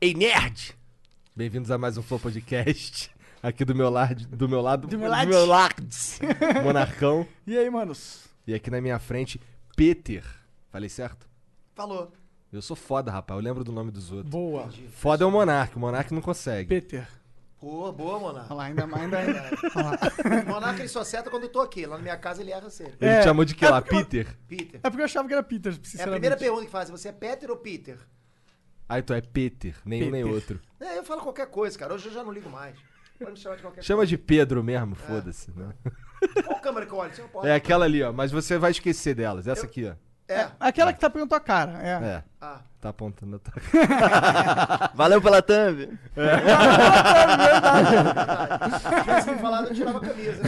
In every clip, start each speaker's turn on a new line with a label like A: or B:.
A: Ei, nerd!
B: Bem-vindos a mais um Flow Podcast. Aqui do meu lado, do meu lado, do
A: meu lado.
B: meu lardes, Monarcão.
C: E aí, manos?
B: E aqui na minha frente, Peter. Falei certo?
A: Falou.
B: Eu sou foda, rapaz. Eu lembro do nome dos outros.
C: Boa.
B: Foda é o Monark. O Monark não consegue.
C: Peter.
A: Boa, boa, Monarca.
C: Olha lá, ainda mais. Ainda, olha lá.
A: Monarca ele só acerta quando eu tô aqui. Lá na minha casa ele erra sempre.
B: Ele
C: É,
B: te chamou de que
C: é
B: lá?
C: porque eu-
B: Peter?
A: Peter.
C: É porque eu achava que era Peter,
A: É a
C: sinceramente.
A: primeira pergunta que fazem. Você é Peter ou Peter?
B: Ah, então é Peter. Nenhum nem
C: Peter.
B: outro.
A: É, eu falo qualquer coisa, cara. Hoje eu já não ligo mais. Pode me chamar de qualquer
B: Chama de Pedro mesmo, foda-se. né?
A: coisa. Qual câmera que eu olho? Você não pode.
B: É aquela ali, ó. Mas você vai esquecer delas. Essa aqui, ó.
A: É.
C: Aquela que tá pegando tua cara, é.
B: É.
A: Ah.
B: Tá apontando a tua
D: Valeu pela thumb.
A: Se tivesse me falado, eu tirava a camisa.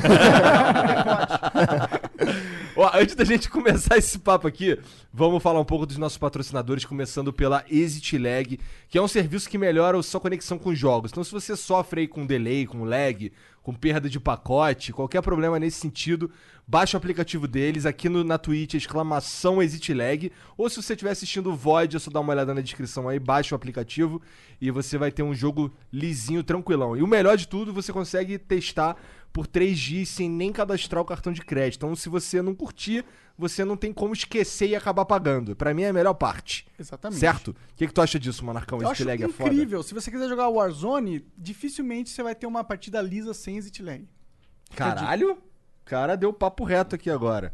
B: Ó, antes da gente começar esse papo aqui, vamos falar um pouco dos nossos patrocinadores, começando pela Exit Lag, que é um serviço que melhora a sua conexão com jogos. Então, se você sofre aí com delay, com lag, com perda de pacote, qualquer problema nesse sentido, baixa o aplicativo deles aqui no, na Twitch, exclamação Exit Lag. Ou se você estiver assistindo o Void, é só dar uma olhada na descrição aí, baixa o aplicativo e você vai ter um jogo lisinho, tranquilão. E o melhor de tudo, você consegue testar por 3 dias sem nem cadastrar o cartão de crédito. Então, se você não curtir, você não tem como esquecer e acabar pagando. Pra mim é a melhor parte.
C: Exatamente.
B: Certo? O que, que tu acha disso, Monarcão?
C: Eu
B: Esse
C: acho
B: lag é foda.
C: incrível. Se você quiser jogar Warzone, dificilmente você vai ter uma partida lisa sem exit lag.
B: Caralho? O cara deu papo reto aqui agora.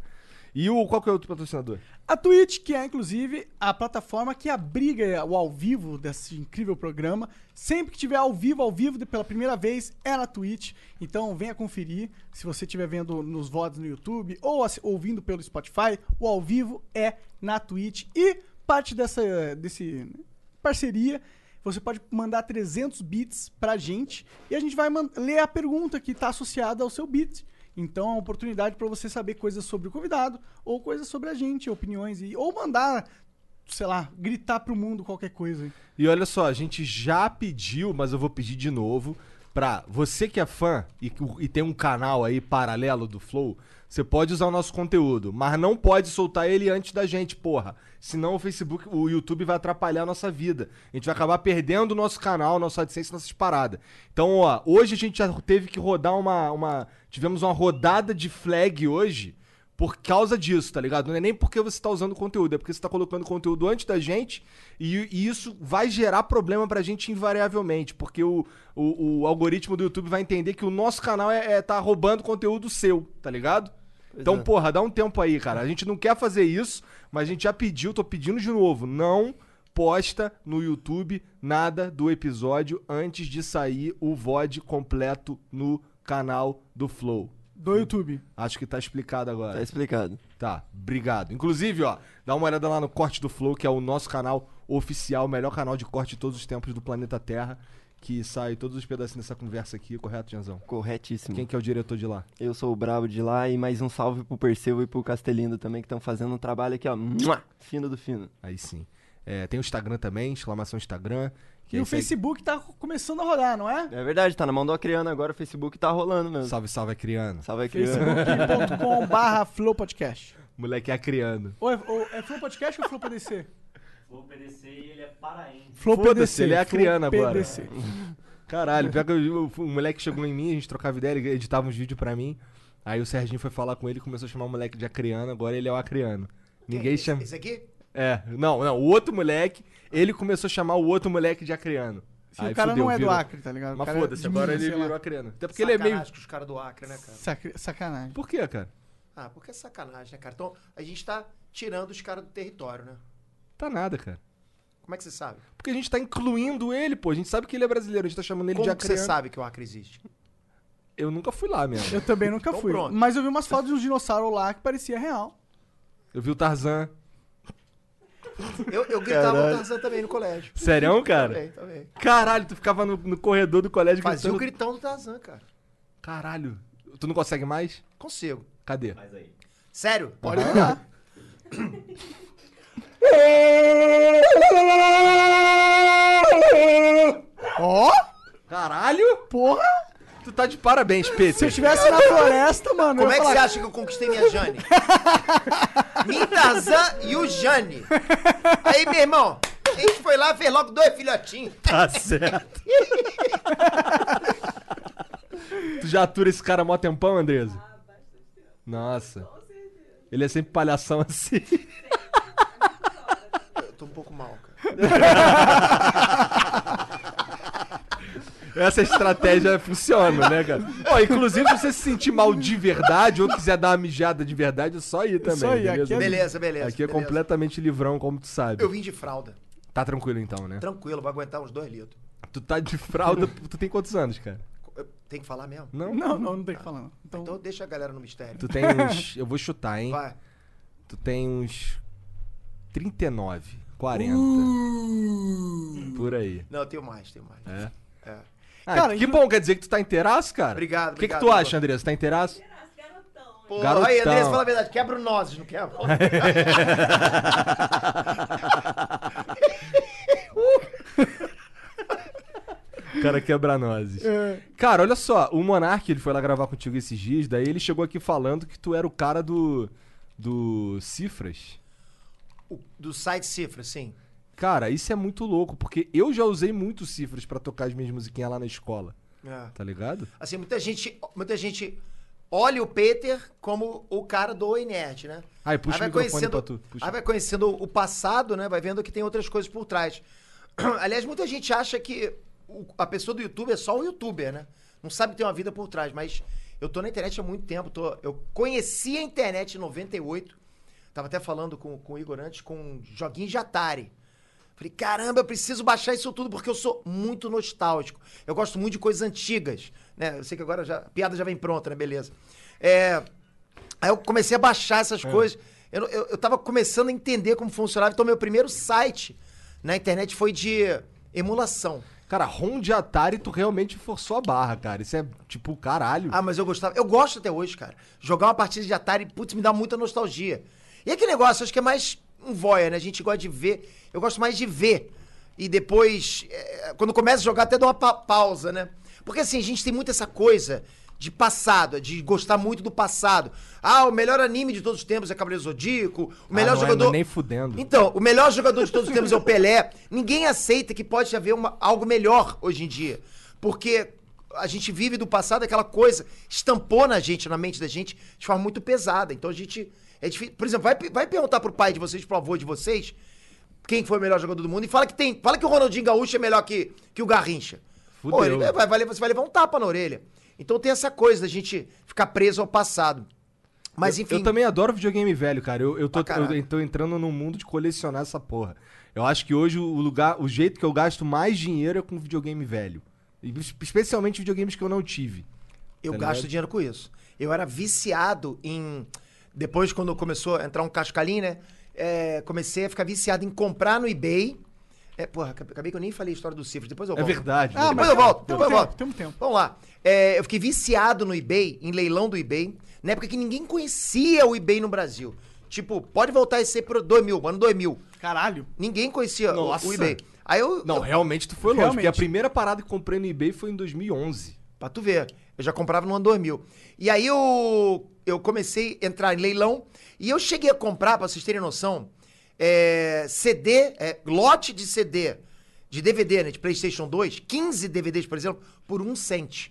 B: E o qual que é o outro patrocinador?
C: A Twitch, que é inclusive a plataforma que abriga o ao vivo desse incrível programa. Sempre que tiver ao vivo, ao vivo de- pela primeira vez, é na Twitch. Então venha conferir. Se você estiver vendo nos VODs no YouTube ou assi- ouvindo pelo Spotify, o ao vivo é na Twitch. E parte dessa desse parceria, você pode mandar 300 bits pra gente e a gente vai man- ler a pergunta que está associada ao seu bit. Então é uma oportunidade para você saber coisas sobre o convidado, ou coisas sobre a gente, opiniões, e, ou mandar, sei lá, gritar pro mundo qualquer coisa.
B: E olha só, a gente já pediu, mas eu vou pedir de novo. Pra você que é fã e, que- e tem um canal aí paralelo do Flow, você pode usar o nosso conteúdo, mas não pode soltar ele antes da gente, porra. Senão o Facebook, o YouTube vai atrapalhar a nossa vida. A gente vai acabar perdendo o nosso canal, nossa AdSense, nossas paradas. Então, ó, hoje a gente já teve que rodar uma. uma tivemos uma rodada de flag hoje por causa disso, tá ligado? Não é nem porque você tá usando conteúdo, é porque você tá colocando conteúdo antes da gente e, e isso vai gerar problema pra gente invariavelmente, porque o, o, o algoritmo do YouTube vai entender que o nosso canal é, é tá roubando conteúdo seu, tá ligado? Então, porra, dá um tempo aí, cara. A gente não quer fazer isso, mas a gente já pediu, tô pedindo de novo. Não posta no YouTube nada do episódio antes de sair o VOD completo no canal do Flow.
C: Do YouTube.
B: Acho que tá explicado agora.
D: Tá explicado.
B: Tá, obrigado. Inclusive, ó, dá uma olhada lá no Corte do Flow, que é o nosso canal oficial, o melhor canal de corte de todos os tempos do planeta Terra, que sai todos os pedacinhos dessa conversa aqui, correto, Janzão?
D: Corretíssimo.
B: Quem que é o diretor de lá?
D: Eu sou o Brabo de lá e mais um salve pro Perseu e pro Castelindo também, que estão fazendo um trabalho aqui, ó. mua, Fino do fino.
B: Aí sim. É, tem o Instagram também, exclamação Instagram. Que
C: e
B: é
C: o
B: isso aí.
C: Facebook tá começando a rodar, não é?
D: É verdade, tá na mão do Acriano agora, o Facebook tá rolando mesmo.
B: Salve, salve, é criando.
D: Salve Acriano.
C: facebook.com/barra Flow Podcast.
B: Moleque é criando.
C: Ou é, ou é Flow Podcast ou Flow PDC?
E: Vou PDC e ele é paraense.
C: Flow
B: Foda-se, ele é a
C: Flow
B: Criana agora.
C: PDC.
B: Caralho, pior que eu- o moleque chegou em mim, a gente trocava ideia, ele editava uns vídeos pra mim. Aí o Serginho foi falar com ele e começou a chamar o moleque de acriano, agora ele é o acriano. Ninguém chama.
A: Esse aqui?
B: É, não, não, o outro moleque, ele começou a chamar o outro moleque de acriano.
C: Sim, o cara
B: fudeu,
C: não é do
B: virou.
C: Acre, tá ligado? O
B: Mas
C: cara é
B: foda-se,
C: de
B: agora
C: Minas,
B: ele
C: sei lá.
B: virou acriano. Até porque
A: Sacanagem
B: ele é meio.
A: com os caras do Acre, né, cara?
C: Sacri- Sacanagem.
B: Por quê, cara?
A: Ah, porque é sacanagem, né, cara? Então, a gente tá tirando os caras do território, né?
B: Tá nada, cara.
A: Como é que você sabe?
B: Porque a gente tá incluindo ele, pô. A gente sabe que ele é brasileiro, a gente tá chamando ele
A: Como
B: de
A: que você
B: acriano.
A: sabe que o Acre existe?
B: Eu nunca fui lá mesmo.
C: Eu também nunca
A: Então
C: fui.
A: pronto.
C: Mas eu vi umas fotos de um dinossauro lá que parecia real.
B: Eu vi o Tarzan.
A: Eu, eu gritava o Tarzan também no colégio.
B: Sério, cara?
A: Também, também.
B: Caralho, tu ficava no, no corredor do colégio
A: Fazia o
B: gritando.
A: gritão do Tarzan, cara.
B: Caralho. Tu não consegue mais?
A: Consigo.
B: Cadê?
E: Mas aí.
A: Sério?
C: Pode olhar. Ó,
B: Caralho!
C: porra!
B: Tu tá de parabéns,
C: Se eu
B: Peter.
C: estivesse na floresta, mano, eu
A: Como é
C: ia
A: que você
C: falar,
A: acha que eu conquistei minha Jane? Minha Tarzan e o Jane. Aí, meu irmão, a gente foi lá, fez logo dois filhotinhos.
B: Tá certo. tu já atura esse cara mó tempão, Andresa?
A: Ah,
B: Nossa. Ele é sempre palhação assim.
A: Eu tô um pouco mal, cara.
B: Essa estratégia funciona, né, cara? Ó, inclusive, se você se sentir mal de verdade ou quiser dar uma mijada de verdade, é só ir também,
C: Só ir, aqui
B: beleza?
C: é-
A: Beleza, beleza.
B: Aqui é
A: beleza.
B: completamente livrão, como tu sabe.
A: Eu vim de fralda.
B: Tá tranquilo então, né?
A: Tranquilo, vou aguentar uns dois litros.
B: Tu tá de fralda. Tu tem quantos anos, cara?
A: Eu- Tem que falar mesmo?
B: Não?
C: Não, não, não tem o que falar. não. Então,
A: Então deixa a galera no mistério.
B: Tu tem uns. Eu vou chutar, hein?
A: Vai.
B: Tu tem uns. 39, 40. Por aí.
A: Não, eu tenho mais, tenho mais.
B: É.
A: É.
B: Ah,
C: Cara,
B: que
C: inclu-
B: bom, quer dizer que tu tá inteiraço, cara?
A: Obrigado,
B: O que, que
A: obrigado,
B: tu acha,
A: Igor.
B: Andressa? Tá inteiraço?
A: Pô,
B: Garotão.
A: aí, Andrés, fala a verdade. Quebra o nozes, não quebra?
B: O cara quebra nozes.
A: É.
B: Cara, olha só, o Monark, ele foi lá gravar contigo esses dias, daí ele chegou aqui falando que tu era o cara do. do. Cifras.
A: O- Do site cifra, sim.
B: Cara, isso é muito louco, porque eu já usei muito cifras pra tocar as minhas musiquinhas lá na escola,
A: É.
B: tá ligado?
A: Assim, muita gente, muita gente olha o Peter como o cara do Oi Nerd, né?
B: Aí, puxa o microfone pra tu, puxa.
A: Aí vai conhecendo o passado, né? Vai vendo que tem outras coisas por trás. Aliás, muita gente acha que o- a pessoa do YouTube é só o youtuber, né? Não sabe que tem uma vida por trás, mas eu tô na internet há muito tempo. tô- eu conheci a internet em 98. Tava até falando com, com o Igor antes, com um joguinho de Atari. Falei, caramba, eu preciso baixar isso tudo porque eu sou muito nostálgico. Eu gosto muito de coisas antigas, né? Eu sei que agora já, a piada já vem pronta, né? Beleza. É, aí eu comecei a baixar
B: É.
A: essas coisas. Eu, não- eu, eu tava começando a entender como funcionava. Então, meu primeiro site na internet foi de emulação.
B: Cara, ROM de Atari, tu realmente forçou a barra, cara. Isso é tipo, caralho.
A: Ah, mas eu gostava. Eu gosto até hoje, cara. Jogar uma partida de Atari, putz, me dá muita nostalgia. E aquele negócio, acho que é mais um voia, né? A gente gosta de ver. Eu gosto mais de ver. E depois, eh, quando começa a jogar, até dá uma pa- pausa, né? Porque assim, a gente tem muito essa coisa de passado, de gostar muito do passado. Ah, o melhor anime de todos os tempos é Cavaleiro Zodíaco, o melhor
B: não é,
A: jogador.
B: mas nem fudendo.
A: Então, o melhor jogador de todos os tempos é o Pelé. Ninguém aceita que pode haver uma- algo melhor hoje em dia. Porque a gente vive do passado aquela coisa, estampou na gente, na mente da gente, de forma muito pesada. Então a gente. É difícil. Por exemplo, vai, pe- vai perguntar pro pai de vocês, pro avô de vocês, quem foi o melhor jogador do mundo, e fala que tem. Fala que o Ronaldinho Gaúcho é melhor que, que o Garrincha.
B: Fudeu.
A: Pô, ele vai, vai levar- você vai levar um tapa na orelha. Então tem essa coisa da gente ficar preso ao passado. Mas
B: Eu-
A: enfim.
B: Eu, também adoro videogame velho, cara. Eu, eu, tô,
A: Pra caralho.
B: eu tô entrando num mundo de colecionar essa porra. Eu acho que hoje o lugar, o jeito que eu gasto mais dinheiro é com videogame velho. E es- Especialmente videogames que eu não tive.
A: Eu
B: tá
A: gasto
B: ligado?
A: dinheiro com isso. Eu era viciado em. Depois, quando começou a entrar um cascalim, né? É, comecei a ficar viciado em comprar no eBay. É, porra, acabei acabei que eu nem falei a história do Cifras. Depois eu
B: É
A: volto.
B: verdade.
A: Ah,
B: né?
A: depois eu volto.
C: Tem um
A: Depois eu
C: tempo,
A: volto.
C: tem um tempo.
A: Vamos lá. É, eu fiquei viciado no eBay, em leilão do eBay, na época que ninguém conhecia o eBay no Brasil. Tipo, pode voltar a ser pro 2000, ano 2000.
C: caralho.
A: Ninguém conhecia o- o,
B: Nossa.
A: eBay. Aí eu,
B: Não,
A: eu-
B: realmente tu foi longe.
C: Realmente.
B: Porque a primeira parada que comprei no eBay foi em 2011.
A: Pra tu ver. Eu já comprava no ano 2000. E aí eu, eu comecei a entrar em leilão e eu cheguei a comprar, pra vocês terem noção, é, CD, é, lote de CD, de DVD, né, de PlayStation 2, 15 DVDs, por exemplo, por um cent. Aí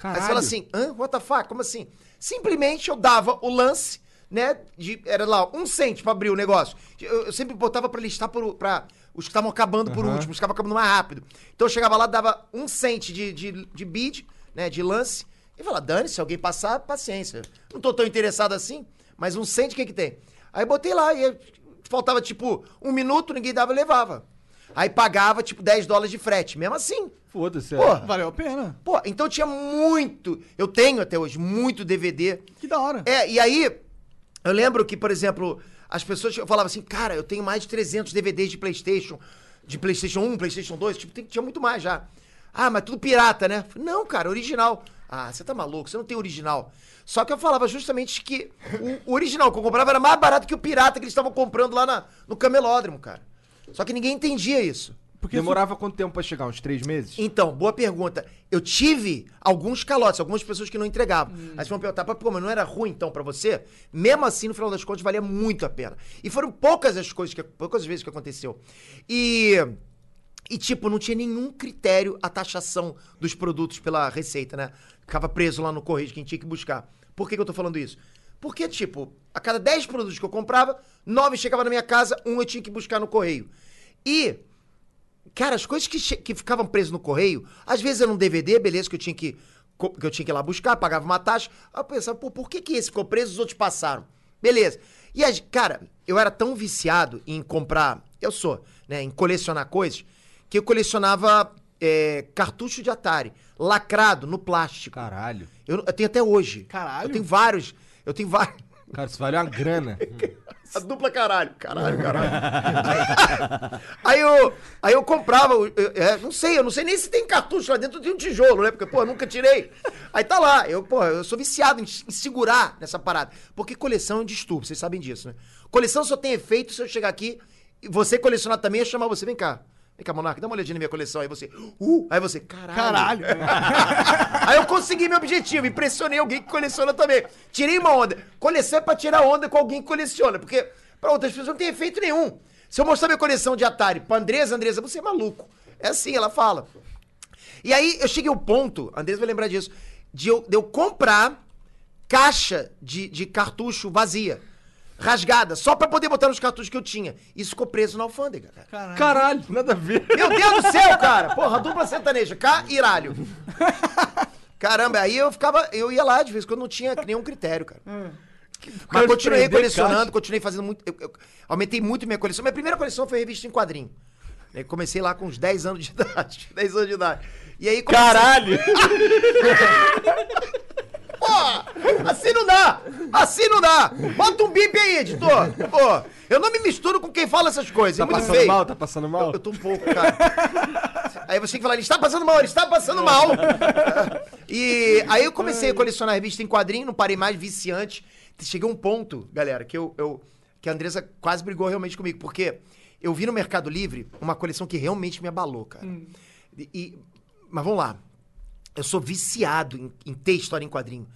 B: Caralho.
A: você fala assim, hã? What the fuck? Como assim? Simplesmente eu dava o lance, né? De, era lá, um cento pra abrir o negócio. Eu, eu sempre botava pra listar por, pra os que estavam acabando por
B: Aham.
A: último, os que estavam acabando mais rápido. Então eu chegava lá, dava um cento de, de, de bid, né? De lance. E falava, dane, se alguém passar, paciência. Não tô tão interessado assim, mas um cento o que que tem? Aí botei lá e faltava tipo um minuto, ninguém dava, eu levava. Aí pagava tipo 10 dólares de frete, mesmo assim.
B: Foda-se. é.
A: Porra.
C: Valeu a pena.
A: Pô, então tinha muito. Eu tenho até hoje muito DVD.
C: Que da hora.
A: É, e aí, eu lembro que, por exemplo, As pessoas che- falavam assim, cara, eu tenho mais de 300 DVDs de Playstation, de Playstation 1, Playstation 2, tipo, tem- tinha muito mais já. Ah, mas tudo pirata, né? Falei, Não, cara, original. Ah, você tá maluco, você não tem original. Só que eu falava justamente que o original que eu comprava era mais barato que o pirata que eles estavam comprando lá na- no camelódromo, cara. Só que ninguém entendia isso.
C: Porque
B: Demorava quanto tempo pra chegar? Uns três meses?
A: Então, boa pergunta. Eu tive alguns calotes, algumas pessoas que não entregavam. Aí vocês vão perguntar, "Pô, pô, mas não era ruim então pra você? Mesmo assim, no final das contas, valia muito a pena. E foram poucas as coisas que poucas vezes que aconteceu. E e tipo, não tinha nenhum critério a taxação dos produtos pela receita, né? Ficava preso lá no correio quem tinha que buscar. Por que, que eu tô falando isso? Porque, tipo, a cada 10 produtos que eu comprava, 9 chegavam na minha casa, um eu tinha que buscar no correio. E Cara, as coisas que, che- que ficavam presas no correio, às vezes era um DVD, beleza, que eu tinha que, co- que, eu tinha que ir lá buscar, pagava uma taxa. Aí eu pensava, pô, por que, que esse ficou preso e os outros passaram? Beleza. E, as- cara, eu era tão viciado em comprar, eu sou, né, em colecionar coisas, que eu colecionava é, cartucho de Atari, lacrado no plástico.
B: Caralho.
A: Eu, eu tenho até hoje.
C: Caralho.
A: Eu tenho vários. Eu tenho vários.
B: Cara, isso vale uma grana.
A: A dupla caralho. Caralho, caralho. aí, eu, aí eu comprava. eu- eu- é, não sei, eu não sei nem se tem cartucho lá dentro de um tijolo, né? Porque, pô, eu nunca tirei. Aí tá lá. Eu, pô, eu sou viciado em, s- em segurar nessa parada. Porque coleção é um distúrbio, vocês sabem disso, né? Coleção só tem efeito se eu chegar aqui e você colecionar também e eu chamar você. Vem cá. Vem cá, Monarca, dá uma olhadinha na minha coleção. Aí você. Uh! Aí você, caralho.
C: Caralho.
A: Aí eu consegui meu objetivo, impressionei alguém que coleciona também. Tirei uma onda. Coleção é pra tirar onda com alguém que coleciona, porque pra outras pessoas não tem efeito nenhum. Se eu mostrar minha coleção de Atari pra Andresa, Andresa, você é maluco. É assim, ela fala. E aí eu cheguei ao ponto, a Andresa vai lembrar disso, de eu, de eu comprar caixa de, de cartucho vazia, rasgada, só pra poder botar nos cartuchos que eu tinha. Isso ficou preso na alfândega, cara.
C: Caralho.
B: Caralho, nada a ver. Tá
A: Meu Deus do céu, cara! Porra, dupla sertaneja, cá e iralho. Caramba, aí eu ficava, eu ia lá de vez em quando não tinha nenhum critério, cara.
B: Hum.
A: Mas
B: cara
A: continuei
B: prender
A: colecionando,
B: caixa.
A: continuei fazendo muito. eu- eu aumentei muito minha coleção. Minha primeira coleção foi revista em quadrinho. Eu comecei lá com uns 10 anos de idade. 10 anos de idade. E aí comecei-
B: Caralho!
A: Pô, assim não dá! Assim não dá! Bota um bip aí, editor! Pô, eu não me misturo com quem fala essas coisas.
B: Tá
A: é muito
B: passando
A: feio.
B: mal? Tá passando mal?
A: Eu tô um pouco, cara. aí você tem que falar, ele está passando mal, ele está passando mal. e aí eu comecei a colecionar revista em quadrinho, não parei mais, viciante. Cheguei a um ponto, galera, que eu, eu- que a Andressa quase brigou realmente comigo, porque eu vi no Mercado Livre uma coleção que realmente me abalou, cara. E- e- mas vamos lá. Eu sou viciado em, em ter história em quadrinho.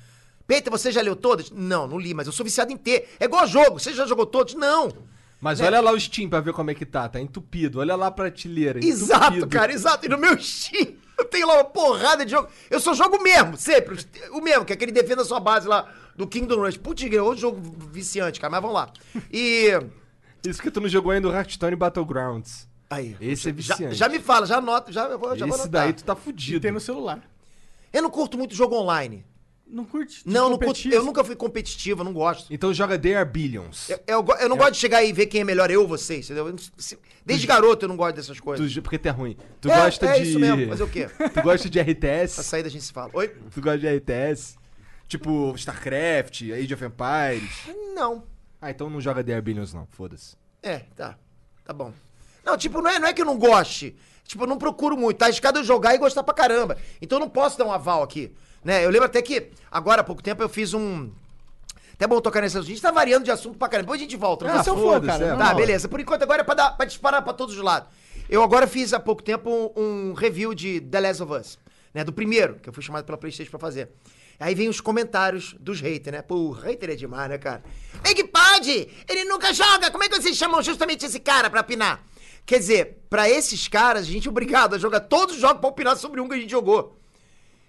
A: Peter, você já leu todas? Não, não li, mas eu sou viciado em ter. É igual a jogo. Você já jogou todos? Não.
B: Mas
A: Né?
B: olha lá o Steam pra ver como é que tá. Tá entupido. Olha lá a prateleira.
A: Exato,
B: entupido.
A: cara, exato. E no meu Steam, eu tenho lá uma porrada de jogo. Eu só jogo o mesmo, sempre. O mesmo, que é aquele defenda a sua base lá do Kingdom Rush. Putz, é outro jogo viciante, cara, mas vamos lá. E.
B: Isso que tu não jogou ainda o Hearthstone Battlegrounds.
A: Aí.
B: Esse é
A: Já,
B: viciante.
A: já me fala, já anota, já, eu vou- já vou
B: Esse
A: anotar.
B: daí tu tá
C: E
B: fudido.
C: tem no celular.
A: Eu não curto muito jogo online.
C: Não curte? de
A: Não, não curto,
C: competir?
A: eu nunca fui competitivo, eu não gosto.
B: Então joga They Are Billions.
A: Eu, eu go- eu não gosto de chegar aí e ver quem é melhor, eu ou vocês, entendeu? Eu não- se- Desde garoto eu não gosto dessas
B: Tu
A: coisas.
B: jo- porque tu é ruim. Tu
A: É,
B: gosta
A: é
B: de.
A: isso mesmo, fazer o quê? Tá
B: Tu gosta de
A: Na
B: RTS?
A: saída a gente se fala. Oi?
B: tu gosta de RTS? Tipo, StarCraft, Age of Empires.
A: Não.
B: Ah, então não joga The Are Billions, não. Foda-se.
A: É, tá. Tá bom. Não, tipo, não é, não é que eu não goste. Tipo, eu não procuro muito. Tá arriscado eu jogar e gostar pra caramba. Então eu não posso dar um aval aqui. Né? Eu lembro até que, agora há pouco tempo, eu fiz um. Até bom tocar nesse assunto. A gente tá variando de assunto pra caramba. Depois a gente volta.
B: Ah,
A: Você é um
B: foda-se,
C: cara,
B: é,
C: não,
A: Tá,
B: normal.
A: beleza. Por enquanto agora é pra, dar, pra disparar pra todos os lados. Eu agora fiz há pouco tempo um, um review de The Last of Us, né? Do primeiro, que eu fui chamado pela Playstation pra fazer. Aí vem os comentários dos haters, né? Pô, o hater é demais, né, cara? É que pode! Ele nunca joga! Como é que vocês chamam justamente esse cara pra opinar? Quer dizer, pra esses caras, a gente é obrigado a jogar todos os jogos pra opinar sobre um que a gente jogou.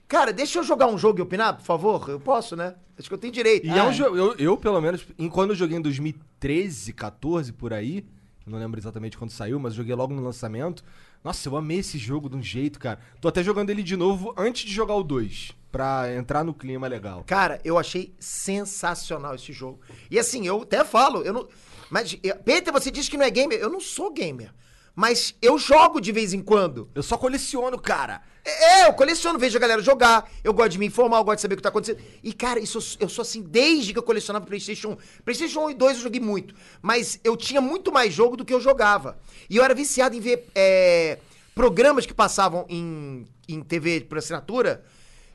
A: Cara, deixa eu jogar um jogo e opinar, por favor? Eu posso, né? Acho que eu tenho direito. Ah.
B: E é um jogo. Eu, eu, pelo menos, em- quando eu joguei em 2013, 14, por aí. eu Não lembro exatamente quando saiu, mas joguei logo no lançamento. Nossa, eu amei esse jogo de um jeito, cara. Tô até jogando ele de novo antes de jogar o 2. Pra entrar no clima legal.
A: Cara, eu achei sensacional esse jogo. E assim, eu até falo, eu não. Mas, eh, Peter, você diz que não é gamer. Eu não sou gamer. Mas eu jogo de vez em quando.
B: Eu só coleciono, cara.
A: É, eu coleciono, vejo a galera jogar, eu gosto de me informar, eu gosto de saber o que tá acontecendo. E, cara, isso, eu sou assim desde que eu colecionava PlayStation 1. PlayStation 1 e 2 eu joguei muito, mas eu tinha muito mais jogo do que eu jogava. E eu era viciado em ver é, programas que passavam em, em TV por assinatura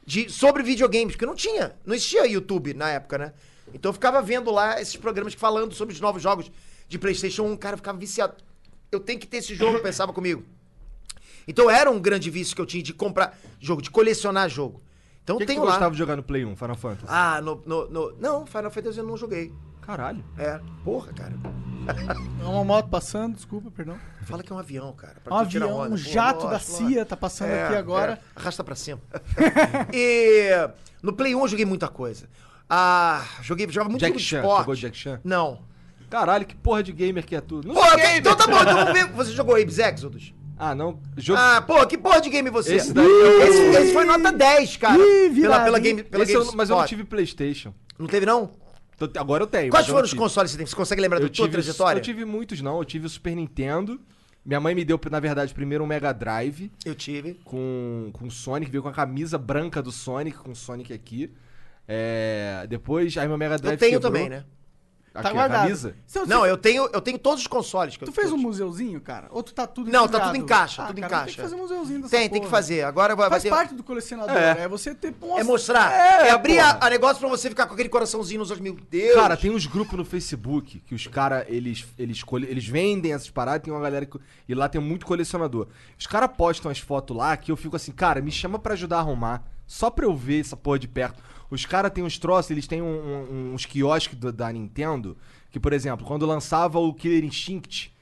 A: de, sobre videogames, porque não tinha, não existia YouTube na época, né? Então eu ficava vendo lá esses programas que falando sobre os novos jogos de PlayStation 1, cara, eu ficava viciado. Eu tenho que ter esse jogo, eu pensava comigo. Então era um grande vício que eu tinha de comprar jogo, de colecionar jogo. Então
B: O que, que
A: tenho
B: tu
A: lá.
B: gostava de jogar no Play 1, Final Fantasy?
A: Ah, no, no, no- Não, Final Fantasy eu não joguei.
B: Caralho.
A: É. Porra, cara.
C: É uma moto passando, desculpa, perdão.
A: Fala que é um avião, cara. pra
C: Um
A: tu tirar
C: avião,
A: onda.
C: um
A: Pô,
C: jato
A: lógico,
C: da
A: lógico.
C: CIA tá passando
A: É,
C: aqui agora.
A: é. Arrasta pra cima. e no Play 1 eu joguei muita coisa. Ah, joguei, jogava muito
B: Jack
A: jogo de
B: Chan,
A: esporte.
B: jogou Jack Chan?
A: Não.
B: Caralho, que porra de gamer que é tu? Não
A: Pô,
B: sei.
A: ok, então tá bom, então vamos ver. Você jogou Abe's Exodus?
B: Ah, não. Jogo...
A: Ah, pô, que porra de game você?
B: Esse daí é eu-
A: esse, esse foi nota 10, cara.
C: Ih,
A: pela,
C: virado,
A: pela
C: hein?
A: game, pela
B: Esse eu-
A: GameSpot.
B: mas eu não tive Playstation.
A: Não teve, não?
B: Tô- Agora eu tenho.
A: Quais
B: mas eu
A: foram
B: não
A: os
B: tive.
A: consoles que você teve? Você consegue lembrar da
B: Eu
A: tua
B: tive,
A: trajetória?
B: eu tive muitos, não. Eu tive o Super Nintendo. Minha mãe me deu, na verdade, primeiro um Mega Drive
A: Eu tive.
B: com, com o Sonic. Veio com a camisa branca do Sonic, com o Sonic aqui. É, depois, aí meu Mega Drive
A: Eu tenho
B: é quebrou.
A: também, né?
B: Aqui,
C: Tá
B: a
C: guardado.
B: camisa.
C: Seu-
A: Não,
C: seu-
A: eu tenho, eu tenho todos os consoles. Que
C: Tu
A: eu,
C: fez
A: que
C: um
A: eu tive.
C: museuzinho, cara? Ou tu tá tudo
A: Não, tá tudo
C: entregado?
A: em caixa,
C: Ah,
A: tudo em
C: cara,
A: caixa.
C: Tem que fazer um museuzinho dessa
A: Tem, tem que
C: porra.
A: fazer. Agora vai, vai
C: Faz
A: ter...
C: parte do colecionador,
B: É.
C: é, você ter...
A: É
C: Nossa,
A: mostrar. É, abrir a, a negócio pra você ficar com aquele coraçãozinho nos olhos. Meu Deus.
B: Cara, tá tem uns grupos no Facebook que os caras, eles, eles, cole- eles vendem essas paradas, tem uma galera que. E lá tem muito colecionador. Os caras postam as fotos lá que eu fico assim, cara, me chama pra ajudar a arrumar. Só pra eu ver essa porra de perto. Os caras têm uns troços, eles têm um- um- uns quiosques do- da Nintendo. Que, por exemplo, quando lançava o Killer Instinct,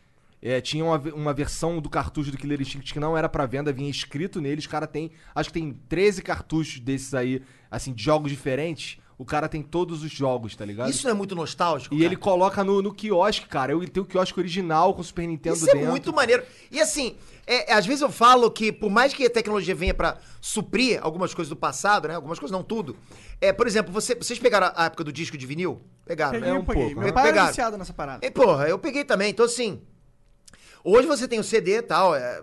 B: é, tinha uma, ve- uma versão do cartucho do Killer Instinct que não era pra venda, vinha escrito nele. Os caras tem, acho que tem 13 cartuchos desses aí, assim, de jogos diferentes. O cara tem todos os jogos, tá ligado?
A: Isso não é muito nostálgico,
B: E
A: cara?
B: ele coloca no, no quiosque, cara. Eu tenho o quiosque original com o Super Nintendo
A: Isso
B: dentro.
A: é muito maneiro. E assim, é, é, às vezes eu falo que por mais que a tecnologia venha pra suprir algumas coisas do passado, né? Algumas coisas, não tudo. É, por exemplo, você- vocês pegaram a época do disco de vinil? Pegaram,
C: Peguei,
A: né?
B: É um
C: eu paguei.
B: pouco,
C: Meu
A: né?
C: pai era
A: Pegaram.
C: viciado nessa parada.
A: E, porra, eu peguei também. Então, assim, hoje você tem o CD e tal, é,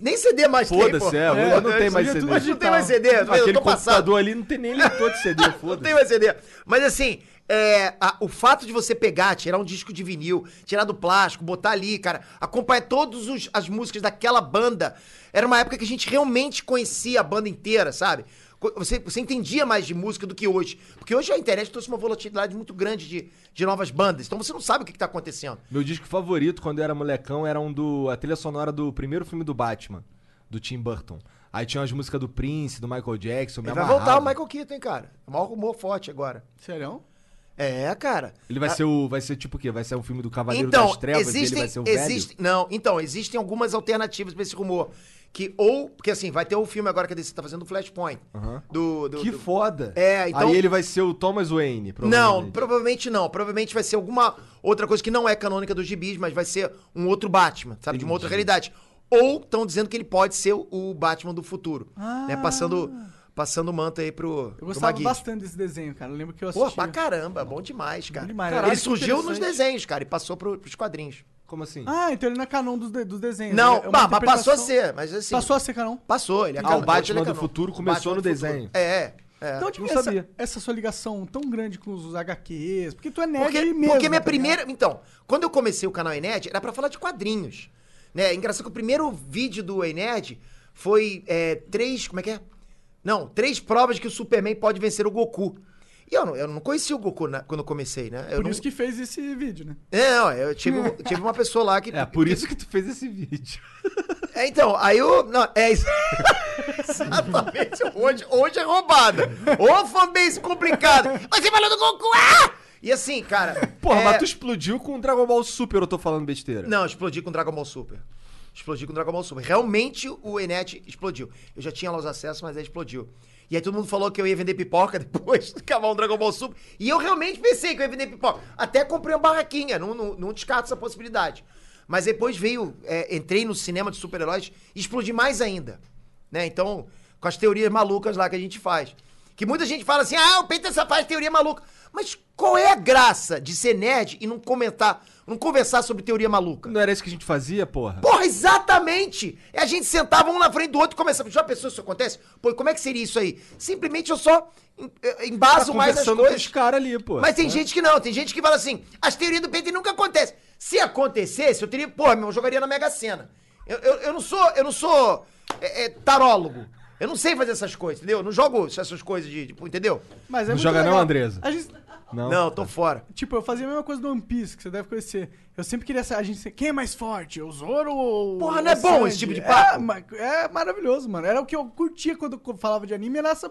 A: nem CD mais tem,
B: Foda-se,
A: pô.
B: é, hoje não tem mais
C: hoje
B: CD.
C: é tudo
A: Hoje não tem mais CD, eu
B: Aquele
A: tô
B: computador
A: passado.
B: ali não tem nem leitor de CD,
A: Não
B: foda-se.
A: tem mais CD. Mas assim, é, a- o fato de você pegar, tirar um disco de vinil, tirar do plástico, botar ali, cara, acompanhar todas as músicas daquela banda. Era uma época que a gente realmente conhecia a banda inteira, sabe? Co- Você, você entendia mais de música do que hoje. Porque hoje a internet trouxe uma volatilidade muito grande de, de novas bandas. Então você não sabe o que, que tá acontecendo.
B: Meu disco favorito quando eu era molecão era um do. a trilha sonora do primeiro filme do Batman, do Tim Burton. Aí tinha as músicas do Prince, do Michael Jackson. eu me
A: Ele vai
B: amarrava.
A: voltar o Michael Keaton, hein, cara? É o maior rumor forte agora.
C: Sério?
A: É, cara. Então,
B: Ele vai ser o. Vai ser tipo o quê? Vai ser um filme do Cavaleiro das Trevas e ele vai ser um o
A: existem, Não, então, existem algumas alternativas pra esse rumor. Que ou, porque assim, vai ter o filme agora que a DC tá fazendo, o Flashpoint.
B: Aham.
A: Do, do,
B: velho. Que
A: do-
B: foda!
A: É, então-
B: Aí ele vai ser o Thomas Wayne, provavelmente.
A: Não, provavelmente não. Provavelmente vai ser alguma outra coisa que não é canônica dos gibis, mas vai ser um outro Batman, sabe? De uma outra realidade. Ou estão dizendo que ele pode ser o- o Batman do futuro. Né?
B: Ah.
A: Passando passando manta aí pro,
C: Eu
A: pro
C: gostava
A: Maguito.
C: bastante desse desenho, cara. Eu lembro que eu
A: Pô,
C: assistia.
A: pra caramba, bom demais, cara.
C: Bom demais,
A: Caralho,
C: né?
A: ele surgiu nos
C: Interessante.
A: desenhos, cara, e passou pro, pros quadrinhos.
B: Como assim?
C: Ah, então ele não é canon dos, de- dos desenhos.
A: Não,
C: ele é uma
A: bah, mas passou a
C: interpretação-
A: ser, mas assim.
C: Passou a ser canon.
A: Passou, ele
B: Ah,
A: acabou-
B: o Batman
A: ele
B: do
A: acabou.
B: futuro
A: O
B: começou
A: Batman
B: no
A: do
B: desenho.
A: futuro. É, é.
C: Então, tipo,
B: não
C: essa,
B: sabia.
C: essa sua ligação tão grande com os HQs, porque tu é nerd
A: Porque,
C: mesmo.
A: porque minha
C: tá ligado?
A: primeira. Então, quando eu comecei o canal Ened, era pra falar de quadrinhos. Né? Engraçado que o primeiro vídeo do Ened foi é, três. Como é que é? Não, três provas que o Superman pode vencer o Goku. E eu não, eu não conhecia o Goku na- quando eu comecei, né? Eu
C: Por
A: não,
C: isso que fez esse vídeo, né?
A: É, não, eu tive, um- tive uma pessoa lá que.
B: É, por isso que tu fez esse vídeo.
A: É, então, aí eu. Não, é isso. Exatamente. Hoje, hoje é roubada. Ô, fanbase complicada. Você falou do Goku! Ah! E assim, cara.
B: Porra,
A: é-
B: mas tu explodiu com o Dragon Ball Super, eu tô falando besteira.
A: Não, eu explodi com Dragon Ball Super. Explodi com Dragon Ball Super. Realmente o Enet explodiu. Eu já tinha lá os acessos, mas aí explodiu. E aí todo mundo falou que eu ia vender pipoca depois de acabar um Dragon Ball Super. E eu realmente pensei que eu ia vender pipoca. Até comprei uma barraquinha, não, não, não descarto essa possibilidade. Mas depois veio, é, entrei no cinema de super-heróis e explodi mais ainda. Né? Então, com as teorias malucas lá que a gente faz. Que muita gente fala assim, ah, o Peter só faz teoria maluca. Mas qual é a graça de ser nerd e não comentar, não conversar sobre teoria maluca?
B: Não era isso que a gente fazia, porra?
A: Porra, exatamente! É a gente sentava um na frente do outro e começava. Já pensou se isso acontece? Pô, e como é que seria isso aí? Simplesmente eu só em- eh, embaso mais as
B: Tá conversando com né?
A: coisas.
B: os caras ali, pô.
A: Mas tem gente que não, tem gente que fala assim, as teorias do Pedro nunca acontecem. Se acontecesse, eu teria, porra, meu, eu jogaria na Mega Sena. Eu, eu, eu não sou, eu não sou é, é, tarólogo. Eu não sei fazer essas coisas, entendeu? Eu não jogo essas coisas de, tipo, entendeu?
C: Mas é
B: Não
C: muito
B: joga não,
C: legal.
B: Andresa?
C: A gente-
B: Não.
A: Não, eu tô fora.
C: tipo, eu fazia a mesma coisa do One Piece, que você deve conhecer. Eu sempre queria saber, a gente sempre, quem é mais forte, o Zoro ou
A: Porra,
C: o
A: não é bom
C: Sanji?"
A: esse tipo de
C: É,
A: papo?
C: ma- é maravilhoso, mano. Era o que eu curtia quando eu falava de anime, era essa...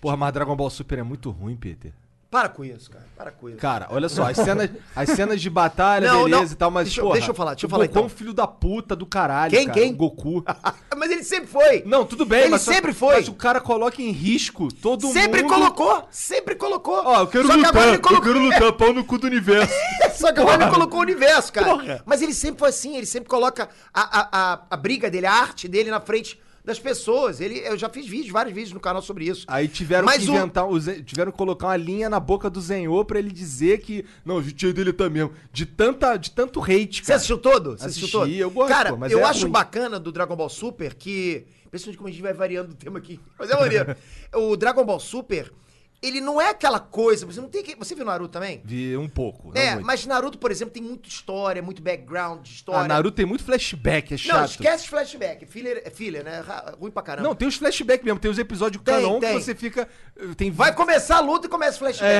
B: Porra, mas Dragon Ball Super é muito ruim, Peter.
A: Para com isso, cara. Para com isso.
B: Cara, olha só, as cenas, as cenas de batalha,
A: Não,
B: beleza
A: não.
B: e tal, mas
A: Deixa eu-
B: porra,
A: deixa eu falar, deixa eu
B: o
A: falar,
B: Goku é um
A: então.
B: filho da puta do caralho,
A: Quem,
B: cara,
A: quem?
B: o Goku.
A: Mas ele sempre foi.
B: Não, tudo bem,
A: Ele
B: mas só-
A: sempre foi.
B: Mas o cara coloca em risco todo
A: sempre
B: mundo.
A: colocou, sempre colocou.
B: Ó, eu quero
A: Só que
B: lutar,
A: agora ele
B: eu
A: colocou-
B: quero lutar, pau no cu do universo.
A: Só que agora ele colocou o universo, cara.
B: Porra.
A: Mas ele sempre foi assim, ele sempre coloca a, a, a, a briga dele, a arte dele na frente das pessoas. Ele, eu já fiz vídeos, vários vídeos no canal sobre isso.
B: Aí tiveram
A: Mas
B: que
A: o-
B: inventar, o Zen- tiveram que colocar uma linha na boca do Zenhô pra ele dizer que, não, a gente é dele também, de tanta, de tanto hate,
A: Você
B: cara.
A: assistiu todo? Você
B: Assisti,
A: assistiu todo?
B: eu gosto,
A: Cara,
B: pô, mas
A: eu
B: é
A: acho
B: ruim.
A: bacana do Dragon Ball Super que. Impressionante como a gente vai variando o tema aqui. Mas é maneiro. o Dragon Ball Super, ele não é aquela coisa. Você não tem que. Você viu Naruto também?
B: Vi um pouco, não
A: É,
B: muito.
A: mas Naruto, por exemplo, tem muita história, muito background de história.
B: Ah, Naruto tem muito flashback, é chato.
A: Não, esquece flashback. Filler, é filler, né? Ra- Ruim pra caramba.
B: Não, tem os flashbacks mesmo, tem os episódios
A: Tem,
B: canon
A: tem.
B: que você fica... eh, Tem...
A: Vai começar a luta e começa o flashback.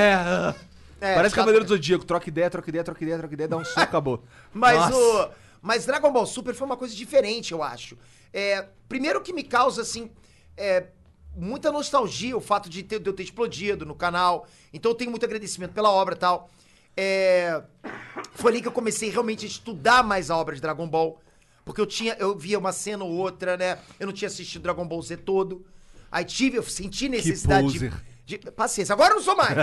B: É...
A: É,
B: Parece
A: chato,
B: Cavaleiro do
A: né?
B: Zodíaco, troca ideia, troca ideia, troca ideia, troca ideia, dá um soco, acabou.
A: Mas
B: Nossa.
A: o. Mas Dragon Ball Super foi uma coisa diferente, eu acho. É, primeiro que me causa, assim, é, muita nostalgia o fato de, ter- de eu ter explodido no canal. Então eu tenho muito agradecimento pela obra e tal. É, foi ali que eu comecei realmente a estudar mais a obra de Dragon Ball. Porque eu tinha, eu via uma cena ou outra, né? Eu não tinha assistido Dragon Ball Z todo. Aí tive, eu senti necessidade de,
B: poser.
A: de- Paciência, agora eu não sou mais.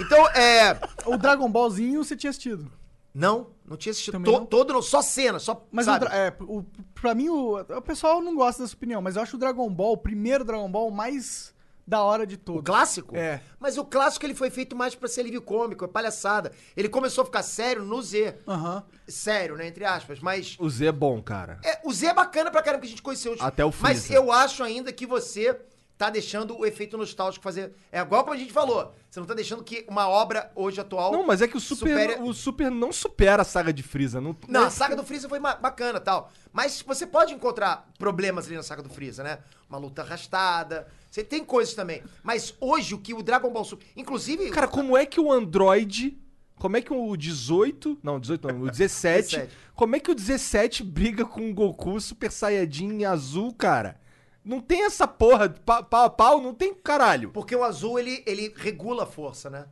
A: Então, é.
C: O Dragon Ballzinho você tinha assistido.
A: Não, não tinha assistido
C: Também
A: to-
C: não?
A: todo, não, só cena, só.
C: Mas o,
A: sabe?
C: dra- é, o, pra mim, o, o pessoal não gosta dessa opinião, mas eu acho o Dragon Ball, o primeiro Dragon Ball, o mais da hora de
A: O
C: todos.
A: clássico?
C: É.
A: Mas o clássico ele foi feito mais pra ser livro cômico, é palhaçada. Ele começou a ficar sério no Z.
C: Aham.
A: Sério, né? Entre aspas. Mas.
B: O Z é bom, cara.
A: É, o Z é bacana pra caramba que a gente conheceu.
B: Até o
A: Mas
B: Freeza.
A: eu acho ainda que você tá deixando o efeito nostálgico fazer. É igual como a gente falou. Você não tá deixando que uma obra hoje atual.
B: Não, mas é que o Super,
A: supere-
B: o Super não supera a saga de Freeza. Não, né?
A: Não, a saga do Freeza foi ma- bacana tal. Mas você pode encontrar problemas ali na saga do Freeza, né? Uma luta arrastada. Você tem coisas também. Mas hoje o que o Dragon Ball Super. Inclusive.
B: Cara, como é que o Android. Como é que o 18. Não, 18 não, o 17.
A: 17.
B: Como é que o 17 briga com o Goku Super Saiyajin azul, cara? Não tem essa porra. Pau, pau, a pau não tem caralho.
A: Porque o azul, ele, ele regula a força, né?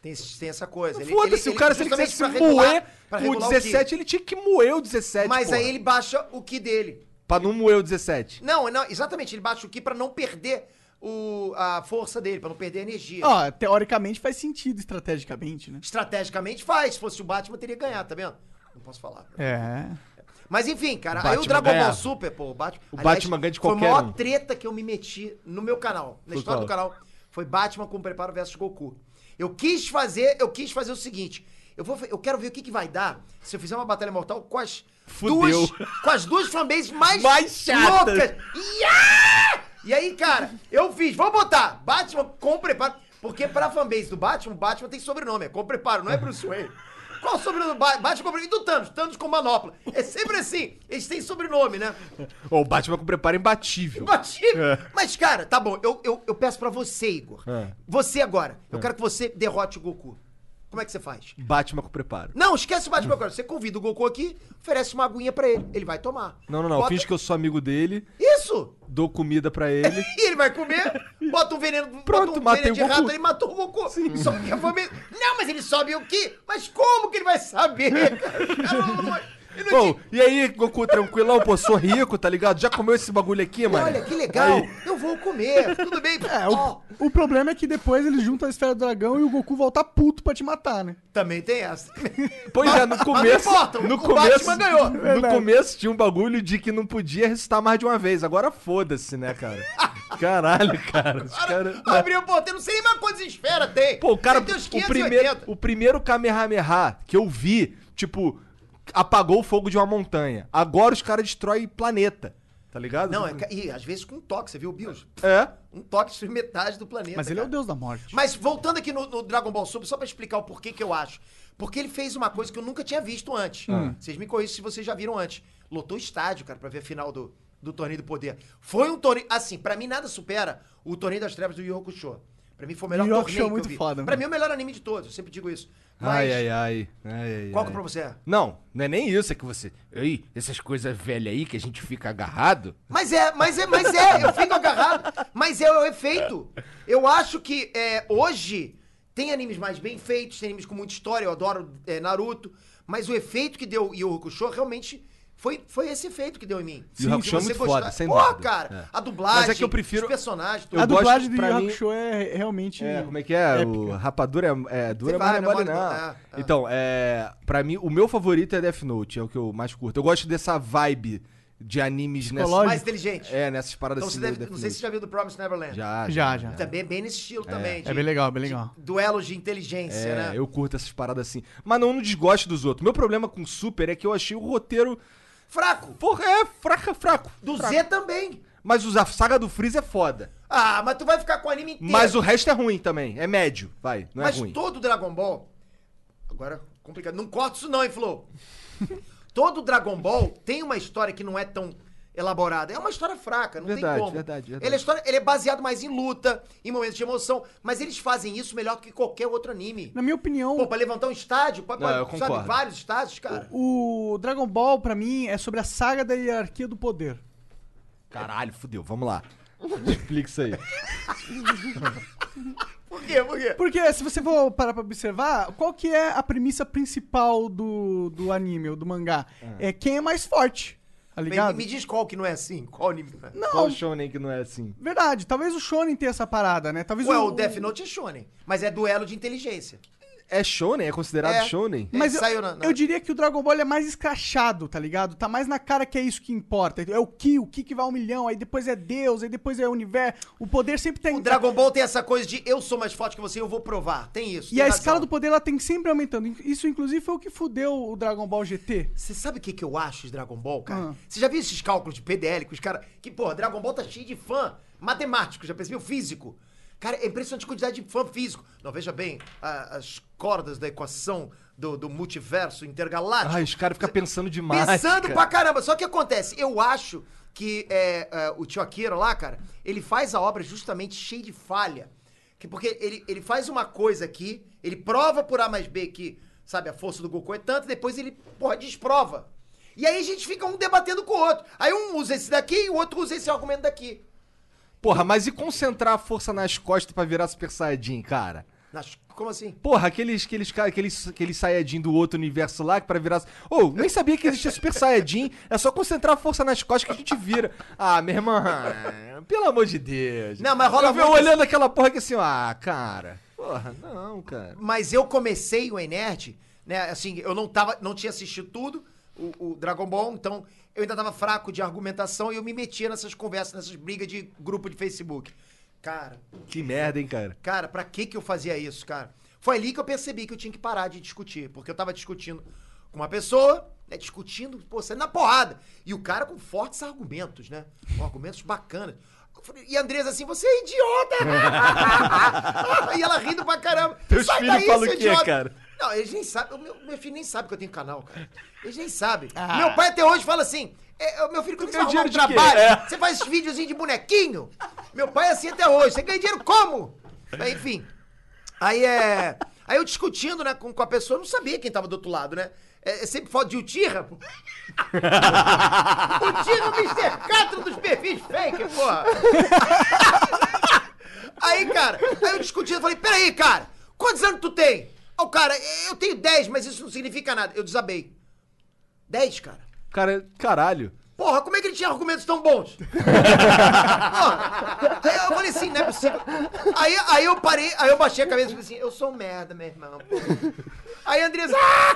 A: Tem, esse- tem essa coisa. Ele-
B: Foda-se, o cara, se ele
A: justamente
B: quisesse
A: pra regular-
B: moer é,
A: pra
B: o
A: regular o ki.
B: 17, ele tinha que moer o 17.
A: Mas aí
B: porra,
A: ele baixa o Ki dele.
B: Pra não moer o 17.
A: Não, não, exatamente, ele baixa o Ki pra não perder o, a força dele, pra não perder a energia.
B: Ah.
C: Ó, teoricamente faz sentido, estrategicamente, né?
A: Estrategicamente faz, se fosse o Batman, teria ganhado, tá vendo? Não posso falar. né?
C: É.
A: Mas enfim, cara,
B: O
A: aí o
B: Batman
A: Dragon
B: ganhava.
A: Ball Super, pô, o Batman.
B: O Batman ganha de
A: Foi
B: qualquer
A: a maior
B: um.
A: treta que eu me meti no meu canal, na
B: Foi
A: história do canal. Foi Batman com Preparo versus Goku. Eu quis fazer, eu quis fazer o seguinte. Eu, vou, eu quero ver o que, que vai dar se eu fizer uma batalha mortal com as
B: Fudeu.
A: duas. Com as duas fanbases mais,
B: Mais chatas.
A: loucas. Iá! E aí, cara, eu fiz, vou botar Batman com preparo. Porque pra fanbase do Batman, Batman tem sobrenome, é com preparo, não é Bruce Wayne. Qual o sobrenome do Batman? Batman com preparo. E do Thanos? Thanos com manopla. É sempre assim. Eles têm sobrenome, né?
B: Ó, o Batman com preparo é imbatível.
A: Imbatível. Mas, cara, tá bom. Eu, eu, eu peço pra você, Igor.
B: É.
A: Você agora. Eu quero que você derrote o Goku. Como é que você faz?
B: Batman com preparo.
A: Não, esquece o Batman agora. Você convida o Goku aqui, oferece uma aguinha pra ele. Ele vai tomar.
B: Não, não, não.
A: Bota-
B: Finge que eu sou amigo dele,
A: Isso!
B: dou comida pra ele.
A: E ele vai comer, bota um veneno,
B: Pronto,
A: bota um
B: matei
A: veneno
B: o
A: de
B: Goku.
A: rato, ele matou o Goku. Só que a família. Não, mas ele sobe o quê? Mas como que ele vai saber? cara? Eu não- não- eu não
B: Bom,
A: tinha-
B: e aí, Goku, tranquilão, pô, sou rico, tá ligado? Já comeu esse bagulho aqui, mano?
A: Olha, que legal! Eu vou comer, tudo bem.
C: É, o,
A: Ó,
C: o problema é que depois eles juntam a esfera do dragão e o Goku volta puto pra te matar, né?
A: também tem essa.
B: Pois é, no
A: Mas- mas
B: começo.
A: não importa,
B: no
A: o
B: começo,
A: Batman ganhou.
B: No
C: Verdade.
B: começo tinha um bagulho de que não podia ressuscitar mais de uma vez. Agora foda-se, né, cara? Caralho, cara. Os cara... é.
A: Abriu o porteiro, não sei nem mais quantas esferas tem.
B: Pô, o cara.
A: Deve ter uns
B: O primeiro,
A: 580.
B: o primeiro Kamehameha que eu vi, tipo, apagou o fogo de uma montanha. Agora os caras destroem planeta. Tá ligado?
A: Não, é, ca- e às vezes com um toque, você viu o Bios?
B: É.
A: Um toque destruiu metade do planeta.
C: Mas ele é o
A: cara.
C: deus da morte.
A: Mas voltando aqui no, no Dragon Ball Super, só pra explicar o porquê que eu acho. Porque ele fez uma coisa que eu nunca tinha visto antes.
C: Ah.
A: Vocês me corrigem se vocês já viram antes. Lotou estádio, cara, pra ver a final do, do Torneio do Poder. Foi um torneio... Assim, pra mim nada supera o Torneio das Trevas do Yu Yu Hakusho. Pra mim foi o melhor
C: Yu Yu
A: torneio
C: Hakusho
A: que
C: é muito
A: eu vi.
C: foda,
A: pra
C: mano.
A: mim é o melhor anime de todos, eu sempre digo isso. Mas
B: Ai, ai, ai. Ai, ai,
A: qual que
B: ai.
A: é pra você?
B: Não, não é nem isso, é que você. Ei, essas coisas velhas aí que a gente fica agarrado.
A: Mas é, mas é, mas é, eu fico agarrado. Mas é o efeito. Eu acho que é, hoje tem animes mais bem feitos, tem animes com muita história, eu adoro é, Naruto. Mas o efeito que deu Yu Hakusho realmente foi, foi esse efeito que deu em mim.
B: Sim, Yu Hakusho é
A: De você
B: muito
A: gostar.
B: foda, sem
A: Porra,
B: dúvida.
A: cara,
B: É.
A: a dublagem,
B: Mas é que eu prefiro-
A: os personagens, tudo.
B: eu
C: a dublagem
B: gosto,
C: do
B: pra
C: Yu
B: mim-
C: Hakusho é realmente.
B: É, como é que é? O
C: épica.
B: rapadura é, é dura,
A: Tem
B: mas não é mole
A: vários,
B: não.
A: é mole não, é, é.
B: Então, é, pra mim, o meu favorito é Death Note, é o que eu mais curto. Eu gosto dessa vibe de animes nessas...
C: Psicológico.
A: mais inteligente.
B: É, nessas paradas
A: então você
B: meio
A: deve,
B: Death
A: não sei
B: Note.
A: se você já é. viu do Promised Neverland. Então,
B: já,
C: Já,
B: já,
C: já.
A: Também bem nesse estilo também.
C: É bem legal, bem legal.
A: Duelos de inteligência,
B: É,
A: né?
B: eu curto essas paradas assim. Mas não, não desgosto dos outros. Meu problema com Super é que eu achei o roteiro...
A: Fraco.
B: Porra, é fraca, fraco.
A: Do
B: fraco.
A: Z também.
B: Mas os- a saga do Freeze é foda.
A: Ah, mas tu vai ficar com o anime inteiro.
B: Mas o resto é ruim também. É médio, vai. Não
A: Então. Mas
B: é ruim.
A: todo Dragon Ball. Agora, é complicado. Não corta isso, não, hein, Flo? todo Dragon Ball tem uma história que não é tão elaborada. É uma história fraca, não
B: Verdade,
A: tem como.
B: verdade, verdade.
A: Ele é, história, ele é baseado mais em luta, em momentos de emoção, mas eles fazem isso melhor do que qualquer outro anime.
C: Na minha opinião,
A: Pô, pra levantar um estádio, pra,
B: Não,
A: pra-
B: eu
A: sabe,
B: concordo.
A: vários estádios, cara.
C: o Dragon Ball, pra mim, é sobre a saga da hierarquia do poder.
B: Caralho, fudeu. Vamos lá. Explica isso aí.
A: Por quê? Por
B: Tá
A: quê?
C: Porque se você for parar pra observar, qual que é a premissa principal do, do anime ou do mangá? É quem é mais forte, tá
A: Me,
C: ligado?
A: me diz qual que não é assim. Qual anime que não é?
C: Não,
B: Qual o shonen que não é assim?
C: verdade. Talvez o Shonen tenha essa parada, né? Talvez
A: Ué, o Death Note é shonen, mas é duelo de inteligência.
B: É shonen? É considerado
A: É.
B: shonen?
A: É,
C: Mas eu,
A: saiu na- na-
C: eu diria que o Dragon Ball ele é mais escrachado, tá ligado? Tá mais na cara que é isso que importa. É o Ki, o Ki que vai ao milhão, aí depois é Deus, aí depois é o universo. O poder sempre tem...
A: O Dragon Ball tem essa coisa de eu sou mais forte que você, eu vou provar. Tem isso.
C: E
A: tem
C: a
A: razão.
C: escala do poder ela tem sempre aumentando. Isso, inclusive, foi o que fudeu o Dragon Ball GT.
A: Você sabe o que, que eu acho de Dragon Ball, cara?
C: Ah.
A: Você já viu esses cálculos de PDL que os caras. Que, pô, Dragon Ball tá cheio de fã matemático, já percebeu? Físico. Cara, é impressionante a quantidade de fã físico. Não, veja bem, a- as cordas da equação do, do multiverso intergaláctico.
B: Ai, os caras ficam pensando demais.
A: Pensando
B: cara.
A: pra caramba. Só que acontece, eu acho que é, é, o tio Akira lá, cara, ele faz a obra justamente cheia de falha. Que porque ele, ele faz uma coisa aqui, ele prova por A mais B que, sabe, a força do Goku é tanto, depois ele, porra, desprova. E aí a gente fica um debatendo com o outro. Aí um usa esse daqui e o outro usa esse argumento daqui.
B: Porra, mas e concentrar a força nas costas pra virar Super Saiyajin, cara?
A: Nas- como assim?
B: Porra, aqueles, aqueles, cara- aqueles, aqueles Saiyajin do outro universo lá que pra virar. Ô, nem sabia que existia Super Saiyajin. É só concentrar a força nas costas que a gente vira. Ah, minha irmã. Pelo amor de Deus.
A: Não, mas rola
B: Eu, eu
A: muito-
B: olhando aquela porra que assim, ó, ah, cara. Porra, não, cara.
A: Mas eu comecei o Enerd, né? Assim, eu não tava, não tinha assistido tudo, o, o Dragon Ball, então eu ainda tava fraco de argumentação e eu me metia nessas conversas, nessas brigas de grupo de Facebook. Cara,
B: Que merda, hein, cara.
A: cara, pra que que eu fazia isso, cara? Foi ali que eu percebi que eu tinha que parar de discutir, porque eu tava discutindo com uma pessoa, né, discutindo, pô, saindo na porrada. E o cara com fortes argumentos, né? Com argumentos bacanas. Eu falei, E a Andresa assim, você é idiota! e ela rindo pra caramba.
B: Teus
A: Sai
B: filhos
A: daí,
B: falam
A: seu
B: o quê,
A: idiota!
B: cara?
A: Não, eles nem sabem. o Meu, meu filho nem sabe que eu tenho canal, cara. Eles nem sabem. Meu pai até hoje fala assim: é, é, meu filho, quando você
B: ganha
A: arrumar um
B: dinheiro de quê?
A: trabalho,
B: É.
A: você faz videozinho de bonequinho. Meu pai é assim até hoje. Você ganha dinheiro como? Mas, enfim. Aí é. Aí eu discutindo, né, com, com a pessoa, eu não sabia quem tava do outro lado, né? É, é sempre foto de Utira, pô. Utira, o Mr. Catra dos perfis fake, porra. Aí, cara, aí eu discutindo, falei, peraí, cara, quantos anos tu tem? Aí o cara, eu tenho 10, mas isso não significa nada. Eu desabei. 10, cara.
B: Cara, caralho.
A: Porra, como é que ele tinha argumentos tão bons? Porra. Aí eu falei assim, não é possível. Aí, aí eu parei, aí eu baixei a cabeça e falei assim, eu sou um merda, meu irmão. porra. Aí a Andressa ah!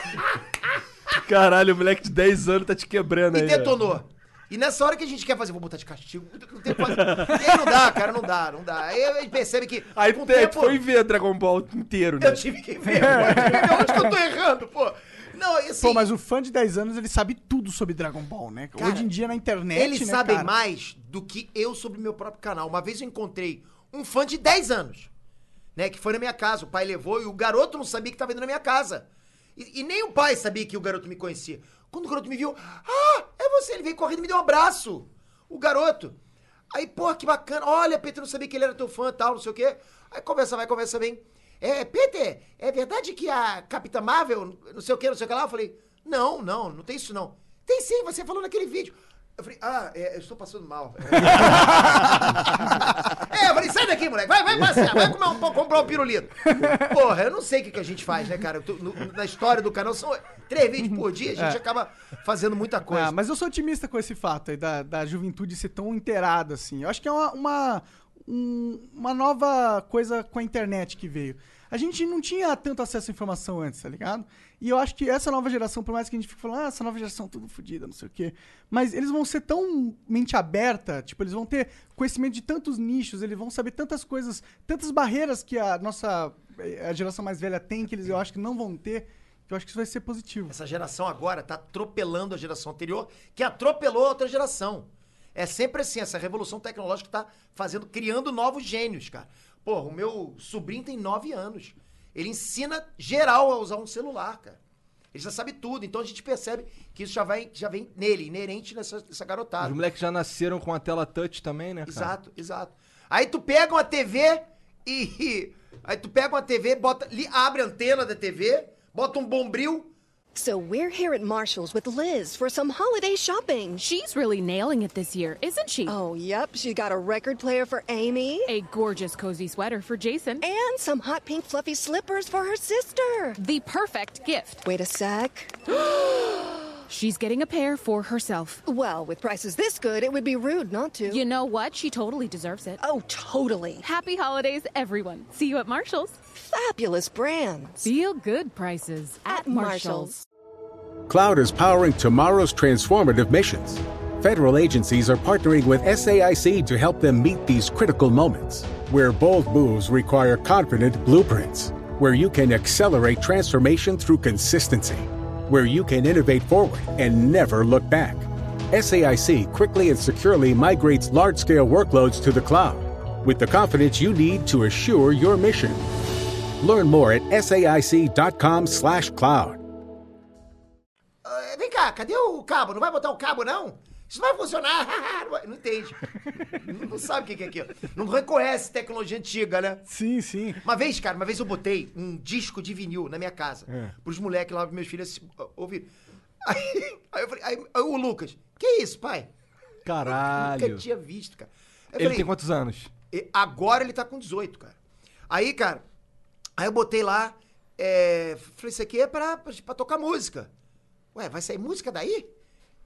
B: Caralho, o moleque de 10 anos tá te quebrando
A: me
B: aí. ó.
A: detonou. E nessa hora que a gente quer fazer, vou botar de castigo, não tem o que fazer. E aí não dá, cara, não dá, não dá. Aí a gente percebe que.
F: Aí
A: com o
F: tu foi ver Dragon Ball inteiro, né?
A: Eu tive que ver, pô, eu tive que ver onde que eu tô errando, pô. Não, assim,
C: Pô, mas o fã de 10 anos, ele sabe tudo sobre Dragon Ball, né?
A: Cara,
C: Hoje em dia na internet,
A: eles
C: né,
A: sabem
C: cara?
A: mais do que eu sobre meu próprio canal. Uma vez eu encontrei um fã de 10 anos, né? Que foi na minha casa, o pai levou e o garoto não sabia que tava indo na minha casa. E, e nem o pai sabia que o garoto me conhecia. Quando o garoto me viu, ah, é você, ele veio correndo e me deu um abraço. O garoto. Aí, pô, que bacana. Olha, Peter, eu não sabia que ele era teu fã tal, não sei o quê. Aí conversa vai, conversa bem. É, Peter, é verdade que a Capitã Marvel, não sei o quê, não sei o que lá? Eu falei, não, não, não tem isso não. Tem sim, você falou naquele vídeo. Eu falei, ah, é, eu estou passando mal. é, eu falei, sai daqui, moleque. Vai, vai passear, vai comer um pão, comprar um pirulito. Porra, eu não sei o que, que a gente faz, né, cara? Eu tô- no- na história do canal, são três vídeos por dia, a gente acaba fazendo muita coisa.
C: É. Ah, mas eu sou otimista com esse fato aí da, da juventude ser tão inteirada, assim. Eu acho que é uma, uma, um- uma nova coisa com a internet que veio. A gente não tinha tanto acesso à informação antes, tá ligado? E eu acho que essa nova geração, por mais que a gente fique falando, ah, essa nova geração tudo fodida, não sei o quê. Mas eles vão ser tão mente aberta, tipo, eles vão ter conhecimento de tantos nichos, eles vão saber tantas coisas, tantas barreiras que a nossa eh, a geração mais velha tem, que eles eu acho que não vão ter, que eu acho que isso vai ser positivo.
A: Essa geração agora tá atropelando a geração anterior, que atropelou a outra geração. É sempre assim, essa revolução tecnológica tá fazendo, criando novos gênios, cara. Porra, o meu sobrinho tem 9 anos. Ele ensina geral a usar um celular, cara. Ele já sabe tudo, então a gente percebe que isso já, vai, já vem nele, inerente nessa, nessa
B: Os
A: garotada.
B: moleques já nasceram com a tela touch também, né, cara?
A: Exato, exato. Aí tu pega uma TV e. Aí tu pega uma TV, bota, li- abre a antena da TV, bota um bombril,
G: So we're here at Marshall's with Liz for some holiday shopping.
H: She's really nailing it this year, isn't she?
G: Oh, yep, she's got a record player for Amy
H: A gorgeous cozy sweater for Jason.
G: and some hot pink fluffy slippers for her sister.
H: The perfect gift.
G: Wait a sec.
H: She's getting a pair for herself.
G: Well, with prices this good, it would be rude not to.
H: You know what? She totally deserves it.
G: oh, totally.
H: Happy holidays, everyone. See you at Marshall's.
G: Fabulous brands.
H: Feel good prices
G: At Marshall's.
I: Cloud is powering tomorrow's transformative missions. Federal agencies are partnering with SAIC to help them meet these critical moments, where bold moves require confident blueprints, where you can accelerate transformation through consistency, where you can innovate forward and never look back. SAIC quickly and securely migrates large scale workloads to the cloud with the confidence you need to assure your mission. Learn more at saic.com/slash cloud.
A: Ah, Vem cá, cadê o cabo? Não vai botar o cabo, não? Isso não vai funcionar. Não vai- não entende. não, não sabe o que que é aquilo. Não reconhece tecnologia antiga, né?
C: Sim, sim.
A: Uma vez, cara, uma vez eu botei um disco de vinil na minha casa.
B: É.
A: Pros moleques lá, pros meus filhos se- ah, ouvir. Aí, aí eu falei, aí, aí o Lucas, que isso, pai?
B: Caralho.
A: Nunca tinha visto, cara. Eu
B: Ele
A: falei,
B: tem quantos anos?
A: e Agora ele tá com 18, cara. Aí, cara, aí eu botei lá, é, falei, isso aqui é pra, pra, pra tocar música. Ué, vai sair música daí?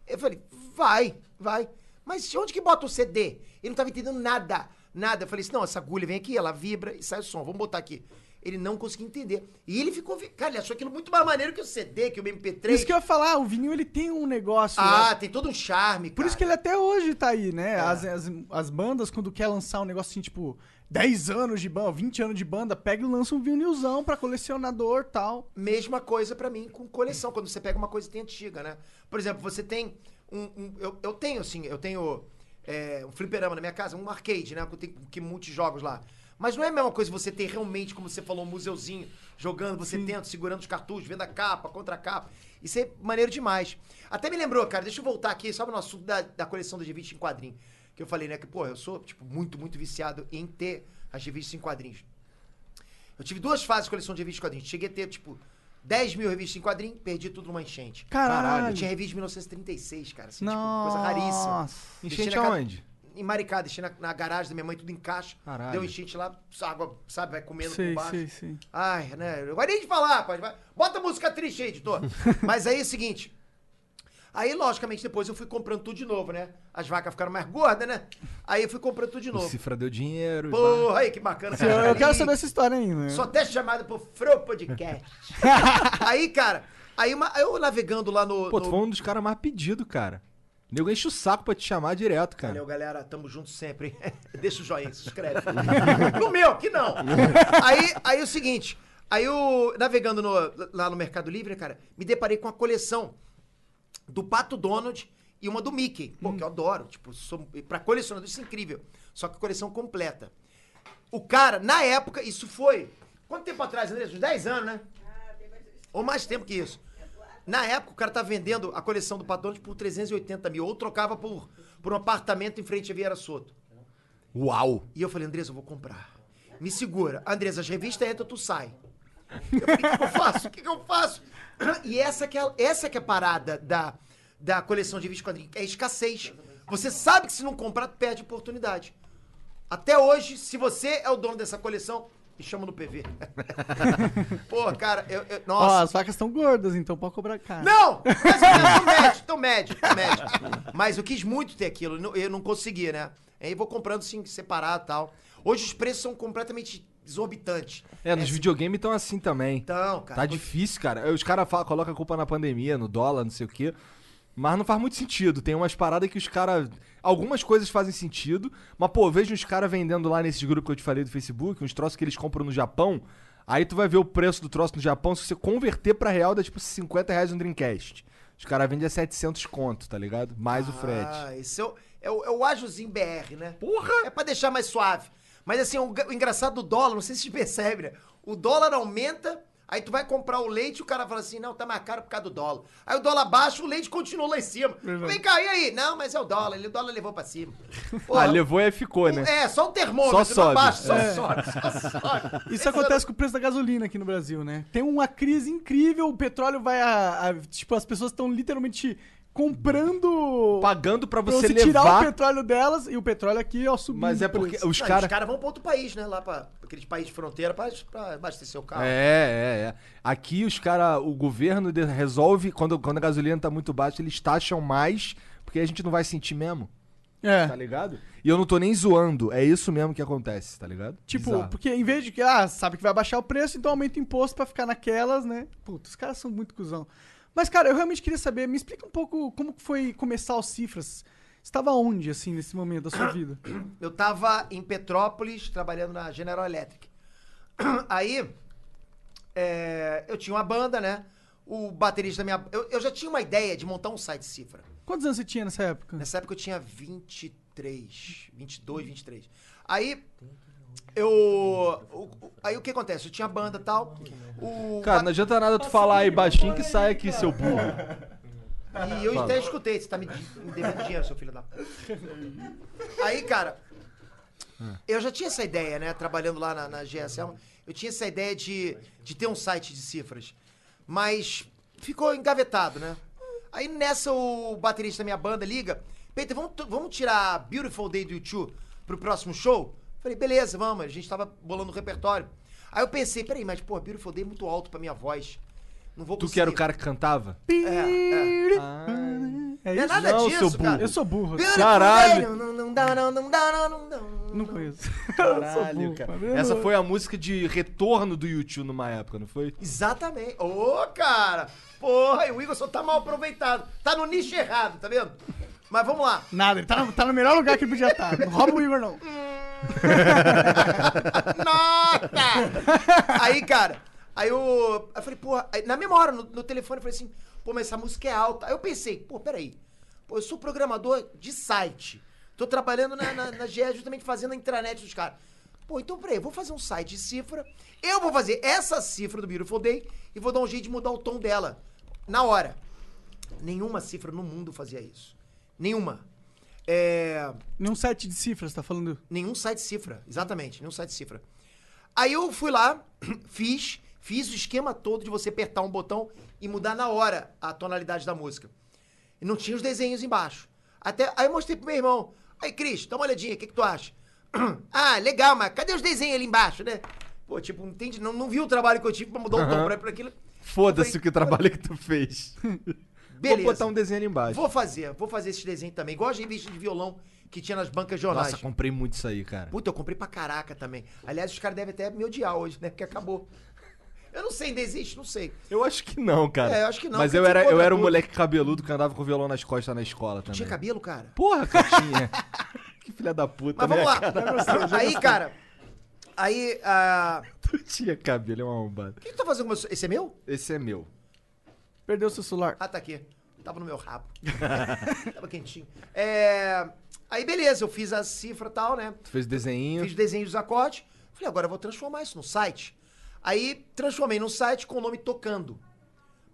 A: Eu falei, vai, vai. Mas de onde que bota o CD? Ele não tava entendendo nada, nada. Eu falei assim, não, essa agulha vem aqui, ela vibra e sai o som, vamos botar aqui. Ele não conseguia entender. E ele ficou, vi- cara, ele achou aquilo muito mais maneiro que o CD, que o MP3.
C: Isso que eu ia falar, o vinil ele tem um negócio. né?
A: Ah, É. tem todo um charme,
C: Por isso que ele até hoje tá aí, né? As, as, as bandas, quando quer lançar um negócio assim, tipo, 10 anos de banda, 20 anos de banda, pega e lança um vinilzão pra colecionador e tal.
A: mesma coisa pra mim com coleção, quando você pega uma coisa que tem antiga, né? Por exemplo, você tem um. um- eu, eu tenho, assim, eu tenho é, um fliperama na minha casa, um arcade, né? Que tem que muitos jogos lá. Mas não é a mesma coisa você ter realmente, como você falou, um museuzinho, jogando, você tenta, segurando os cartuchos, vendo a capa, contra a capa. Isso é maneiro demais. Até me lembrou, cara, deixa eu voltar aqui, sabe no assunto da, da coleção das revistas em quadrinho. Que eu falei, né? Que, pô, eu sou, tipo, muito, muito viciado em ter as revistas em quadrinhos. Eu tive duas fases de coleção de revistas em quadrinhos. Cheguei a ter, tipo, 10 mil revistas em quadrinhos, perdi tudo numa enchente.
C: Caralho.
A: Eu tinha revista de 1936, cara. Assim,
C: Nossa. é
A: tipo, coisa raríssima. Deixei
B: Enchente
A: na ca-
B: aonde?
A: Em Maricá, deixei na, na garagem da minha mãe, tudo em caixa.
B: Caralho.
A: Deu enchente lá, água, sabe, vai comendo
C: Sei,
A: por baixo.
C: sei, sei.
A: Ai, né? Eu guardei de falar, pai. Vai- Bota música triste aí, editor. Mas aí é o seguinte. Aí, logicamente, depois eu fui comprando tudo de novo, né? As vacas ficaram mais gordas, né? Aí eu fui comprando tudo de
B: O
A: novo.
B: Cifra deu dinheiro.
A: Porra, aí que bacana.
C: Eu, eu quero
A: Aí-
C: saber essa história ainda. né?
A: só até chamado pro Fro Podcast. aí, cara, aí uma- eu navegando lá no.
B: Pô,
A: no-
B: tu foi um dos caras mais pedidos, cara. O nego enche o saco pra te chamar direto, um cara.
A: Valeu, galera. Tamo junto sempre. hein? Deixa o joinha, se inscreve. no meu, que não. Aí, aí é o seguinte. Aí eu, navegando no- lá no Mercado Livre, cara, me deparei com a coleção do Pato Donald e uma do Mickey. Pô,
B: Hum.
A: que eu adoro. Tipo, sou, pra colecionador isso é incrível. Só que coleção completa. O cara, na época, isso foi... Quanto tempo atrás, André? Uns 10 anos, né? Ou mais tempo que isso. Na época, o cara tá vendendo a coleção do Pato Donald por 380 mil. Ou trocava por, por um apartamento em frente a Vieira Soto.
B: Uau!
A: E eu falei, Andresa, eu vou comprar. Me segura. Andresa, as revistas entram, tu sai. Eu falei, O que, que eu faço? O que, que eu faço? E essa que é, essa que é a parada da, da coleção de revistas quadrinhos. É a escassez. Você sabe que se não comprar, tu perde a oportunidade. Até hoje, se você é o dono dessa coleção, me chama no PV. Pô, cara, eu, eu-
C: Ó,
A: nossa.
C: as vacas estão gordas, então pode cobrar caro.
A: Não! Mas eu tô médio, tô médio, tô médio. Mas eu quis muito ter aquilo, eu não- eu não conseguia, né? Aí eu vou comprando assim, separado e tal. Hoje os preços são completamente exorbitantes.
B: É, nos
A: Essa-
B: videogames estão assim também.
A: Então, cara.
B: Tá difícil, cara. Os caras falam- colocam a culpa na pandemia, no dólar, não sei o quê. Mas não faz muito sentido. Tem umas paradas que os caras. Algumas coisas fazem sentido, mas, pô, eu vejo os caras vendendo lá nesses grupos que eu te falei do Facebook, uns troços que eles compram no Japão. Aí tu vai ver o preço do troço no Japão. Se você converter pra real, dá tipo 50 reais um Dreamcast. Os caras vendem a 700 conto, tá ligado? Mais o frete.
A: Ah, esse é o, é o, é o ágiozinho BR, né? Porra! É pra deixar mais suave. Mas assim, o, ga- o engraçado do dólar, não sei se vocês percebem, né? O dólar aumenta, aí tu vai comprar o leite e o cara fala assim, não, tá mais caro por causa do dólar. Aí o dólar baixa, o leite continua lá em cima. Vem cá, e aí? Não, mas é o dólar, ele, o dólar levou pra cima.
B: Ah,
A: Porra,
B: levou e aí ficou, né?
A: um É, só o termômetro,
B: Só
A: não
B: sobe.
A: baixa, só
C: É.
A: sobe, só sobe.
C: Isso
A: Esse
C: acontece com o preço da gasolina aqui no Brasil, né? Tem uma crise incrível, o petróleo vai a. a- tipo, as pessoas estão literalmente comprando.
A: Tá
B: Pagando pra
C: pra
B: você,
C: tirar o
B: levar.
C: petróleo delas e o petróleo aqui, ó, subindo.
B: Mas é
C: o
B: porque
C: preço.
B: os
A: Não,
B: caras.
A: Os caras vão pra outro país, né? Lá pra pra aqueles países de fronteira pra, pra abastecer o carro.
B: É, é, é. Aqui os caras, o governo de- resolve, quando, quando a gasolina tá muito baixa, eles taxam mais, porque a gente não vai sentir mesmo,
C: É.
B: tá ligado? E eu não tô nem zoando, é isso mesmo que acontece, tá ligado?
C: Tipo,
B: Bizarro.
C: porque em vez de que, ah, sabe que vai baixar o preço, então aumenta o imposto pra ficar naquelas, né? Puta, os caras são muito cuzão. Mas, cara, eu realmente queria saber, me explica um pouco como que foi começar os cifras. Estava onde, assim, nesse momento da sua vida?
A: Eu tava em Petrópolis trabalhando na General Electric. Aí é, eu tinha uma banda, né? O baterista da minha. Eu, eu já tinha uma ideia de montar um site cifra.
C: Quantos anos você tinha nessa época?
A: Nessa época eu tinha 23, 22, 23. Aí eu. o- o- aí o que acontece? Eu tinha banda e tal. O,
B: Cara, não adianta nada tu falar aí baixinho que sai aqui, seu burro.
A: E eu até escutei, você tá me, me devendo dinheiro, seu filho da. Aí, cara,
B: Ah.
A: eu já tinha essa ideia, né? Trabalhando lá na, na GSL, eu tinha essa ideia de, de ter um site de cifras. Mas ficou engavetado, né? Aí nessa o baterista da minha banda liga: Peter, vamos, to- vamos tirar Beautiful Day do YouTube pro próximo show? Falei, beleza, vamos. A gente tava bolando o repertório. Aí eu pensei, peraí, mas pô, Beautiful Day é muito alto pra minha voz. Não vou
B: Tu
A: conseguir.
B: que era o cara que cantava?
A: É, é.
C: É
A: Não é
C: isso?
A: nada
B: Não, seu
A: disso,
B: burro.
A: cara.
C: Eu sou burro. assim,
A: Caralho! Não, não dá, não, não dá, não, não dá.
C: Não conheço.
B: Caralho,
C: Tá
B: cara. Essa foi a música de retorno do YouTube numa época, não foi?
A: Exatamente. Ô, cara! Porra, e o Igor só tá mal aproveitado. Tá no nicho errado, tá vendo? Mas vamos lá.
C: Nada, ele tá no, tá no melhor lugar que ele podia estar. Não rouba o Igor, não.
A: Nota! Aí, cara, aí eu, eu falei, porra, aí na mesma hora, no, no telefone, eu falei assim, pô, mas essa música é alta. Aí eu pensei, pô, peraí, pô, eu sou programador de site. Tô trabalhando na, na, na GE, justamente fazendo a intranet dos caras. Pô, então peraí, eu vou fazer um site de cifra, eu vou fazer essa cifra do Beautiful Day e vou dar um jeito de mudar o tom dela. Na hora. Nenhuma cifra no mundo fazia isso. Nenhuma. É...
C: Num site de cifras, tá falando?
A: Nenhum site cifra, exatamente, nenhum site cifra. Aí eu fui lá, fiz, fiz o esquema todo de você apertar um botão e mudar na hora a tonalidade da música. E não tinha os desenhos embaixo. Até, aí eu mostrei pro meu irmão. Aí, Cris, dá uma olhadinha, o que, que tu acha? ah, legal, mas cadê os desenhos ali embaixo, né? Pô, tipo, não entende, não, não viu o trabalho que eu tive pra mudar o tom pra, pra aquilo.
B: Foda-se o que trabalho que tu fez.
A: Beleza.
B: Vou botar um desenho ali embaixo.
A: Vou fazer, vou fazer esse desenho também. Igual as revistas de violão que tinha nas bancas de jornais.
B: Nossa, comprei muito isso aí, cara.
A: Puta, eu comprei pra caraca também. Aliás, os caras devem até me odiar hoje, né? Porque acabou. Eu não sei, ainda existe? Não sei.
B: Eu acho que não, cara.
A: É, eu acho que não,
B: Mas
A: porque
B: eu era,
A: ficou
B: eu era um
A: cabeludo.
B: moleque cabeludo que andava com violão nas costas na escola também.
A: Tinha cabelo, cara?
B: Porra, que tinha. que filha da puta,
A: Mas vamos
B: né,
A: lá.
B: cara?
A: Aí, cara. Aí, ah,
B: Tu tinha cabelo, é uma arrombada.
A: o que eu tô fazendo com o meu... ce- Esse é meu?
B: Esse é meu.
C: Perdeu seu celular.
A: Ah, tá aqui. Tava no meu rabo. Tava quentinho. É, Aí, beleza, eu fiz a cifra e tal, né?
B: Tu fez o desenho.
A: Fiz o desenho dos acordes. Falei, agora eu vou transformar isso no site. Aí, transformei num site com o nome Tocando.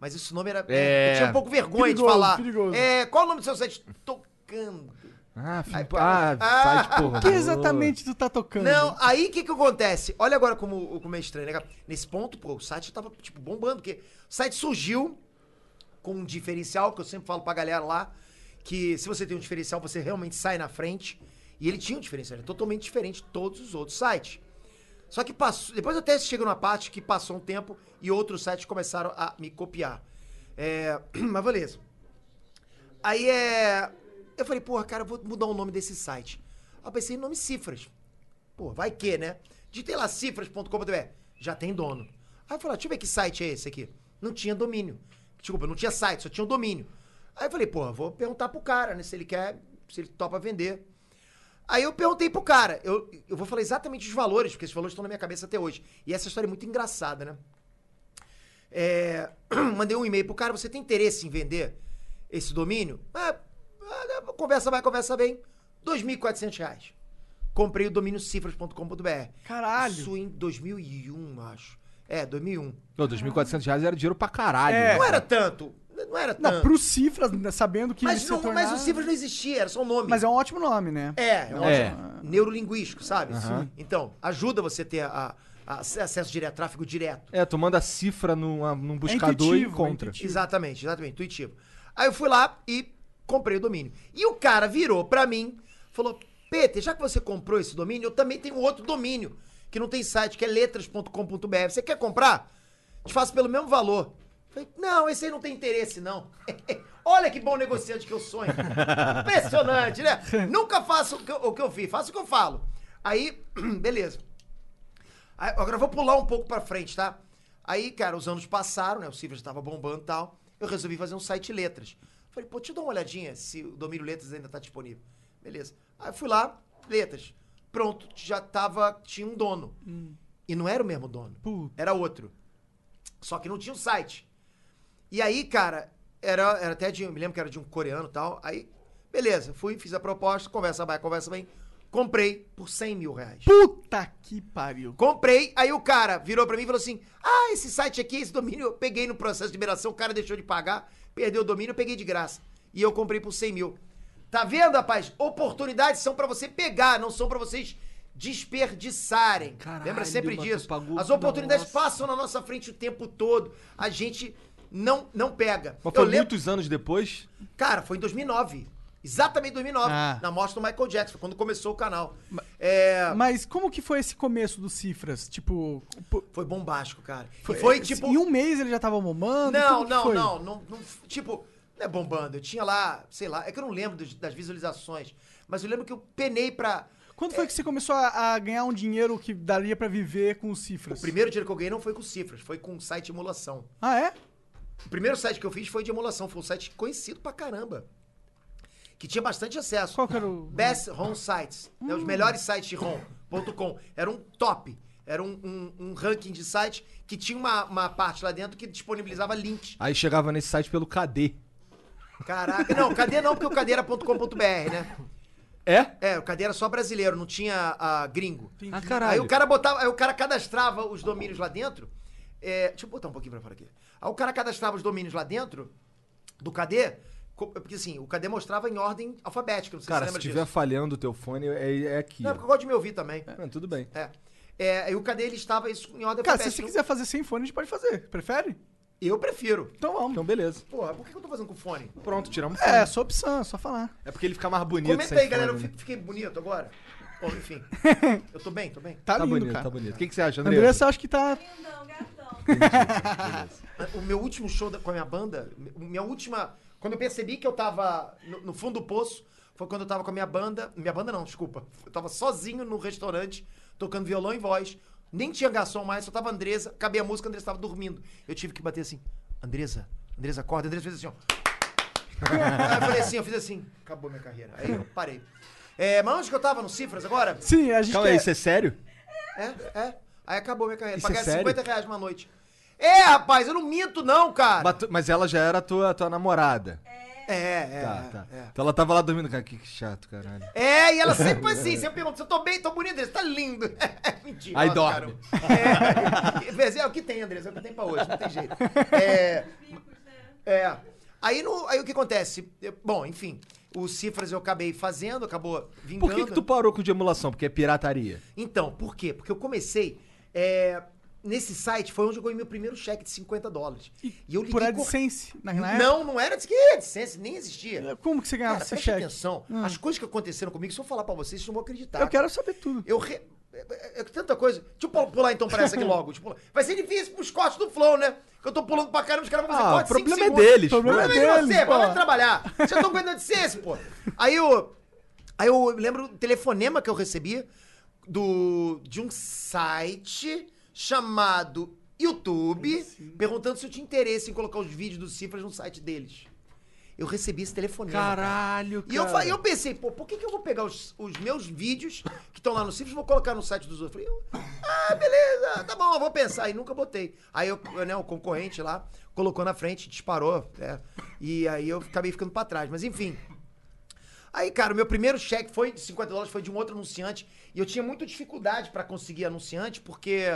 A: Mas esse nome era...
B: É.
A: Eu tinha um pouco vergonha
C: Perigoso,
A: de falar.
C: perigoso.
A: É, qual o nome do seu site? Tocando.
B: Ah, fi...
A: Ai,
B: ah,
A: para-
B: site, porra.
C: O que exatamente tu tá tocando?
A: Não, aí o que que acontece? Olha agora como, como é estranho, né, cara? Nesse ponto, pô, o site tava, tipo, bombando, porque o site surgiu com um diferencial, que eu sempre falo pra galera lá, que se você tem um diferencial, você realmente sai na frente. E ele tinha um diferencial, ele é totalmente diferente de todos os outros sites. Só que passou. Depois até chega numa parte que passou um tempo e outros sites começaram a me copiar. É, mas beleza. Aí é. Eu falei, porra, cara, eu vou mudar o nome desse site. Aí eu pensei em nome cifras. Pô, vai que, né? Digitei lá cifras.com.br. Já tem dono. Aí eu falei, deixa eu ver que site é esse aqui. Não tinha domínio. Desculpa, não tinha site, só tinha um domínio. Aí eu falei, pô, vou perguntar pro cara, né? Se ele quer, se ele topa vender. Aí eu perguntei pro cara, eu, eu vou falar exatamente os valores, porque esses valores estão na minha cabeça até hoje. E essa história é muito engraçada, né? É, mandei um e-mail pro cara, você tem interesse em vender esse domínio? Ah, ah, conversa vai, conversa bem. R$ 2.400 reais. Comprei o domínio cifras.com.br.
C: Caralho.
A: Isso em 2001, acho. É, 2001.
B: Pô, 2.400 reais era dinheiro pra caralho.
C: É.
B: né?
A: Não era tanto. Não era tanto.
C: Não, pro Cifras, né, sabendo que
A: Ah. mas,
C: ele
A: não-
C: se tornar...
A: mas o Cifras não existia, era só um nome.
C: Mas é um ótimo nome, né?
A: É, é, um
B: É.
A: ótimo neurolinguístico, sabe? Então, ajuda você a ter a- a- acesso direto, tráfego direto.
B: É, tu manda cifra num, a- num buscador e
C: intuitivo, é
B: encontra.
C: intuitivo.
A: Exatamente, exatamente, intuitivo. Aí eu fui lá e comprei o domínio. E o cara virou pra mim, falou: Peter, já que você comprou esse domínio, eu também tenho outro domínio, que não tem site, que é letras.com.br. Você quer comprar? Te faço pelo mesmo valor. Falei, não, esse aí não tem interesse, não. Olha que bom negociante que eu sonho. Impressionante, né? Nunca faço o que, eu, o que eu fiz, faço o que eu falo. Aí, beleza. Aí, agora eu vou pular um pouco pra frente, tá? Aí, cara, os anos passaram, né? O Cifras tava bombando e tal. Eu resolvi fazer um site letras. Falei, pô, deixa eu dar uma olhadinha se o domínio letras ainda tá disponível. Beleza. Aí eu fui lá, letras. Pronto, já tava. Tinha um dono. E não era o mesmo dono. Era outro. Só que não tinha um site. E aí, cara, era, era até de. Eu me lembro que era de um coreano e tal. Aí, beleza, fui, fiz a proposta, conversa vai, conversa bem. Comprei por 100 mil reais.
C: Puta que pariu.
A: Comprei, aí o cara virou pra mim e falou assim: Ah, esse site aqui, esse domínio, eu peguei no processo de liberação, o cara deixou de pagar, perdeu o domínio, eu peguei de graça. E eu comprei por 100 mil. Tá vendo, rapaz? Oportunidades são pra você pegar, não são pra vocês desperdiçarem.
B: Caralho,
A: Lembra sempre
B: mano,
A: disso?
B: tu pagou-
A: As oportunidades
B: Nossa.
A: passam na nossa frente o tempo todo. A gente não, não pega.
B: Mas foi
A: eu lembro,
B: muitos anos depois.
A: Cara, foi em 2009. Exatamente em 2009,
C: Ah.
A: na mostra do Michael Jackson, foi quando começou o canal. É,
C: Mas como que foi esse começo do Cifras? Tipo, pô,
A: Foi bombástico, cara. E foi tipo.
C: Em um mês ele já tava bombando?
A: Não,
C: Como que
A: não,
C: foi?
A: não, não, não. Tipo, não é bombando. Eu tinha lá, sei lá, é que eu não lembro dos- das visualizações. Mas eu lembro que eu penei pra.
C: Quando foi que você começou a, a ganhar um dinheiro que daria pra viver com o Cifras?
A: O primeiro dinheiro que eu ganhei não foi com cifras, foi com um site de emulação.
C: Ah, é?
A: O primeiro site que eu fiz foi de emulação, foi um site conhecido pra caramba. Que tinha bastante acesso.
C: Qual que era o- Hum.
A: Best Home Sites. né, os melhores sites de home.com. Era um top. Era um, um- um ranking de site que tinha uma, uma parte lá dentro que disponibilizava links.
B: Aí chegava nesse site pelo KD.
A: Caraca. Não, cadê não, porque o cadê era .com.br, né?
B: É?
A: É, o Cadê era só brasileiro, não tinha ah, gringo.
B: Ah,
A: Aí
B: caralho.
A: o cara botava, aí o cara cadastrava os domínios lá dentro. É, deixa eu botar um pouquinho pra fora aqui. Aí o cara cadastrava os domínios lá dentro do Cadê, co- porque assim, o Cadê mostrava em ordem alfabética, não sei
B: Cara,
A: se
B: se
A: você lembra
B: estiver
A: disso.
B: falhando o teu fone, é, é aqui.
A: Não,
B: ó.
A: porque eu gosto de me ouvir também.
B: Ah, tudo bem.
A: É. É, e o Cadê ele estava isso em ordem
C: Cara, se você
A: alfabética.
C: quiser fazer sem fone, a gente pode fazer. Prefere?
A: Eu prefiro.
C: Então vamos.
B: Então, beleza.
A: Porra, por que eu tô fazendo com fone?
B: Pronto, tiramos fone.
C: É, sua opção, é só falar.
B: É porque ele fica mais bonito
A: Comenta
B: sem
A: aí, galera, eu
B: fone, né?
A: fi- fiquei bonito agora? Bom, enfim. Eu tô bem, tô bem.
C: Tá,
B: Tá
C: lindo,
B: bonito,
C: cara.
B: tá bonito. O que, que você acha, André?
A: é
C: Andressa, acho que tá.
A: O meu último show da- com a minha banda, o- minha última. Quando eu percebi que eu tava no, no fundo do poço, foi quando eu tava com a minha banda. Minha banda não, desculpa. Eu tava sozinho no restaurante, tocando violão e voz. Nem tinha garçom mais, só tava a Andresa. Acabei a música, a Andresa tava dormindo. Eu tive que bater assim, Andresa, Andresa, acorda. A Andresa fez assim, ó. Aí eu falei assim, eu fiz assim, acabou minha carreira. Aí eu parei. É, mas onde que eu tava? No Cifras agora?
C: Sim, a gente
B: Calma aí,
C: quer-
B: isso é sério?
A: É, é. Aí acabou minha carreira.
B: Isso é
A: Pagava
B: sério?
A: 50 reais uma noite. É, rapaz, eu não minto, não, cara.
B: Mas, tu- mas ela já era tua, tua namorada.
A: Ah, É, é.
B: tá,
A: é,
B: tá.
A: É.
B: Então ela tava lá dormindo. Cara, que, que chato, caralho.
A: É, e ela sempre foi assim, sempre pergunta se eu tô bem, tô bonito, Andressa, tá lindo. Mentira.
B: Aí
A: nossa,
B: dorme.
A: cara. É, mas é, o que tem, Andressa, é o que tem pra hoje, não tem jeito. É, é. Aí, no, aí o que acontece? Eu- bom, enfim, os cifras eu acabei fazendo, acabou vingando.
B: Por que, que tu parou com o de emulação? Porque é pirataria.
A: Então, por quê? Porque eu comecei. é, nesse site foi onde eu ganhei meu primeiro cheque de 50 dólares. E, eu liguei.
C: por
A: cor-
C: AdSense. Na,
B: né?
C: na época.
A: Não, não era de que AdSense, nem existia.
C: Como que você ganhava
A: Cara,
C: esse
A: preste
C: cheque?
A: atenção. As coisas que aconteceram comigo, se eu falar pra vocês, vocês não vão acreditar.
C: Eu quero saber tudo.
A: Eu re- é- é- é tanta coisa. Deixa eu pu- pular então pra essa aqui logo. Deixa eu pular. Vai ser difícil pros cortes do Flow, né? Que eu tô pulando pra caramba, os caras vão fazer
B: Ah,
A: corte
B: o
A: em cinco
B: problema é
A: segundos.
B: deles,
A: O problema
C: pô.
A: é de você,
C: Deles,
A: vai lá
C: pô.
A: trabalhar. Vocês estão aguentando de ser esse, pô. Aí eu. Aí eu lembro o telefonema que eu recebi do, de um site chamado YouTube, perguntando se eu tinha interesse em colocar os vídeos dos cifras no site deles. Eu recebi esse telefonema. cara.
B: Caralho,
A: E eu, fa- eu pensei, pô, por que, que eu vou pegar os, os meus vídeos que estão lá no Simples e vou colocar no site dos outros? Falei, eu, ah, beleza, tá bom, eu vou pensar. E nunca botei. Aí eu, eu, né, o concorrente lá colocou na frente, disparou. né? e aí eu acabei ficando pra trás. Mas enfim. Aí, cara, o meu primeiro cheque foi de 50 dólares, foi de um outro anunciante. E eu tinha muita dificuldade pra conseguir anunciante, porque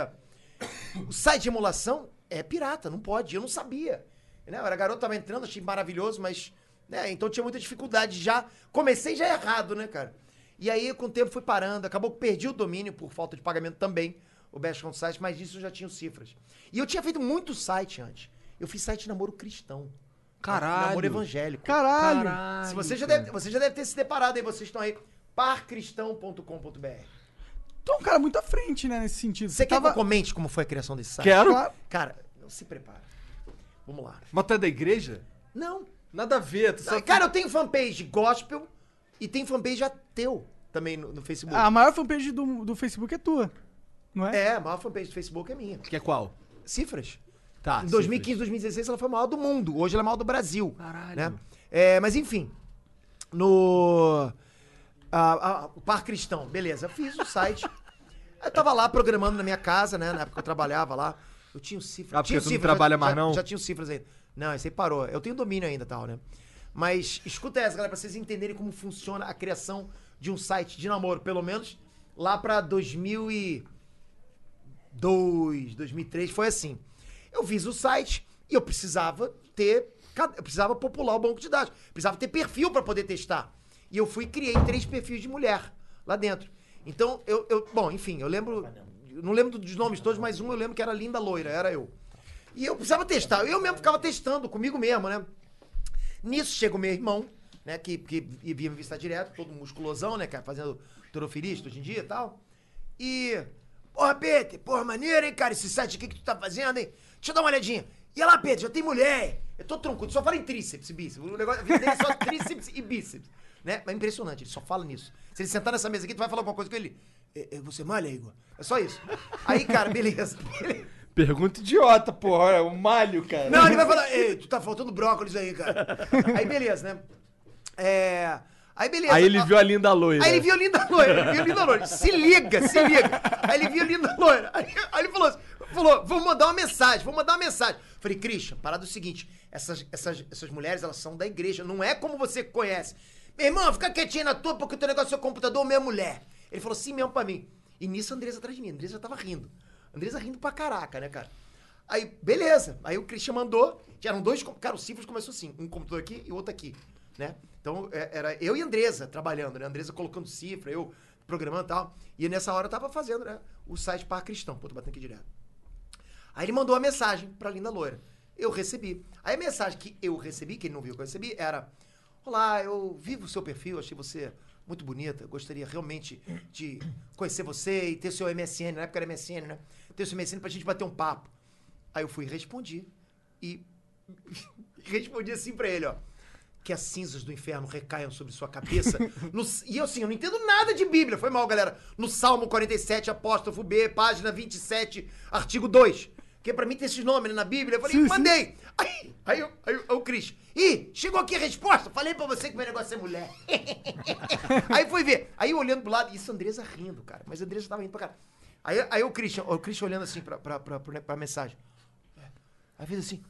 A: o site de emulação é pirata, não pode. Eu não sabia. Né? Eu era garoto, tava entrando, achei maravilhoso, mas. Né? Então tinha muita dificuldade já. Comecei já errado, né, cara? E aí, com o tempo, fui parando. Acabou que perdi o domínio por falta de pagamento também, o Best Count Site, mas disso eu já tinha os cifras. E eu tinha feito muito site antes. Eu fiz site de namoro cristão.
B: Caralho.
A: Namoro evangélico.
C: Caralho.
A: Se você já, deve, você já deve ter se deparado aí, vocês estão aí, parcristão.com.br.
C: Tu é um cara muito à frente, né, nesse sentido.
A: Você
C: Você
A: quer que eu
C: tava...
A: comente como foi a criação desse site?
B: Quero.
A: Cara, não se prepara. Vamos lá.
B: Mas tu é da igreja?
A: Não.
B: Nada a ver. Tu só...
A: Cara, eu tenho fanpage gospel e tem fanpage ateu também no, no Facebook.
C: A maior fanpage do, do Facebook é tua, não é?
A: É, a maior fanpage do Facebook é minha.
B: Que é qual?
A: Cifras.
B: Tá.
A: Em 2015, 2016, ela foi a maior do mundo. Hoje ela é a maior do Brasil.
B: Caralho.
A: Né? É, mas enfim. No. a- a- o Par Cristão, beleza. Fiz o site. eu tava lá programando na minha casa, né? Na época eu trabalhava lá. Eu tinha o cifras.
B: Ah, porque
A: tinha o
B: tu não
A: Cifras, já-
B: trabalha mais,
A: já-
B: não?
A: Já tinha o cifras ainda. Não, esse aí parou. Eu tenho domínio ainda e tal, né? Mas escuta essa, galera, pra vocês entenderem como funciona a criação de um site de namoro, pelo menos lá pra 2000 e... 2002, 2003, foi assim. Eu fiz o site e eu precisava ter, cad- eu precisava popular o banco de dados, precisava ter perfil para poder testar. E eu fui e criei três perfis de mulher lá dentro. Então, eu, eu- bom, enfim, eu lembro, eu não lembro dos nomes todos, mas um eu lembro que era linda loira, era eu. E eu precisava testar, eu mesmo ficava testando comigo mesmo, né? Nisso chega o meu irmão, né, que, que vinha me visitar direto, todo musculosão, né, cara, fazendo torofilista hoje em dia e tal. E, porra, Peter, porra, maneiro, hein, cara, esse site aqui que tu tá fazendo, hein? Deixa eu dar uma olhadinha. E lá, Peter, já tem mulher. Eu tô troncudo, só fala em tríceps e bíceps. O negócio a vida dele é só tríceps e bíceps. Né? Mas É impressionante, ele só fala nisso. Se ele sentar nessa mesa aqui, tu vai falar alguma coisa com ele. "É, é, Você malha, Igor? É só isso. Aí, cara, beleza. beleza.
F: Pergunta idiota, porra. É
B: um
F: o malho, cara.
A: Não, ele vai falar, ei, tu tá faltando brócolis aí, cara. Aí beleza, né? É. Aí beleza.
B: Aí ele
A: Ah,
B: viu a linda loira.
A: Aí ele viu linda loira, ele viu linda loira. Se liga, se liga. Aí ele viu linda loira. Aí, aí ele falou assim, falou, vou mandar uma mensagem, vou mandar uma mensagem. Falei, Christian, parada é o seguinte, essas, essas, essas mulheres, elas são da igreja, não é como você conhece. Meu irmão, fica quietinho na tua, porque o teu negócio é seu computador, meu é mulher. Ele falou assim mesmo pra mim. E nisso a Andresa atrás de mim, a Andresa tava rindo. A Andresa rindo pra caraca, né, cara? Aí, beleza. Aí o Christian mandou. Já eram dois. com- Cara, o Cifras começou assim: um computador aqui e outro aqui, né? Então é- era eu e a Andresa trabalhando, né? A Andresa colocando cifra, eu programando e tal. E nessa hora eu tava fazendo, né? O site para cristão. Pô, tô batendo aqui direto. Aí ele mandou a mensagem pra linda loira. Eu recebi. Aí a mensagem que eu recebi, que ele não viu que eu recebi, era: Olá, eu vivo o seu perfil, achei você muito bonita, gostaria realmente de conhecer você e ter seu MSN, na época era MSN, né? Ter seu MSN pra gente bater um papo. Aí eu fui e respondi. E respondi assim pra ele, ó. que as cinzas do inferno recaiam sobre sua cabeça. No- e eu, assim, eu não entendo nada de Bíblia. Foi mal, galera. No Salmo 47, apóstrofo B, página 27, artigo 2. Porque pra mim tem esses nomes né, na Bíblia. Eu falei, mandei. Aí, aí, eu- aí, eu- o Cris. Ih, chegou aqui a resposta. Falei pra você que meu negócio é mulher. aí fui ver. Aí eu olhando pro lado, isso a Andresa rindo, cara. Mas a Andresa tava rindo pra cara. Aí, aí o Christian, o Christian olhando assim pra, pra, pra, pra, pra mensagem. Aí fez assim,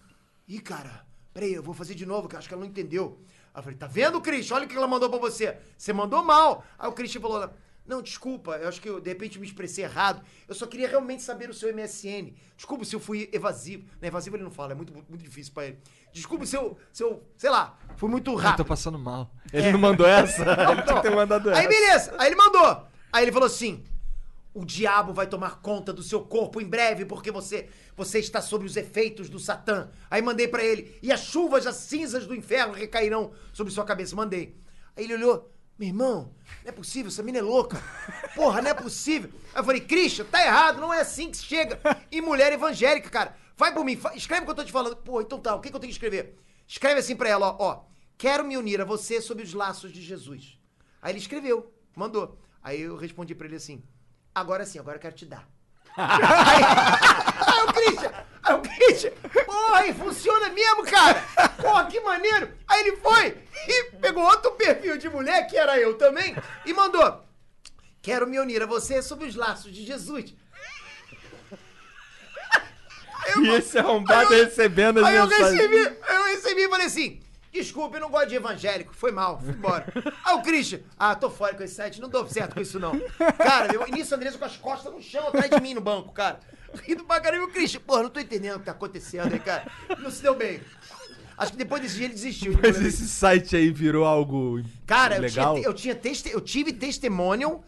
A: ih, cara, peraí, eu vou fazer de novo, que eu acho que ela não entendeu. Aí eu falei, tá vendo, Christian? Olha o que ela mandou pra você. Você mandou mal. Aí o Christian falou, não, desculpa, eu acho que eu, de repente me expressei errado. Eu só queria realmente saber o seu MSN. Desculpa se eu fui evasivo. Não, evasivo ele não fala, é muito, muito difícil pra ele. Desculpa se eu, se eu, sei lá, fui muito
B: Ah, tô
A: rápido.
B: passando mal. Ele não mandou
A: É.
B: essa? Ele tinha que ter mandado
A: Aí
B: essa.
A: beleza, aí ele mandou. Aí ele falou assim: O diabo vai tomar conta do seu corpo em breve, porque você você está sob os efeitos do Satã. Aí mandei pra ele: E as chuvas, as cinzas do inferno recairão sobre sua cabeça. Mandei. Aí ele olhou: Meu irmão, não é possível, essa mina é louca. Porra, não é possível. Aí eu falei: Christian, tá errado, não é assim que se chega. E mulher evangélica, cara. Vai por mim, fa- escreve o que eu tô te falando. Pô, então tá, o que, que eu tenho que escrever? Escreve assim pra ela: Ó, ó quero me unir a você sob os laços de Jesus. Aí ele escreveu, mandou. Aí eu respondi pra ele assim: agora sim, agora eu quero te dar. aí, aí o Christian, aí o Christian, porra, e funciona mesmo, cara? Porra, que maneiro! Aí ele foi e pegou outro perfil de mulher, que era eu também, e mandou: quero me unir a você sob os laços de Jesus.
F: E esse arrombado recebendo as
A: Aí eu
F: mensagens.
A: recebi, eu recebi e falei assim: desculpa, eu não gosto de evangélico, foi mal, fui embora. Aí o Christian, ah, tô fora com esse site, não dou certo com isso não. Cara, eu, início Andressa com as costas no chão atrás de mim no banco, cara. Rindo pra caramba, e o Christian, porra, não tô entendendo o que tá acontecendo aí, cara. Não se deu bem. Acho que depois desse dia ele desistiu. né?
B: Mas esse site aí virou algo
A: Cara, eu,
B: legal.
A: tinha, eu, tinha teste- eu tive testemunho,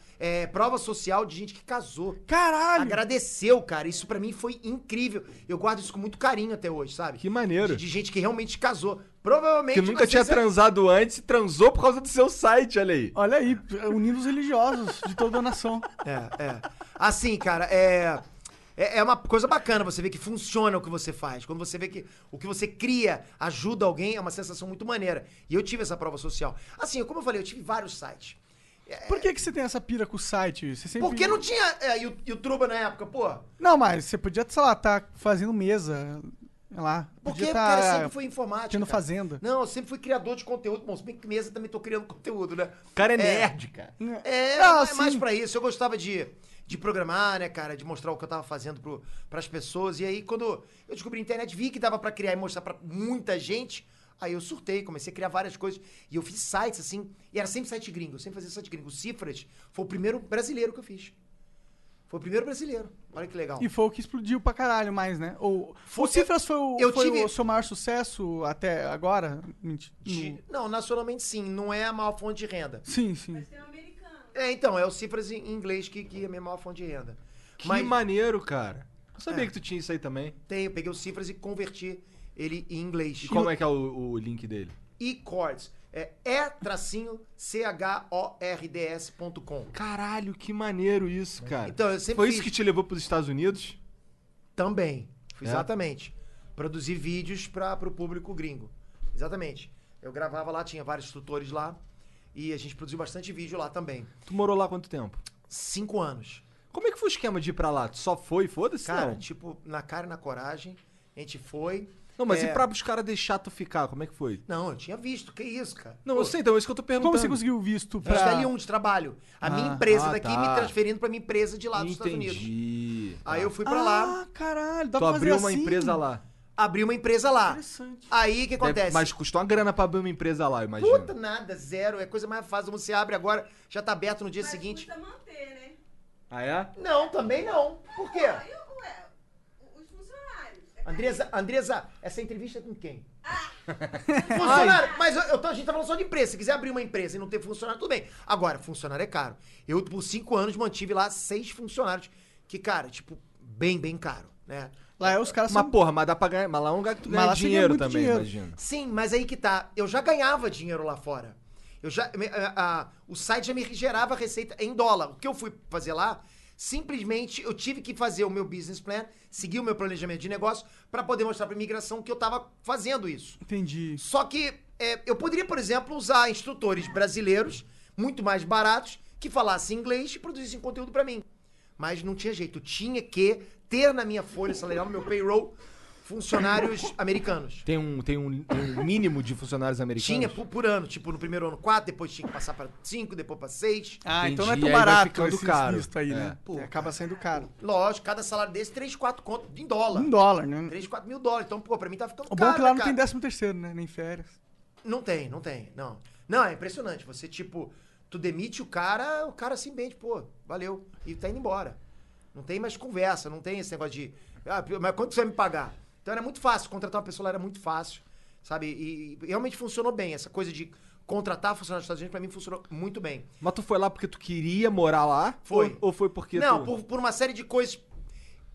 A: prova social de gente que casou.
C: Caralho!
A: Agradeceu, cara. Isso pra mim foi incrível. Eu guardo isso com muito carinho até hoje, sabe?
B: Que maneiro.
A: De, de gente que realmente casou.
B: Que
A: Provavelmente.
B: nunca tinha
A: transado.
B: transado antes e transou por causa do seu site, olha aí.
C: Olha aí, unindo os religiosos de toda a nação.
A: É, é. Assim, cara, é. É é uma coisa bacana você ver que funciona o que você faz. Quando você vê que o que você cria ajuda alguém, é uma sensação muito maneira. E eu tive essa prova social. Assim, como eu falei, eu tive vários sites.
C: Por que, que você tem essa pira com o site? Você sempre...
A: Porque não tinha é, Yu- YouTube na época, pô.
C: Não, mas você podia, sei lá, tá fazendo mesa, sei lá.
A: Porque
C: podia tá
A: o cara sempre foi informático.
C: tendo
A: cara.
C: fazenda.
A: Não, eu sempre fui criador de conteúdo. Bom, se bem que mesa também tô criando conteúdo, né?
F: O cara é nerd, cara.
A: É,
C: Ah,
A: é mais
C: sim.
A: pra isso. Eu gostava de, de programar, né, cara? De mostrar o que eu tava fazendo pro, pras pessoas. E aí, quando eu descobri a internet, vi que dava pra criar e mostrar pra muita gente. Aí eu surtei, comecei a criar várias coisas. E eu fiz sites, assim. E era sempre site gringo. Eu sempre fazia site gringo. O Cifras foi o primeiro brasileiro que eu fiz. Foi o primeiro brasileiro. Olha que legal.
C: E foi o que explodiu pra caralho mais, né? Ou,
A: Foi-
C: o Cifras foi, o,
A: eu
C: foi
A: tive-
C: o seu maior sucesso até agora? Menti-
A: De-
C: no-
A: Não, nacionalmente sim. Não é a maior fonte de renda.
C: Sim, sim.
A: É, então, é o Cifras em inglês que, que é a minha maior fonte de renda.
B: Que maneiro, cara. Não sabia que tu tinha isso aí também.
A: Tem, eu peguei o Cifras e converti ele em inglês.
B: E como é que é o, o link dele?
A: E-Chords. É e-chords.com.
B: Caralho, que maneiro isso, cara.
A: Então, eu sempre
B: Foi
A: fiz-
B: isso que te levou pros Estados Unidos?
A: Também.
B: É?
A: Exatamente. Produzir vídeos para o público gringo. Exatamente. Eu gravava lá, tinha vários tutores lá. E a gente produziu bastante vídeo lá também.
B: Tu morou lá quanto tempo?
A: Cinco anos.
B: Como é que foi o esquema de ir pra lá? Tu só foi, foda-se,
A: Cara,
B: não?
A: tipo, na cara e na coragem, a gente foi.
B: Não, mas
A: é,
B: e pra os caras deixar tu ficar? Como é que foi?
A: Não, eu tinha visto. Que isso, cara?
B: Não, eu sei, então, é isso que eu tô perguntando.
C: Como você conseguiu o visto
A: Pra...
C: pra...
A: L1 de tá trabalho. A minha
B: Ah,
A: empresa
B: ah,
A: daqui
B: tá.
A: me transferindo pra minha empresa de lá dos Estados Unidos.
B: Entendi.
A: Aí eu fui pra lá,
C: Ah, caralho, dá
B: Tu
C: pra fazer
B: abriu uma
C: assim?
B: empresa lá.
A: abri uma empresa lá.
C: Interessante.
A: Aí o que
B: Deve- né?
A: acontece?
B: Mas custou uma grana pra abrir uma empresa lá, imagina.
A: Puta nada, zero. É a coisa mais fácil. Você abre agora, já tá aberto no dia seguinte.
H: manter, né?
B: Ah, é?
A: Não, também não. Por quê?
H: Ué, os funcionários. É Ah.
A: Andresa, Andresa, essa entrevista é com quem? Funcionário, mas eu, eu tô- a gente tá falando só de empresa. Se quiser abrir uma empresa e não ter funcionário, tudo bem. Agora, funcionário é caro. Eu, por cinco anos, mantive lá seis funcionários. Que, cara, tipo, bem, bem caro, né?
C: Lá é os caras
B: Mas
C: são...
B: porra, mas dá pra ganhar. Mas lá é um lugar que tu
C: Mas
B: ganha
C: lá você ganha
B: dinheiro
C: muito
B: também,
C: dinheiro.
B: imagina.
A: Sim, mas aí que tá. Eu já ganhava dinheiro lá fora. Eu já, me- a- a- o site já me gerava receita em dólar. O que eu fui fazer lá, simplesmente eu tive que fazer o meu business plan, seguir o meu planejamento de negócio, pra poder mostrar pra imigração que eu tava fazendo isso.
C: Entendi.
A: Só que é, eu poderia, por exemplo, usar instrutores brasileiros, muito mais baratos, que falassem inglês e produzissem conteúdo pra mim. Mas não tinha jeito. Tinha que ter na minha folha salarial, no meu payroll, funcionários americanos.
B: Tem um, tem um, tem um mínimo de funcionários americanos?
A: Tinha por, por ano, tipo, no primeiro ano quatro, depois tinha que passar pra cinco, depois pra seis.
C: Ah, então não é
B: Entendi,
C: tão
B: aí vai
C: barato
B: ficando
C: esse
B: caro.
A: tá
C: visto aí,
B: É.
C: né? Pô, acaba sendo caro.
A: Lógico, cada salário desse, três, quatro conto em dólar.
C: Um dólar, né?
A: 3, 4 mil dólares. Então, pô, pra mim tá ficando
C: O bom
A: caro,
C: é que lá
A: né,
C: não
A: cara?
C: tem décimo terceiro, né? Nem férias.
A: Não tem, não tem, não. Não, é impressionante. Você, tipo, tu demite o cara, o cara se embende, pô, valeu. E tá indo embora. Não tem mais conversa, não tem esse negócio de. Ah, mas quanto você vai me pagar? Então era muito fácil, contratar uma pessoa lá era muito fácil, sabe? E, e realmente funcionou bem. Essa coisa de contratar funcionários dos Estados Unidos, pra mim, funcionou muito bem.
B: Mas tu foi lá porque tu queria morar lá?
A: Foi.
B: Ou, ou foi porque
A: Não,
B: tu...
A: por, por uma série de coisas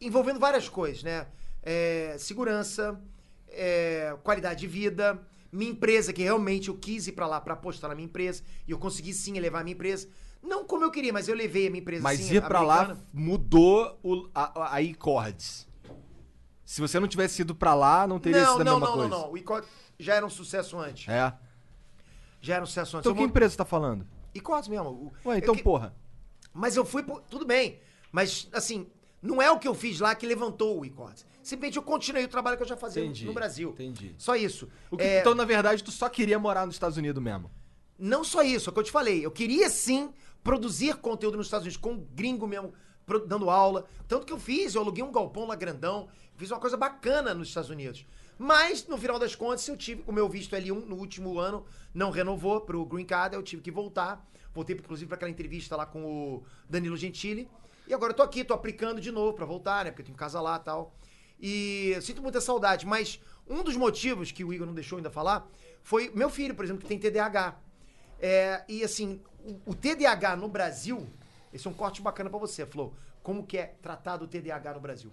A: envolvendo várias coisas, né? É, segurança, é, qualidade de vida, minha empresa, que realmente eu quis ir pra lá pra apostar na minha empresa, e eu consegui sim elevar a minha empresa. Não como eu queria, mas eu levei a minha empresa
B: Mas
A: sim,
B: ir pra lá
A: americana.
B: mudou o, a, a iCords. Se você não tivesse ido pra lá, não teria
A: Não,
B: sido a
A: não,
B: mesma
A: não, não,
B: coisa.
A: não. O Icod já era um sucesso antes.
B: É.
A: Já era um sucesso antes.
B: Então
A: Eu
B: que
A: vou-
B: empresa tu tá falando?
A: Icod mesmo. o-
B: Ué,
A: eu
B: então
A: que-
B: porra.
A: Mas eu fui, por- tudo bem. Mas, assim, não é o que eu fiz lá que levantou o Icod. Simplesmente eu continuei o trabalho que eu já fazia
B: Entendi,
A: no Brasil.
B: entendi.
A: Só isso.
B: O que-
A: É,
B: Então, na verdade, tu só queria morar nos Estados Unidos mesmo.
A: Não só isso, é o que eu te falei. Eu queria sim produzir conteúdo nos Estados Unidos, com um gringo mesmo, pro- dando aula. Tanto que eu fiz, eu aluguei um galpão lá grandão, fiz uma coisa bacana nos Estados Unidos. Mas, no final das contas, eu tive o meu visto L1 no último ano, não renovou pro Green Card, eu tive que voltar. Voltei, inclusive, para aquela entrevista lá com o Danilo Gentili. E agora eu tô aqui, tô aplicando de novo para voltar, né? Porque eu tenho casa lá e tal. E eu sinto muita saudade, mas um dos motivos que o Igor não deixou ainda falar foi meu filho, por exemplo, que tem TDAH. É, e assim, o, o TDAH no Brasil, esse é um corte bacana pra você, Flo. Como que é tratado o TDAH no Brasil?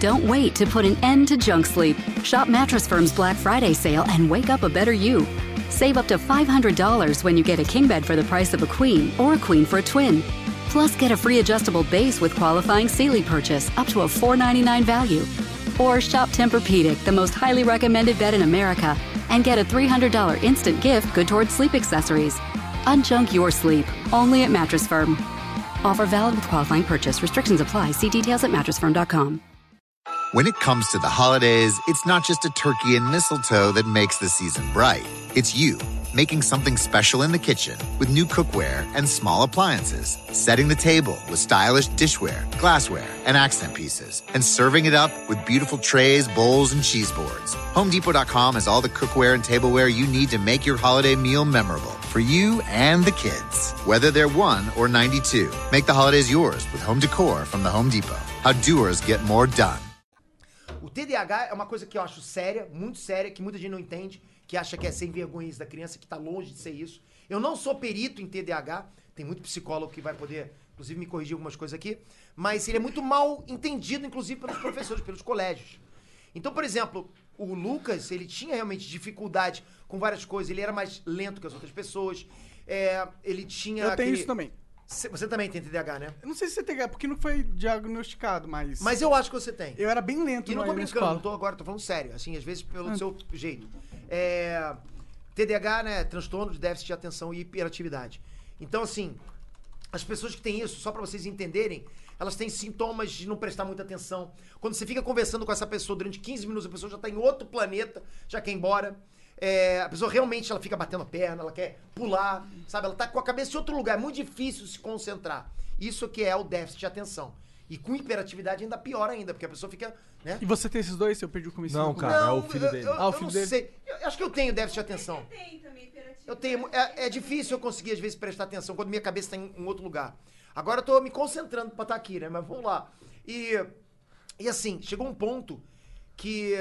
J: Don't wait to put an end to junk sleep. Shop Mattress Firm's Black Friday sale and wake up a better you. Save up to $500 when you get a king bed for the price of a queen or a queen for a twin. Plus, get a free adjustable base with qualifying Sealy purchase up to a $499 value. Or shop Tempur-Pedic, the most highly recommended bed in America, and get a $300 instant gift good towards sleep accessories. Unjunk your sleep, only at Mattress Firm. Offer valid with qualifying purchase. Restrictions apply. See details at mattressfirm.com.
K: When it comes to the holidays, it's not just a turkey and mistletoe that makes the season bright. It's you making something special in the kitchen with new cookware and small appliances, setting the table with stylish dishware, glassware, and accent pieces, and serving it up with beautiful trays, bowls, and cheese boards. HomeDepot.com has all the cookware and tableware you need to make your holiday meal memorable for you and the kids, whether they're 1 or 92. Make the holidays yours with home decor from the Home Depot. How doers get more done.
A: O TDAH é uma coisa que eu acho séria, muito séria, que muita gente não entende, que acha que é sem vergonhice da criança, que tá longe de ser isso. Eu não sou perito em TDAH, tem muito psicólogo que vai poder, inclusive, me corrigir algumas coisas aqui, mas ele é muito mal entendido, inclusive, pelos professores, pelos colégios. Então, por exemplo, o Lucas, ele tinha realmente dificuldade com várias coisas, ele era mais lento que as outras pessoas, é, ele tinha...
C: Eu tenho
A: aquele-
C: isso também.
A: Cê- Você também tem TDAH, né?
C: Eu não sei se você tem, é porque não foi diagnosticado, mas.
A: Mas eu acho que você tem.
C: Eu era bem lento,
A: E não
C: na-
A: tô
C: na
A: brincando, não
C: escola.
A: tô agora, tô falando sério, assim, às vezes pelo
C: Ah.
A: seu jeito. É, TDAH, né? Transtorno de déficit de atenção e hiperatividade. Então, assim, as pessoas que têm isso, só pra vocês entenderem, elas têm sintomas de não prestar muita atenção. Quando você fica conversando com essa pessoa durante 15 minutos, a pessoa já tá em outro planeta, já quer ir embora. É, a pessoa realmente ela fica batendo a perna, ela quer pular, sabe? Ela tá com a cabeça em outro lugar, é muito difícil se concentrar. Isso que é o déficit de atenção. E com hiperatividade ainda pior ainda, porque a pessoa fica, né?
C: E você tem esses dois? Eu perdi o começo.
B: Não, cara, é o filho
A: eu-
B: dele.
A: Eu,
C: Ah, o
A: eu
C: filho
A: não
C: dele.
A: sei. Eu, eu acho que eu tenho déficit de atenção. Eu tenho. É, é difícil eu conseguir, às vezes, prestar atenção quando minha cabeça está em, em outro lugar. Agora eu tô me concentrando pra estar aqui, né? Mas vamos lá. E, e assim, chegou um ponto que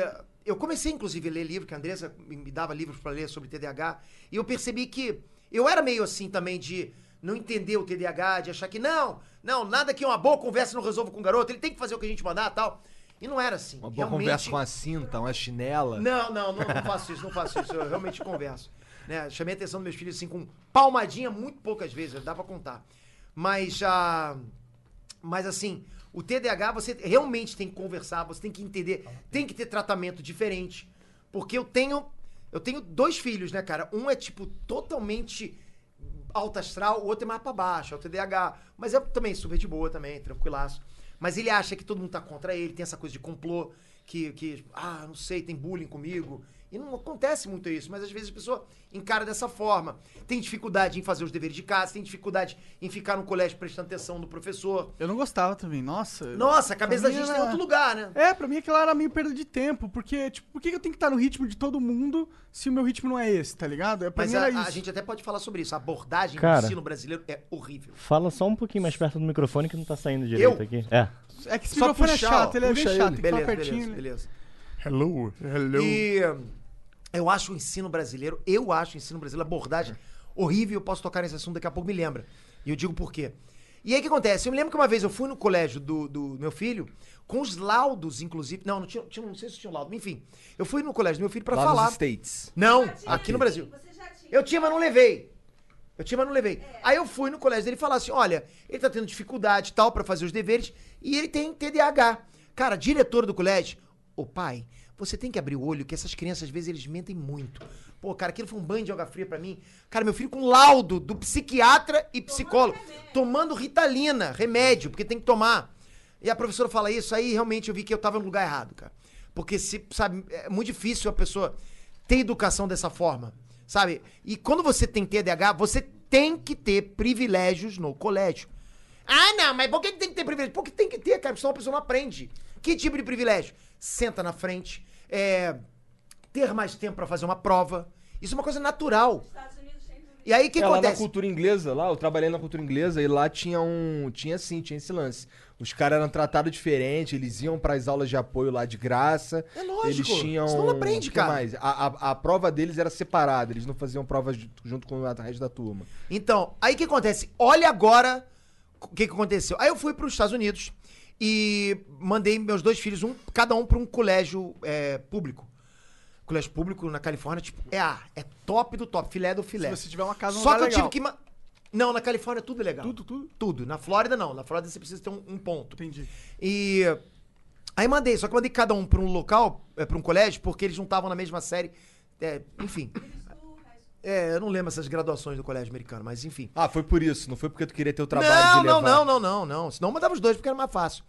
A: eu comecei, inclusive, a ler livro, que a Andressa me me dava livros pra ler sobre TDAH, e eu percebi que eu era meio assim também de não entender o TDAH, de achar que não, não, nada que uma boa conversa não resolva com o garoto, ele tem que fazer o que a gente mandar tal. E não era assim.
B: Uma boa conversa com a cinta, uma chinela.
A: Não, não, não, não faço isso, não faço isso. Eu realmente converso. Né? Chamei a atenção dos meus filhos assim com palmadinha muito poucas vezes, dá pra contar. Mas ah, já. Mas assim, o TDAH você realmente tem que conversar, você tem que entender, tem que ter tratamento diferente. Porque eu tenho Eu tenho dois filhos, né, cara? Um é, tipo, totalmente alto astral, o outro é mais pra baixo, é o TDAH. Mas é também super de boa também, tranquilaço. Mas ele acha que todo mundo tá contra ele, tem essa coisa de complô, que, que ah, não sei, tem bullying comigo. E não acontece muito isso, mas às vezes a pessoa encara dessa forma. Tem dificuldade em fazer os deveres de casa, tem dificuldade em ficar no colégio prestando atenção no professor.
C: Eu não gostava também, nossa.
A: Nossa, a cabeça
C: Pra
A: da
C: mim
A: gente
C: era-
A: tem outro lugar, né?
C: É, pra mim aquilo era meio perda de tempo, porque, tipo, por que que eu tenho que estar no ritmo de todo mundo se o meu ritmo não é esse, tá ligado? É, pra
A: Mas
C: mim
A: a,
C: era
A: a
C: isso.
A: gente até pode falar sobre isso. A abordagem
L: Cara.
A: do ensino brasileiro é horrível.
L: Fala só um pouquinho mais perto do microfone que não tá saindo direito
A: Eu?
L: aqui. É.
C: É que esse
A: Só
C: microfone é
A: puxar,
C: chato,
A: ó,
C: ele é bem
A: puxa
C: chato, tem que falar
A: Beleza,
C: pertinho. né?
A: beleza, beleza.
C: Hello,
A: E hum, eu acho o ensino brasileiro, eu acho o ensino brasileiro, a abordagem horrível. Eu posso tocar nesse assunto daqui a pouco, me lembra. E eu digo por quê. E aí o que acontece? Eu me lembro que uma vez eu fui no colégio do, do meu filho, com os laudos, inclusive. Não, não, tinha, tinha- não sei se tinha um laudo, enfim. Eu fui no colégio do meu filho pra
B: Lá
A: falar.
B: nos States.
A: Não, aqui no Brasil. Eu tinha, mas não levei. Eu tinha, mas não levei. Aí eu fui no colégio dele falar assim: olha, ele tá tendo dificuldade e tal pra fazer os deveres e ele tem TDAH. Cara, diretor do colégio, ô pai, você tem que abrir o olho que essas crianças às vezes eles mentem muito. Pô, cara, aquilo foi um banho de água fria pra mim. Cara, meu filho com laudo do psiquiatra e psicólogo, tomando ritalina, remédio, porque tem que tomar. E a professora fala isso, aí realmente eu vi que eu tava no lugar errado, cara. Porque se, sabe, é muito difícil a pessoa ter educação dessa forma, sabe? E quando você tem TDAH, você tem que ter privilégios no colégio. Ah, não, mas por que que tem que ter privilégio? Porque tem que ter, cara, senão a pessoa não aprende. Que tipo de privilégio? Senta na frente, é, ter mais tempo pra fazer uma prova. Isso é uma coisa natural. E aí o que
B: é, Lá na
A: acontece?
B: cultura inglesa, lá, eu trabalhei na cultura inglesa e lá tinha um. Tinha sim, tinha esse lance. Os caras eram tratados diferente, eles iam pras aulas de apoio lá de graça. É
A: lógico,
B: Eles tinham.
A: senão não aprende,
B: o que
A: cara.
B: mais? A, a- a prova deles era separada, eles não faziam provas ju- junto com o resto da turma.
A: Então, aí o que acontece? Olha agora o que, que aconteceu. Aí eu fui para os Estados Unidos e mandei meus dois filhos, um, cada um para um colégio é, público. Colégio público na Califórnia, tipo, é A, é top do top, filé do filé.
C: Se você tiver uma casa, num
A: Só
C: lugar
A: que eu tive
C: legal.
A: que. ma- Não, na Califórnia tudo é legal. Tudo, tudo? Tudo. Na Flórida não. Na Flórida você precisa ter um, um ponto.
C: Entendi.
A: E. Aí mandei, só que eu mandei cada um para um local, é, para um colégio, porque eles não estavam na mesma série. é, enfim. É, eu não lembro essas graduações do colégio americano, mas enfim.
B: Ah, foi por isso, não foi porque tu queria ter o trabalho
A: Não,
B: de
A: não,
B: levar.
A: não, não, não, não. Senão eu mandava os dois porque era mais fácil.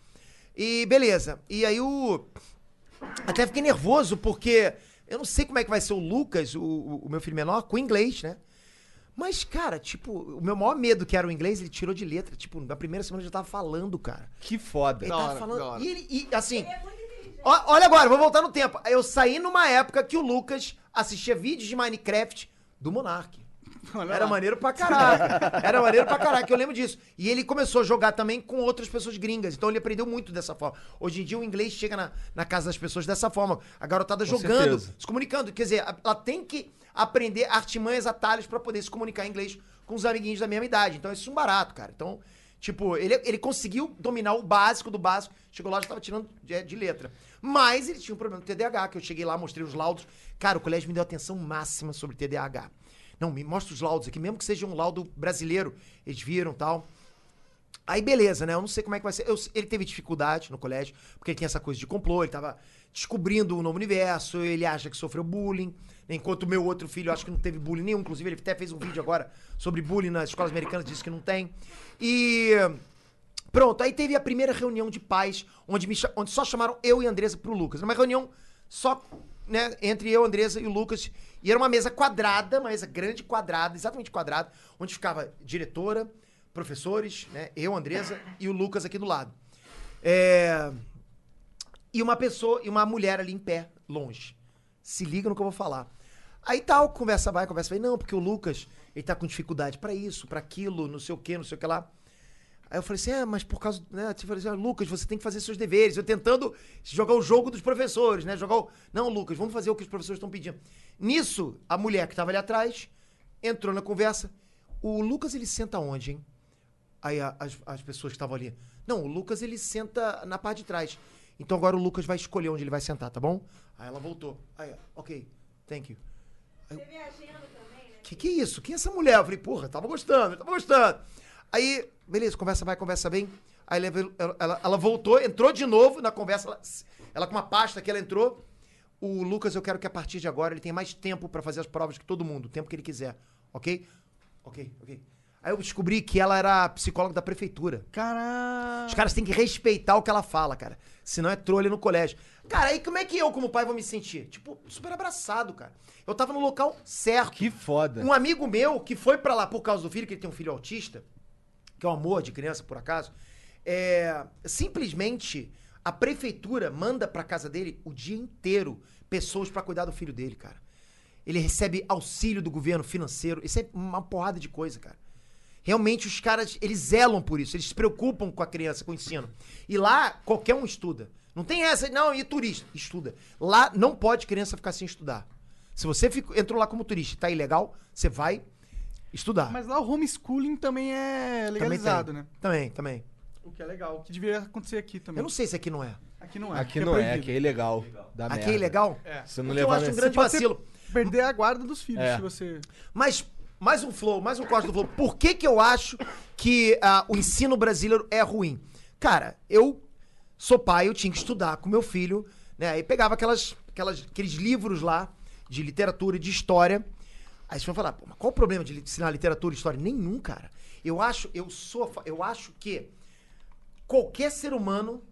A: E beleza. E aí o. Até fiquei nervoso porque eu não sei como é que vai ser o Lucas, o, o- o meu filho menor, com inglês, né? Mas, cara, tipo, o meu maior medo que era o inglês, ele tirou de letra. Tipo, na primeira semana ele já tava falando, cara.
B: Que foda.
A: Ele
B: Da
A: tava
B: hora, da
A: falando.
B: hora.
A: E ele, e, assim. ó- olha agora, vou voltar no tempo. Eu saí numa época que o Lucas assistia vídeos de Minecraft do Monark. Era maneiro pra caraca. Era maneiro pra caraca, eu lembro disso. E ele começou a jogar também com outras pessoas gringas. Então ele aprendeu muito dessa forma. Hoje em dia o inglês chega na, na casa das pessoas dessa forma. A garotada
B: Com
A: jogando,
B: certeza.
A: se comunicando. Quer dizer, a- ela tem que aprender artimanhas, atalhos pra poder se comunicar em inglês com os amiguinhos da mesma idade. Então isso é um barato, cara. Então, tipo, ele, ele conseguiu dominar o básico do básico. Chegou lá e já tava tirando de, é, de letra. Mas ele tinha um problema do TDAH, que eu cheguei lá, mostrei os laudos. Cara, o colégio me deu atenção máxima sobre TDAH. Não, me mostra os laudos aqui, mesmo que seja um laudo brasileiro. Eles viram tal. Aí beleza, né? Eu não sei como é que vai ser. Eu- ele teve dificuldade no colégio, porque ele tinha essa coisa de complô, ele tava descobrindo um novo universo, ele acha que sofreu bullying, né? enquanto o meu outro filho acho que não teve bullying nenhum. Inclusive, ele até fez um vídeo agora sobre bullying nas escolas americanas, disse que não tem. E. Pronto, aí teve a primeira reunião de pais, onde, me cha- onde só chamaram eu e a Andresa pro Lucas. Era Uma reunião só, né, entre eu, a Andresa e o Lucas. E era uma mesa quadrada, uma mesa grande quadrada, exatamente quadrada, onde ficava diretora, professores, né, eu, a Andresa e o Lucas aqui do lado. É, E uma pessoa, e uma mulher ali em pé, longe. Se liga no que eu vou falar. Aí tal, conversa vai, conversa vai. Não, porque o Lucas, ele tá com dificuldade pra isso, pra aquilo, não sei o que, não sei o que lá. Aí eu falei assim, é, mas por causa, né? Eu falei assim, "Ah, Lucas, você tem que fazer seus deveres. Eu tentando jogar o jogo dos professores, né? Jogar o... Não, Lucas, vamos fazer o que os professores estão pedindo. Nisso, a mulher que tava ali atrás entrou na conversa. O Lucas, ele senta onde, hein? Aí a- as, as pessoas que estavam ali. Não, o Lucas, ele senta na parte de trás. Então agora o Lucas vai escolher onde ele vai sentar, tá bom? Aí ela voltou. Aí, ok, thank you. Que que é isso? Quem é essa mulher? Eu falei, porra, tava gostando, tava gostando. Aí, beleza, conversa vai, conversa bem. Aí ela, ela- ela voltou, entrou de novo na conversa. Ela, ela com uma pasta que ela entrou. O Lucas, eu quero que a partir de agora ele tenha mais tempo pra fazer as provas que todo mundo, o tempo que ele quiser, ok? Ok, ok. Aí eu descobri que ela era psicóloga da prefeitura.
C: Caralho!
A: Os caras têm que respeitar o que ela fala, cara. Senão é trolha no colégio. Cara, aí como é que eu, como pai, vou me sentir? Tipo, super abraçado, cara. Eu tava no local certo.
B: Que foda.
A: Um amigo meu que foi pra lá por causa do filho, que ele tem um filho autista, que é um amor de criança, por acaso, é, simplesmente a prefeitura manda pra casa dele o dia inteiro pessoas pra cuidar do filho dele, cara. Ele recebe auxílio do governo financeiro. Isso é uma porrada de coisa, cara. Realmente os caras, eles zelam por isso, eles se preocupam com a criança, com o ensino. E lá, qualquer um estuda. Não tem essa, não, e turista? Estuda. Lá não pode criança ficar sem estudar. Se você ficou- entrou lá como turista e tá ilegal, você vai estudar.
C: Mas lá o homeschooling também é
A: Também tem.
C: legalizado, né?
A: Também, também.
C: O que é legal, o que deveria acontecer aqui também.
A: Eu não sei se aqui não é.
C: Aqui não é.
B: Aqui não é, aqui é ilegal. Dá
A: Aqui
B: merda.
A: é legal?
C: É.
B: Se não
A: Porque eu
B: levar
A: acho um
B: nesse-
A: grande
B: Você pode ser-
A: vacilo.
C: Perder a guarda dos filhos
B: É.
C: se você...
A: Mas, mais um flow, mais um corte do flow. Por que que eu acho que ah, o ensino brasileiro é ruim? Cara, eu sou pai, eu tinha que estudar com meu filho, né? E pegava aquelas, aquelas, aqueles livros lá de literatura e de história. Aí você vai falar, Pô, mas qual o problema de li- ensinar literatura e história? Nenhum, cara. Eu acho, eu sou, a fa- eu acho que qualquer ser humano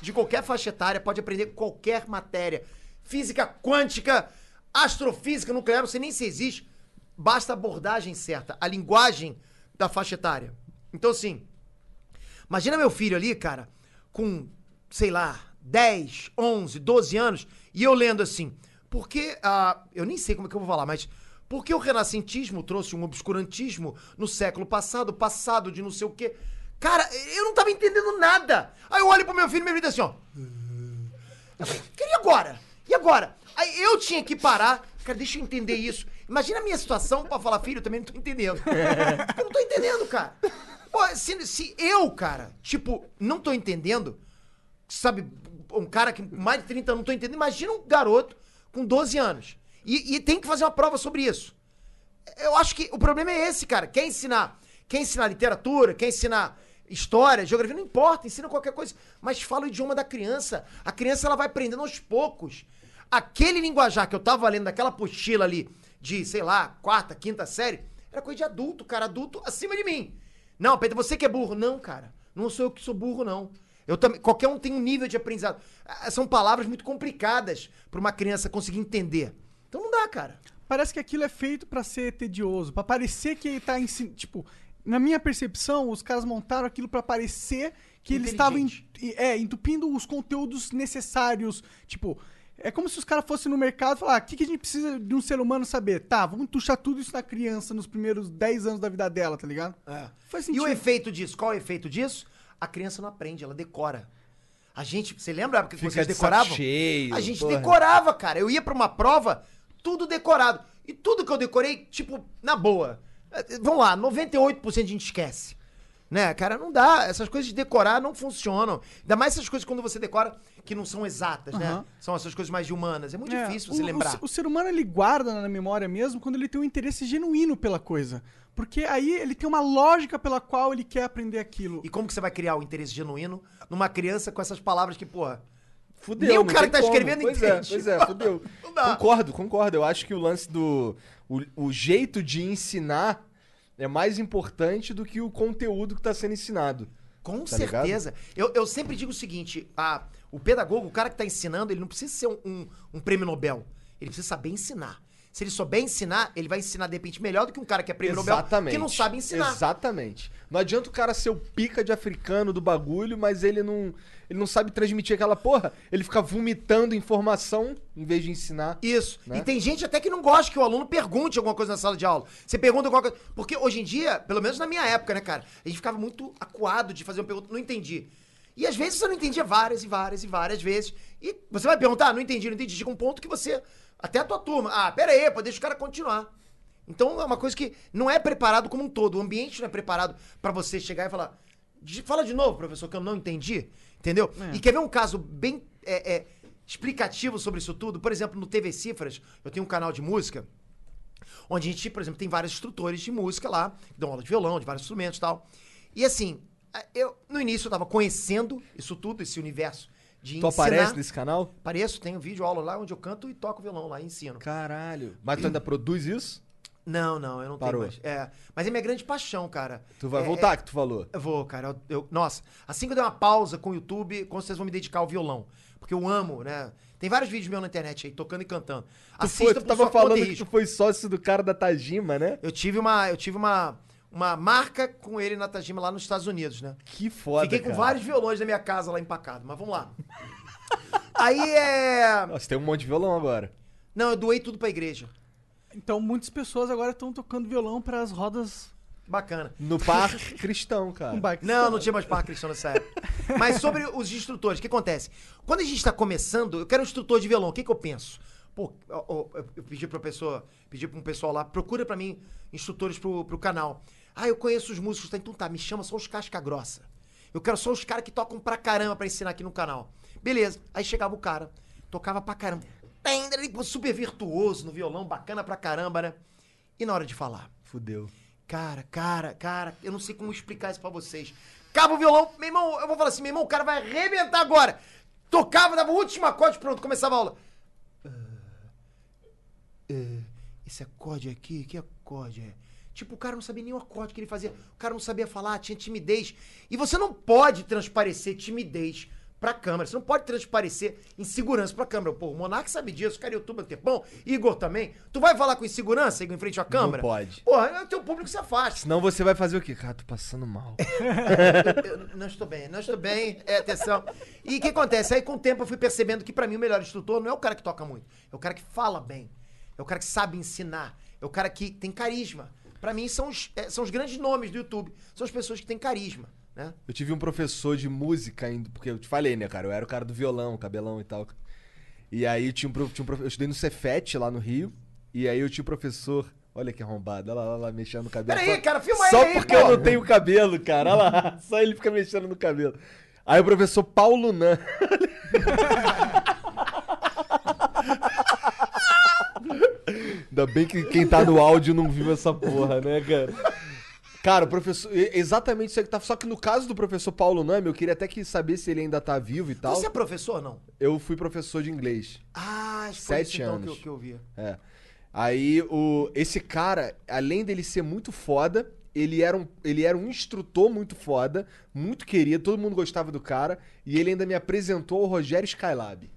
A: de qualquer faixa etária pode aprender qualquer matéria. Física quântica, astrofísica, nuclear, não sei nem se existe. Basta a abordagem certa, a linguagem da faixa etária. Então, assim, imagina meu filho ali, cara, com, sei lá, 10, 11, 12 anos, e eu lendo assim, porque, ah, eu nem sei como é que eu vou falar, mas porque o renascentismo trouxe um obscurantismo no século passado, passado de não sei o quê. Cara, eu não tava entendendo nada. Aí eu olho pro meu filho e me diz assim, ó. E agora? E agora? Aí eu tinha que parar. Cara, deixa eu entender isso. Imagina a minha situação pra falar, filho, eu também não tô entendendo. Eu não tô entendendo, cara. Pô, se, se eu, cara, tipo, não tô entendendo, sabe, um cara que mais de 30 anos não tô entendendo, imagina um garoto com 12 anos. E, e tem que fazer uma prova sobre isso. Eu acho que o problema é esse, cara. Quer ensinar? Quer ensinar literatura? Quer ensinar história, geografia? Não importa, ensina qualquer coisa. Mas fala o idioma da criança. A criança ela vai aprendendo aos poucos. Aquele linguajar que eu tava lendo daquela apostila ali de, sei lá, quarta, quinta série, era coisa de adulto, cara. Adulto acima de mim. Não, Pedro, você que é burro. Não, cara. Não sou eu que sou burro, não. Eu também, qualquer um tem um nível de aprendizado. Ah, São palavras muito complicadas para uma criança conseguir entender. Então não dá, cara.
C: Parece que aquilo é feito pra ser tedioso, pra parecer que ele tá ensinando. Tipo, na minha percepção, os caras montaram aquilo pra parecer que eles estavam en- é, entupindo os conteúdos necessários. Tipo, é como se os caras fossem no mercado e falar: "Ah, o que, que a gente precisa de um ser humano saber? Tá, vamos tuchar tudo isso na criança nos primeiros 10 anos da vida dela, tá ligado?
A: É.
C: Faz
A: E
C: sentido.
A: o efeito disso? Qual é o efeito disso? A criança não aprende, ela decora. A gente, você lembra a época que
B: Fica
A: vocês
B: de
A: decoravam?
B: saco cheio,
A: a gente
B: porra.
A: decorava, cara. Eu ia pra uma prova, tudo decorado. E tudo que eu decorei, tipo, na boa. Eh, Vamos lá, 98% a gente esquece. Né, cara, não dá. Essas coisas de decorar não funcionam. Ainda mais essas coisas quando você decora que não são exatas, né?
C: Aham.
A: São essas coisas mais humanas. É muito
C: É,
A: difícil
C: o-
A: você
C: o
A: lembrar.
C: se- O, ser humano ele guarda na memória mesmo quando ele tem um interesse genuíno pela coisa. Porque aí ele tem uma lógica pela qual ele quer aprender aquilo.
A: E como que você vai criar o interesse genuíno numa criança com essas palavras que, porra,
B: Fudeu,
A: nem o
B: não
A: cara
B: tem
A: que tá
B: como.
A: escrevendo
B: pois
A: entende.
B: É, pois é, fudeu. concordo, concordo. Eu acho que o lance do. O, o jeito de ensinar é mais importante do que o conteúdo que tá sendo ensinado.
A: Com
B: tá ligado?
A: certeza. Eu, eu sempre digo o seguinte: a, o pedagogo, o cara que tá ensinando, ele não precisa ser um, um, um prêmio Nobel. Ele precisa saber ensinar. Se ele souber ensinar, ele vai ensinar de repente melhor do que um cara que é prêmio Nobel
B: Exatamente.
A: que não sabe ensinar.
B: Exatamente. Não adianta o cara ser o pica de africano do bagulho, mas ele não, ele não sabe transmitir aquela porra. Ele fica vomitando informação em vez de ensinar.
A: Isso. E tem gente até que não gosta que o aluno pergunte alguma coisa na sala de aula. Você pergunta alguma coisa. Porque hoje em dia, pelo menos na minha época, né, cara? A gente ficava muito acuado de fazer uma pergunta, não entendi. E às vezes você não entendia várias e várias e várias vezes. E você vai perguntar, ah, não entendi, não entendi. Chega um ponto que você. Até a tua turma. Ah, pera aí, pô, deixa o cara continuar. Então é uma coisa que não é preparado como um todo. O ambiente não é preparado pra você chegar e falar. "De- Fala de novo, professor, que eu não entendi. Entendeu?
B: É.
A: E quer ver um caso bem é, é, explicativo sobre isso tudo? Por exemplo, no TV Cifras, eu tenho um canal de música, onde a gente, por exemplo, tem vários instrutores de música lá, que dão aula de violão, de vários instrumentos e tal. E assim, a- eu no início eu tava conhecendo isso tudo, esse universo de
B: Tu
A: ensinar.
B: aparece nesse canal?
A: Apareço, tenho vídeo aula lá onde eu canto e toco violão lá e ensino.
B: Caralho. Mas tu ainda produz isso?
A: Não, não, eu não
B: Parou.
A: tenho mais. É, mas é minha grande paixão, cara.
B: Tu vai
A: É,
B: voltar,
A: é-
B: que tu falou.
A: Eu vou, cara. Eu, eu- nossa, assim que eu der uma pausa com o YouTube, com certeza eu vou me dedicar ao violão. Porque eu amo, né? Tem vários vídeos meus na internet aí, tocando e cantando.
B: Tu,
A: Assista
B: foi, tu
A: por
B: tava
A: sua conta
B: falando
A: e
B: que
A: risco.
B: tu foi sócio do cara da Tajima, né?
A: Eu tive uma, eu tive uma, uma marca com ele na Tajima lá nos Estados Unidos, né?
B: Que foda,
A: Fiquei com
B: cara.
A: vários violões na minha casa lá empacado, mas vamos lá. Aí é.
B: Nossa, tem um monte de violão agora.
A: Não, eu doei tudo pra igreja.
C: Então muitas pessoas agora estão tocando violão para as rodas.
A: Bacana.
B: No par cristão,
A: Um
B: cara.
A: É. Não, não tinha mais par cristão nessa época. Mas sobre os instrutores, o que acontece? Quando a gente está começando, eu quero um instrutor de violão, o que, que eu penso? Pô, ó, ó, eu, eu pedi para pessoa, pedi para um pessoal lá, procura para mim instrutores pro, pro canal. Ah, eu conheço os músicos, tá? então tá, me chama só os casca grossa. Eu quero só os caras que tocam pra caramba pra ensinar aqui no canal. Beleza. Aí chegava o cara, tocava pra caramba. Ele Super virtuoso no violão, bacana pra caramba, né? E na hora de falar?
B: Fudeu.
A: Cara, cara, cara, eu não sei como explicar isso pra vocês. Acaba o violão, meu irmão, eu vou falar assim, meu irmão, o cara vai arrebentar agora. Tocava, dava o último acorde, pronto, começava a aula. Ah, ah, esse acorde aqui, que acorde é? Tipo, o cara não sabia nem o acorde que ele fazia. O cara não sabia falar, tinha timidez. E você não pode transparecer timidez pra câmera. Você não pode transparecer insegurança pra câmera. Pô, o Monark sabe disso, o cara é youtuber tempão, Igor também. Tu vai falar com insegurança, Igor, em frente à câmera?
B: pode.
A: Porra, é o teu público que se afasta.
B: Senão você vai fazer o quê? Cara, tô passando mal.
A: Eu não estou bem, não estou bem, é atenção. E o que acontece? Aí com o tempo eu fui percebendo que pra mim o melhor instrutor não é o cara que toca muito, é o cara que fala bem, é o cara que sabe ensinar, é o cara que tem carisma. Pra mim são os, é, são os grandes nomes do YouTube, são as pessoas que têm carisma, né?
B: Eu tive um professor de música ainda, porque eu te falei, né, cara? Eu era o cara do violão, cabelão e tal. E aí tinha um, pro- tinha um profe- eu estudei no Cefet lá no Rio, e aí eu tinha um professor. Olha que arrombado, olha lá, olha lá mexendo no cabelo.
A: Peraí,
B: Só-
A: cara, filma
B: Só
A: ele aí,
B: porque
A: pô.
B: eu não tenho cabelo, cara. Olha lá, só ele fica mexendo no cabelo. Aí o professor Paulo Nan. Ainda bem que quem tá no áudio não viu essa porra, né, cara? Cara, o professor. e- Exatamente isso aí que tá. Só que no caso do professor Paulo Nami, eu queria até que saber se ele ainda tá vivo e tal.
A: Você é professor ou não?
B: Eu fui professor de inglês.
A: Ah, acho que foi
B: Sete
A: isso, então,
B: anos.
A: Que, eu, que eu via.
B: É. Aí o, esse cara, além dele ser muito foda, ele era, um, ele era um instrutor muito foda, muito querido, todo mundo gostava do cara, e ele ainda me apresentou o Rogério Skylab,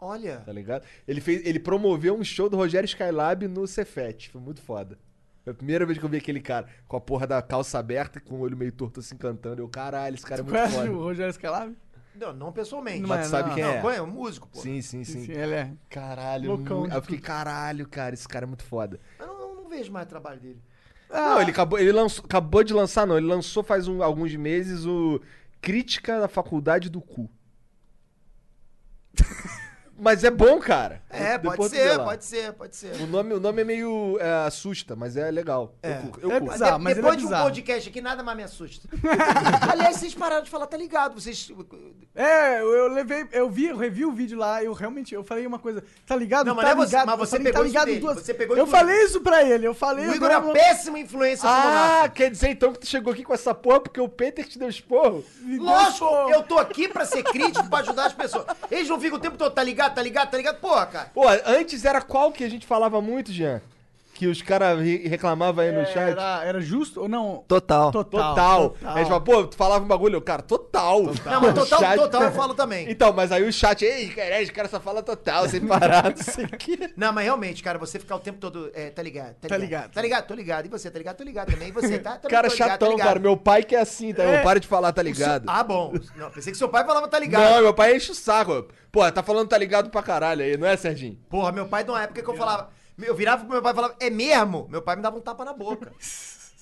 A: Olha,
B: tá ligado? Ele, fez, ele promoveu um show do Rogério Skylab no Cefet, foi muito foda. Foi a primeira vez que eu vi aquele cara com a porra da calça aberta, com o olho meio torto assim cantando. Eu, caralho, esse cara é
C: Você
B: muito
C: conhece
B: foda.
C: o Rogério Scalab?
A: não, não pessoalmente.
B: Mas tu sabe quem é?
A: Não, é um músico, pô.
B: Sim, sim, sim.
C: Sim, ele é.
B: Caralho,
C: Loucão
B: mu-
C: de
B: Aí eu fiquei, caralho, cara, esse cara é muito foda.
A: Eu não, eu não vejo mais o trabalho dele.
C: Ah,
B: Não, ele acabou, ele lançou, acabou de lançar, não. Ele lançou faz um- alguns meses o Crítica da Faculdade do Cu. Mas é bom, cara.
A: É,
B: Depois
A: pode
B: tu vê
A: ser,
B: lá.
A: pode ser, pode ser.
B: O nome, o nome é meio é, assusta, mas é legal. Eu curto, eu
C: É
B: curto.
C: bizarro,
A: De-
C: mas ele
A: depois
C: é
A: de um
C: bizarro.
A: podcast aqui, nada mais me assusta. Aliás, vocês pararam de falar, tá ligado? Vocês.
C: É, eu, eu levei, eu vi, eu revi o vídeo lá, eu realmente, eu falei uma coisa, tá ligado?
A: Não, mas
C: tá
A: não é você-
C: ligado,
A: mas
C: eu
A: você
C: falei,
A: pegou
C: tá
A: isso
C: ligado
A: dele,
C: duas-
A: você pegou
C: Eu
A: isso
C: falei isso pra ele, eu falei.
A: O
C: eu
A: Igor é
C: falei-
A: uma péssima influência do
B: Ah,
A: Monarca.
B: quer dizer então que tu chegou aqui com essa porra porque o Peter te deu esporro?
A: Lógico, eu tô aqui pra ser crítico, pra ajudar as pessoas. Eles não ficam o tempo todo, tá ligado, tá ligado, tá ligado? Porra, cara.
B: Pô, antes era qual que a gente falava muito, Jean? Que os caras re- reclamavam aí no chat?
C: Era, era justo ou não?
B: Total.
C: Total.
B: Total.
C: Total.
B: Aí a gente fala, pô, tu falava um bagulho, eu, cara, total.
A: Não, mas
B: O
A: total,
B: chat-
A: total eu falo também.
B: Então, mas aí o chat, ei, caralho, o cara só fala total, sem parar, não sei o quê.
A: Não, mas realmente, cara, você ficar o tempo todo, é, tá ligado, tá ligado,
C: Tá ligado.
A: tá ligado, tô ligado, e você, tá ligado, tô ligado também, e você, tá, também
B: Cara,
A: tô ligado,
B: chatão,
A: tá ligado.
B: cara. Meu pai que é assim, tá?
A: É.
B: Meu pai de falar, tá ligado?
A: Ah, bom, não, pensei que seu pai falava tá ligado.
B: Não, meu pai enche o saco. Pô, tá falando tá ligado pra caralho aí, não é, Serginho?
A: Porra, meu pai, de uma época que eu falava. Eu virava pro meu pai e falava, é mesmo? Meu pai me dava um tapa na boca.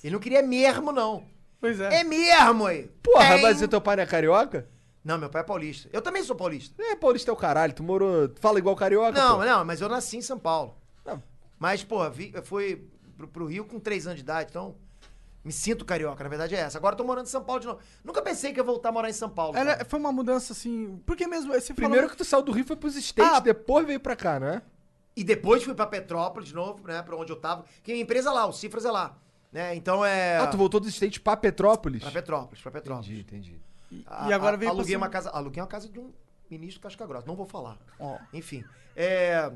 A: Ele não queria mesmo, não.
C: Pois
A: É mesmo aí.
B: Porra,
A: Tem.
B: mas e teu pai não é carioca?
A: Não, meu pai é paulista. Eu também sou paulista.
B: É, paulista é o caralho, tu morou. tu Fala igual carioca.
A: Não,
B: pô.
A: não, mas eu nasci em São Paulo. Mas, porra, vi, eu fui pro, pro Rio com 3 anos de idade, então. Me sinto carioca, na verdade é essa. Agora eu tô morando em São Paulo de novo. Nunca pensei que ia voltar a morar em São Paulo.
C: Era-
A: cara.
C: foi uma mudança assim. Por que mesmo? Você falou-
B: Primeiro que tu saiu do Rio foi pros States,
C: Ah.
B: depois veio pra cá, né?
A: E depois fui pra Petrópolis de novo, né? Pra onde eu tava. Que minha empresa é lá, o Cifras é lá. Né? Então é.
B: Ah, tu voltou dos States pra Petrópolis?
A: Pra Petrópolis, pra Petrópolis.
B: Entendi, entendi.
C: E agora veio
A: aluguei
C: passando-
A: uma casa, aluguei uma casa de um ministro Casca Grossa. Não vou falar. Enfim. É,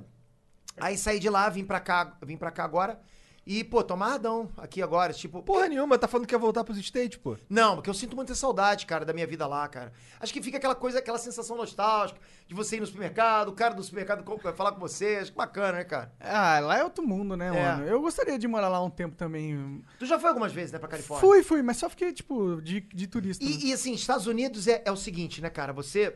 A: aí saí de lá, vim pra cá, vim pra cá agora. E, pô, tô amarradão aqui agora. Tipo.
B: Porra nenhuma, tá falando que ia voltar pros States, pô.
A: Não, porque eu sinto muita saudade, cara, da minha vida lá, cara. Acho que fica aquela coisa, aquela sensação nostálgica de você ir no supermercado, o cara do supermercado co- vai falar com você. Acho que bacana, né, cara?
C: Ah, lá é outro mundo, né,
A: É.
C: mano? Eu gostaria de morar lá um tempo também.
A: Tu já foi algumas vezes, né, pra Califórnia?
C: Fui, fui, mas só fiquei, tipo, de, de turista. né?
A: E, e, assim, Estados Unidos é, é o seguinte, né, cara? Você.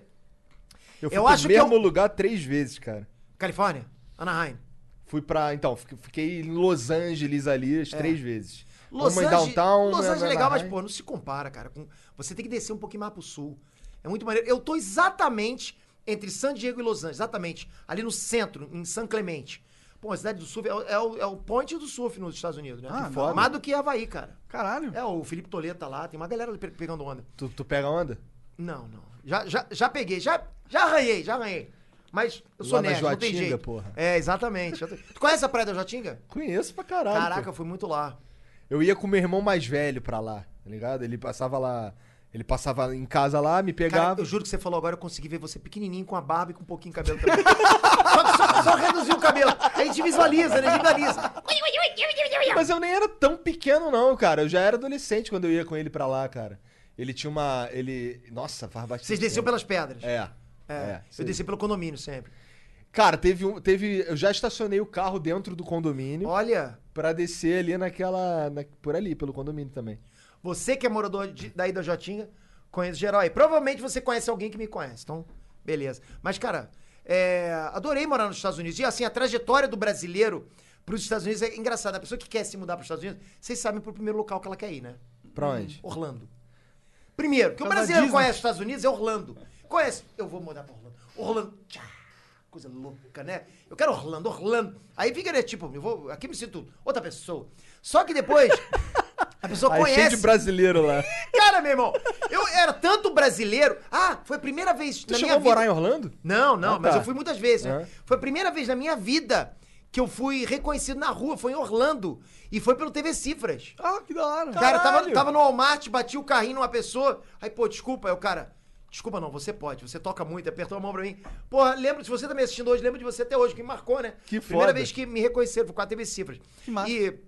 B: Eu fui
A: Eu
B: pro
A: acho que
B: mesmo
A: eu-
B: lugar três vezes, cara.
A: Califórnia? Anaheim.
B: Fui pra. Então, fiquei- fiquei em Los Angeles ali as
A: É.
B: três vezes.
A: Los
B: uma em
A: Angeles,
B: downtown. né,
A: Los
B: uma
A: Angeles é
B: na
A: legal, mas,
B: Anaheim.
A: pô, não se compara, cara. com- Você tem que descer um pouquinho mais pro sul. É muito maneiro. Eu tô exatamente entre San Diego e Los Angeles, exatamente. Ali no centro, em San Clemente. Pô, a cidade do surf é, o- é o, é o point do surf nos Estados Unidos, né?
B: Ah,
A: Que
B: não.
A: foda. Mais do que Havaí, cara.
C: Caralho.
A: É, o Felipe Toledo tá lá, tem uma galera pe- pegando onda.
B: Tu, tu pega onda?
A: Não, não. Já, já, já peguei, já, já arranhei, já arranhei. Mas eu sou
B: Lá na
A: nerd, não tem
B: Joatinga,
A: jeito.
B: porra.
A: É, exatamente. Eu tô- Tu conhece a praia da Joatinga?
B: Conheço pra caralho.
A: Caraca,
B: pô.
A: eu fui muito lá.
B: Eu ia com meu irmão mais velho pra lá, tá ligado? Ele passava lá. Ele passava em casa lá, me pegava.
A: Cara, eu juro que você falou agora, eu consegui ver você pequenininho, com a barba e com um pouquinho de cabelo também. só, só, só reduziu o cabelo. A gente visualiza, né? A gente visualiza.
B: Mas eu nem era tão pequeno, não, cara. Eu já era adolescente quando eu ia com ele pra lá, cara. Ele tinha uma. Ele. Nossa, faz bastante.
A: Vocês desciam
B: tempo.
A: pelas pedras.
B: É.
A: É,
B: é,
A: eu
B: sim.
A: desci pelo condomínio sempre.
B: Cara, teve um. Teve, eu já estacionei o carro dentro do condomínio.
A: Olha.
B: Pra descer ali naquela. na- por ali, pelo condomínio também.
A: Você que é morador de- daí da Jotinha, conhece geral aí. Provavelmente você conhece alguém que me conhece, então, beleza. Mas, cara, é, adorei morar nos Estados Unidos. E, assim, a trajetória do brasileiro pros Estados Unidos é engraçada. A pessoa que quer se mudar pros Estados Unidos, vocês sabem pro primeiro local que ela quer ir, né?
B: Pra onde?
A: Orlando. Primeiro, que o
B: Casa
A: brasileiro
B: Disney.
A: conhece os Estados Unidos é Orlando. Conhece? Eu vou mudar pra Orlando. Orlando. Tchá. Coisa louca, né? Eu quero Orlando, Orlando. Aí fica, né, tipo, eu vou, aqui me sinto outra pessoa. Só que depois, a pessoa
B: Aí,
A: conhece.
B: cheio de brasileiro lá.
A: Cara, meu irmão, eu era tanto brasileiro. Ah, foi a primeira vez
B: Tu chegou a morar em Orlando?
A: Não, não,
B: Ah,
A: mas
B: tá.
A: eu fui muitas vezes, né?
B: Ah.
A: Foi a primeira vez na minha vida que eu fui reconhecido na rua, foi em Orlando. E foi pelo TV Cifras.
C: Ah, que da hora.
A: Cara, tava,
C: Caralho.
A: tava no Walmart, bati o carrinho numa pessoa. Aí, pô, desculpa, aí o cara. Desculpa, não, você pode, você toca muito, apertou a mão pra mim. Porra, lembro, se você tá me assistindo hoje, lembro de você até hoje, que me marcou, né?
B: Que
A: Primeira
B: foda.
A: vez que me reconheceram, foi com a TV Cifras. Que massa. E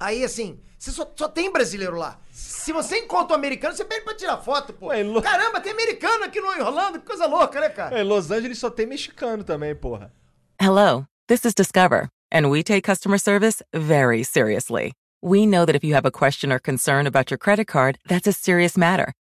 A: aí, assim, você só, só tem brasileiro lá. Se você encontra um americano, você pede pra tirar foto, pô. Caramba, tem americano aqui no Orlando, que coisa louca, né, cara?
B: É, em Los Angeles só tem mexicano também, porra.
M: Hello, this is Discover, and we take customer service very seriously. We know that if you have a question or concern about your credit card, that's a serious matter,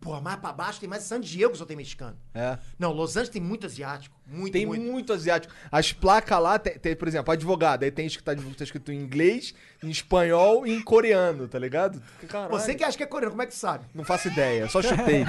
A: Porra, mais pra baixo tem mais San Diego, só tem mexicano.
B: É.
A: Não, Los Angeles tem muito asiático. Muito,
B: tem muito.
A: muito.
B: asiático. As placas lá, tem, tem, por exemplo, advogado. Aí tem que tá, tá escrito em inglês, em espanhol e em coreano, tá ligado? Caralho.
A: Você que acha que é coreano, como é que sabe?
B: Não faço ideia, só chutei.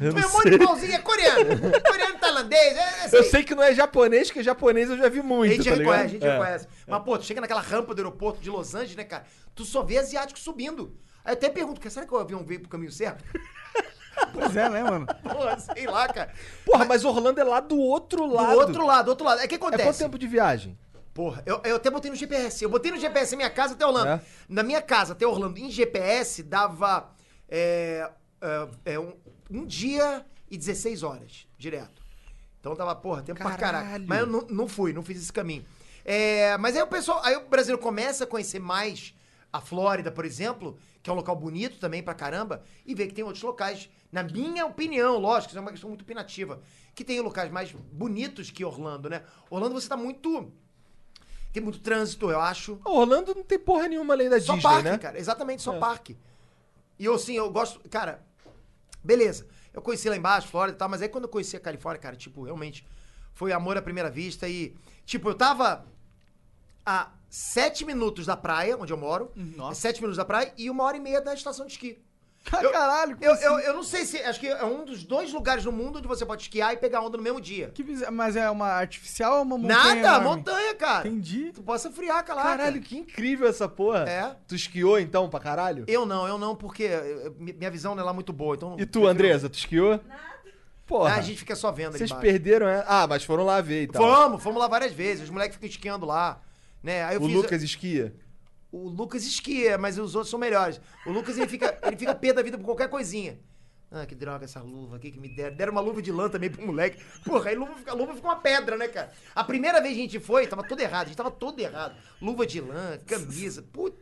B: Eu, não
A: Meu monte de
B: sei.
A: igualzinho é coreano. coreano tailandês. É, é, assim.
B: eu sei que não é japonês, porque japonês eu já vi muito.
A: A gente
B: tá
A: reconhece,
B: ligado?
A: a gente
B: É.
A: reconhece. Mas, pô, tu chega naquela rampa do aeroporto de Los Angeles, né, cara? Tu só vê asiático subindo. Aí eu até pergunto, será que o avião veio pro caminho certo?
C: Pois é, né, mano?
A: Porra, sei lá, cara.
B: Porra, mas Orlando é lá do outro lado.
A: Do outro lado, outro lado. É que
B: É
A: acontece.
B: quanto tempo de viagem?
A: Porra, eu, eu até botei no GPS. Eu botei no GPS a minha casa até Orlando.
B: É?
A: Na minha casa até Orlando, em GPS, dava é, é, é, um, um dia e 16 horas, direto. Então tava, porra, tempo pra caralho.
F: Caralho.
A: Mas eu não, não fui, não fiz esse caminho. É, mas aí o pessoal, aí o brasileiro começa a conhecer mais a Flórida, por exemplo, que é um local bonito também pra caramba, e vê que tem outros locais, na minha opinião, lógico, isso é uma questão muito opinativa, que tem locais mais bonitos que Orlando, né? Orlando você tá muito Tem muito trânsito, eu acho.
B: Orlando não tem porra nenhuma além da
A: só
B: Disney,
A: parque,
B: né?
A: cara. Exatamente, só parque. E eu, assim, eu gosto... Cara, beleza. Eu conheci lá embaixo, Flórida e tal, mas aí quando eu conheci a Califórnia, cara, tipo, realmente foi amor à primeira vista e... Tipo, eu tava a sete minutos da praia, onde eu moro. é Sete minutos da praia e uma hora e meia da estação de esqui.
C: Ah, Caralho,
A: eu, eu, eu não sei se. Acho que é um dos dois lugares no mundo onde você pode esquiar e pegar onda no mesmo dia.
C: Que bizarro. Mas é uma artificial ou uma montanha?
A: Nada,
C: enorme?
A: montanha, cara.
C: Entendi.
A: Tu possa friar, cara.
B: Caralho, que incrível essa porra.
A: É.
B: Tu esquiou então pra caralho?
A: Eu não, eu não, porque eu- eu- mi- minha visão não é lá muito boa. Então
B: E tu, Andresa, tu esquiou? Nada. Porra.
A: Ah, a gente fica só vendo ali
B: Vocês
A: embaixo.
B: perderam, é? Ah, mas foram lá ver e tal.
A: Fomos, fomos lá várias vezes. Os moleques ficam esquiando lá. Né? Aí eu
B: O
A: fiz-
B: Lucas esquia.
A: O Lucas esquia, mas os outros são melhores. O Lucas ele fica, ele fica pé da vida por qualquer coisinha. Ah, que droga essa luva, o que, que me deram? Deram uma luva de lã também pro moleque. Porra, aí luva fica, luva fica uma pedra, né, cara? A primeira vez que a gente foi, tava tudo errado, a gente tava todo errado. Luva de lã, camisa, puta.